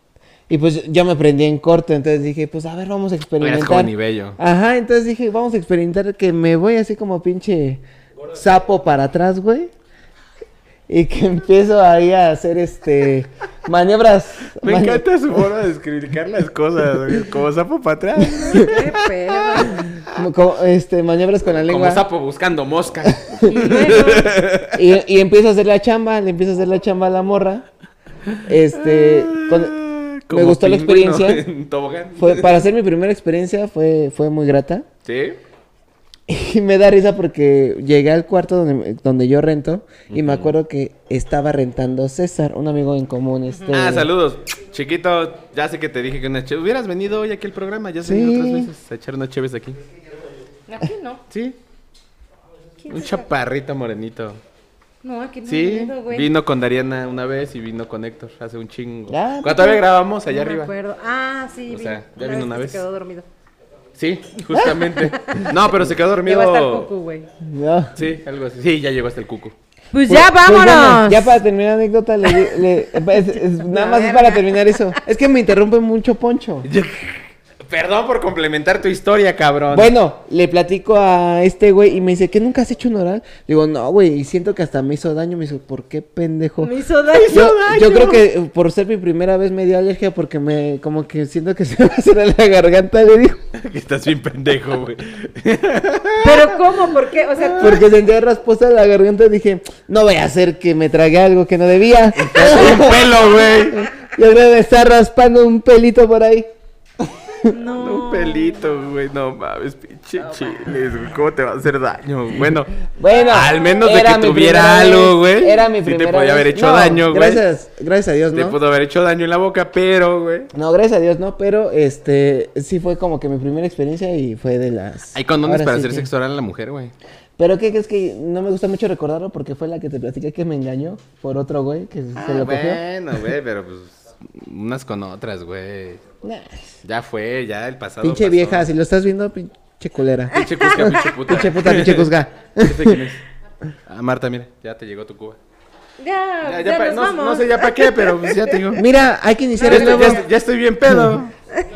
Y pues yo me prendí en corto, entonces dije, pues a ver, vamos a
Eres
experimentar. Ah,
joven y bello.
Ajá, entonces dije, vamos a experimentar que me voy así como pinche sapo para atrás, güey. Y que empiezo ahí a hacer
*laughs*
este maniobras.
Me
mani-
encanta su forma de describicar las cosas, güey. Como sapo para atrás.
Qué pedo.
como, este, maniobras con la
Como
lengua.
sapo buscando mosca.
Y
*laughs*
luego...
Y, y empiezo a hacer la chamba, le empiezo a hacer la chamba a la morra. Este, con-
Ah, Como
gustó la
pingüino
experiencia.
*laughs* en tobogán.
fue, para hacer mi primera experiencia fue, fue muy grata.
Sí.
Y me da risa porque llegué al cuarto donde, donde yo rento y me acuerdo que estaba rentando César, un amigo en común. Este,
Ah, saludos. Chiquito, ya sé que te dije que una chévere. Hubieras venido hoy aquí al programa, ya sé
Sí.
otras veces a echar unas chéves aquí.
Aquí no.
Sí. Un chaparrito morenito.
No, aquí no.
Sí,
me acuerdo, güey.
vino con Dariana una vez y vino con Héctor hace un chingo.
Ah,
Cuando todavía
¿qué?
grabamos allá
No me
arriba.
acuerdo. Ah, sí.
O
vino.
sea, ya vino
que
una vez.
Se quedó dormido.
Sí,
*laughs*
justamente. no, pero se quedó
Llegó hasta el
dormido.
cucu, güey.
No.
Sí, algo así. Sí, ya llegó hasta el cucu.
Pues
Pues-
ya
pues
vámonos.
bueno, ya para terminar la anécdota, le, di- le-
*laughs*
es- es- nada
La
más es
verga.
para terminar eso. Es que me interrumpe mucho Poncho.
*laughs* Perdón por complementar tu historia, cabrón.
Bueno, le platico a este güey y me dice, ¿qué nunca has hecho un oral? Digo, no, güey, y siento que hasta me hizo daño. Me dice, ¿por qué pendejo?
Me hizo daño.
Yo, yo creo que eh, por ser mi primera vez me dio alergia porque me, como que siento que se me va a cerrar la garganta, le digo.
*laughs* Que Estás bien pendejo, *laughs* güey.
Pero ¿cómo? ¿Por qué? O
*laughs*
sea, tú-
Porque sentía rasposa la garganta y dije, no voy a hacer que me trague algo que no *laughs* debía.
Un pelo, güey.
Yo creo que me está raspando un pelito por ahí.
no.
Un pelito, güey. No mames, pinche chiles, güey. ¿Cómo te va a hacer daño? Bueno.
Bueno,
Ah, Al menos de
era
que
mi
tuviera
primera
algo,
vez,
güey.
Era mi
sí
primera
te podía
vez.
haber hecho
No,
dañas, güey.
Gracias, gracias a Dios,
Te
¿no?
pudo haber hecho daño en la boca, pero, güey.
No, gracias a Dios, no, pero este sí fue como que mi primera experiencia y fue de las.
Hay condones
Ahora
para
sí
hacer
que-
sexo oral a la mujer, güey.
Pero qué crees que no me gusta mucho recordarlo porque fue la que te platiqué que me engañó por otro güey que se lo cogió.
Ah, bueno, güey, pero pues unas con otras, güey.
Nah,
Ya fue, ya el pasado.
pinche
pasó.
vieja, si lo estás viendo, pinche culera.
Pinche cusca,
*laughs*
pinche puta.
Pinche puta, pinche cusga.
*laughs* Este quién es. Ah, Marta, mira, ya te llegó tu cuba.
Ya, ya,
Ya, ya pa-
nos
no,
vamos.
no sé ya para qué, pero pues ya
*laughs*
te digo.
Mira, hay que
Ya,
iniciar el
estoy-
nuevo.
ya- ya estoy bien pedo.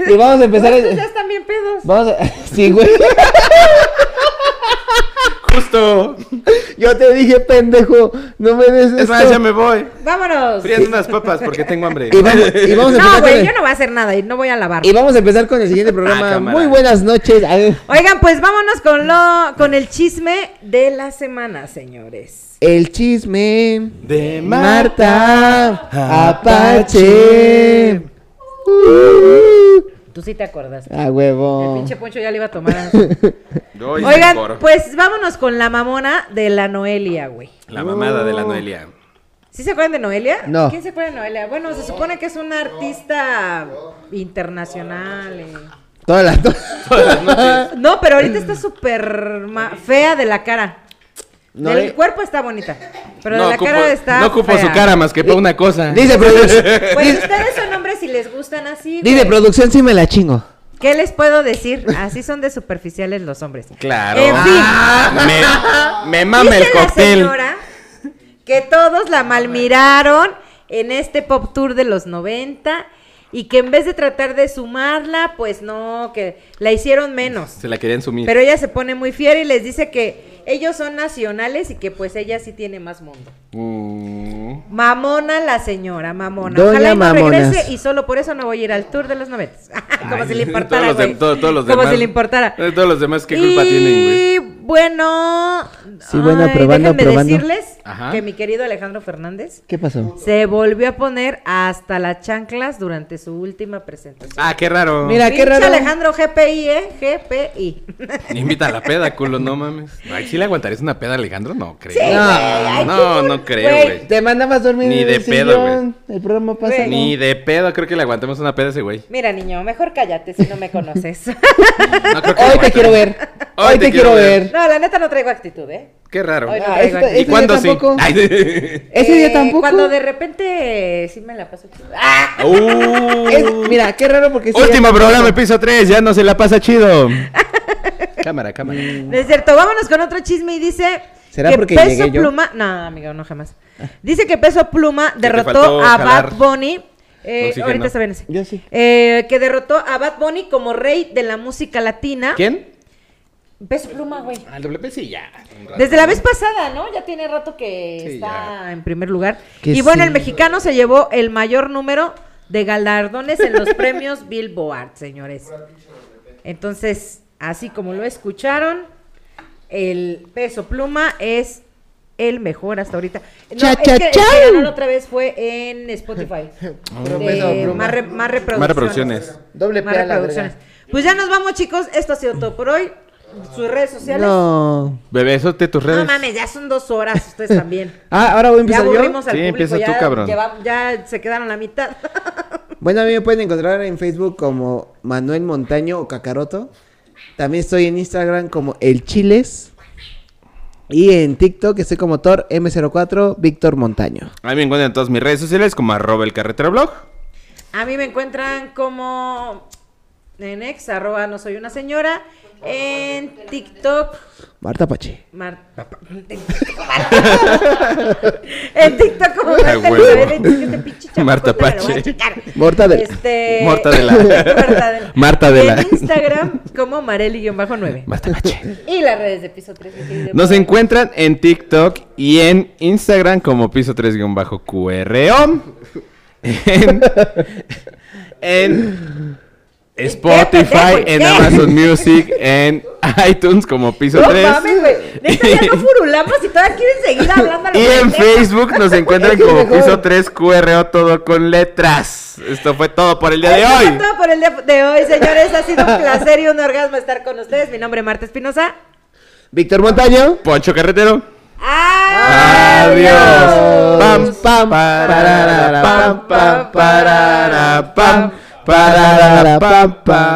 Y vamos a empezar.
Estos ya
*laughs* el-
están bien pedos.
Vamos a. Sí, güey.
gusto.
Yo te dije, pendejo, no me des
Es más,
esto.
ya me voy.
Vámonos.
Friendo unas papas porque tengo hambre.
Y
*laughs*
vamos, y vamos a
No,
empezar
güey,
con
yo
el-
no voy a hacer nada y no voy a lavar.
y vamos a empezar con el siguiente programa.
Ah, cámara.
Muy buenas noches. Ay,
Oigan, pues vámonos con lo con el chisme de la semana, señores.
El chisme
De
Marta Apache.
Tú sí te acordaste.
Ah,
A Ah, huevo.
El pinche Poncho ya le iba a
*laughs*
tomar.
Doy
Oigan,
mejor.
pues vámonos con la mamona de la Noelia, güey.
La mamada de la Noelia.
¿Sí se acuerdan de Noelia?
No.
¿Quién se acuerda de Noelia? Bueno, se supone que es una artista internacional. eh.
Todas las dos.
*laughs* No, pero ahorita está súper ma- fea de la cara.
No,
Del
eh.
cuerpo está bonita, pero de la
ocupo-
cara está
no ocupo
fea.
su cara más que para una cosa.
Dice, produc-
*laughs*
Pues ustedes son hombres y les gustan así.
dice
güey.
producción, sí me la chingo.
¿Qué les puedo decir? Así son de superficiales los hombres.
Claro.
En fin.
Me, me mame el
Dice la
cóctel.
señora que todos la malmiraron en este pop tour de los 90 y que en vez de tratar de sumarla, pues no, que la hicieron menos.
Se la querían sumir.
Pero ella se pone muy fiera y les dice que ellos son nacionales y que pues ella sí tiene más mundo.
Mm.
Mamona la señora, mamona.
Doña
Ojalá y no
Mamonas.
regrese y solo por eso no voy a ir al tour de los 90. *laughs* Como
Ay, *laughs*
si le importara,
todos los de-
güey.
todos- todos los
Como
demás.
si le importara.
Eh, Todos los demás, ¿qué culpa
y...
tienen, güey?
bueno,
Sí, bueno, probando,
déjenme
probando.
decirles
Ajá.
que mi querido Alejandro Fernández
¿Qué pasó?
se volvió a poner hasta las chanclas durante su última presentación.
Ah, qué raro.
Mira, qué
Pinche
raro.
Alejandro GPI, ¿eh? GPI.
Invita a la peda, culo, no mames. Ay, ¿sí le aguantarías una peda, a Alejandro? No creo.
güey, ay,
no, no creo, güey.
Te mandabas dormir
Ni
en
de
el
pedo,
sillón. El programa pasa.
Güey.
Ni de pedo creo que le aguantemos una peda a ese güey.
Mira, niño, mejor cállate si no me conoces. *laughs*
No creo que le
Hoy te
aguante.
quiero ver.
Hoy
Hoy te quiero ver.
no, la neta no traigo actitud, ¿eh?
Qué raro.
Hoy no
Ah,
traigo
este-
actitud.
¿Y
este
cuándo
día
sí?
tampoco.
*laughs*
Ay,
Ese
Eh,
día tampoco.
Cuando de repente eh, sí me la paso. chido. ¡Ah!
uh.
Es- mira, qué raro porque ese día
Último
tampoco.
programa, piso 3, ya no se la pasa chido.
*laughs*
cámara, cámara.
No es cierto, vámonos con otro chisme y dice.
¿Será
que
porque
Peso
llegué yo?
Pluma. No, amigo, no jamás. Dice que Peso Pluma
te
derrotó
faltó
a
jalar
Bad Bunny. eh,
oxígeno.
ahorita se ven ese.
Yo sí.
Eh, que derrotó a Bad Bunny como rey de la música latina.
¿Quién?
Peso Pluma, güey.
Al WP sí, ya. Un rato.
Desde la vez pasada, ¿no? Ya tiene rato que
Sí,
está
ya.
en primer lugar.
Que
y bueno,
sí.
el mexicano se llevó el mayor número de galardones en los *laughs* premios Billboard, señores. Entonces, así como lo escucharon, el peso pluma es el mejor hasta ahorita. No,
Cha,
es
cha,
que el
cha.
que ganó la otra vez fue en
*laughs*
Spotify.
Puro
De
Peso Pluma.
más, re- más reproducciones.
Más reproducciones.
Doble
Más
P a la
reproducciones. Pues ya nos vamos, chicos. Esto ha sido todo por hoy. Sus redes sociales.
No.
Bebé, sote tus redes.
No mames, ya son dos horas ustedes también.
Ah, ahora voy a
Ya
empezar yo.
aburrimos al
Sí,
público,
empieza tú,
ya
cabrón.
lleva- ya se quedaron la mitad. *laughs*
Bueno, a mí me pueden encontrar en Facebook como Manuel Montaño o Cacaroto. También estoy en Instagram como El Chiles. Y en TikTok estoy como Thor M04 Víctor Montaño.
A mí me encuentran en todas mis redes sociales como arroba el carretera blog.
A mí me encuentran como en ex, arroba no soy una señora, en TikTok.
Marta Pache.
Mar- *laughs* en TikTok como Marta
Ay, huevo.
Isabel, en este pinche chamaco,
Marta
te lo voy a
Pache.
chingar.
Mortadela.
Este- *laughs*
Mortadela.
Mortadela.
Martadela.
En Instagram como Mareli-9.
Basta, mache.
Y las redes de piso 3.
Nos encuentran en TikTok y en Instagram como piso 3-QRO. En, en Spotify, en Amazon Music, en iTunes como piso
No
3.
mames, güey. Neta, ya no furulamos y todavía quieren seguir hablando. a la
Y en
pendeja.
Facebook nos encuentran como piso 3QRO todo con letras. Esto fue todo por el día de
Eso fue
hoy.
todo por el día de hoy, señores. Ha sido un placer y un orgasmo estar con ustedes. Mi nombre es Marta Espinosa.
Víctor Montaño.
Poncho Carretero.
Adiós.
Pam, pam, parara, pam, pam, parara, pam, parara, pam, pam,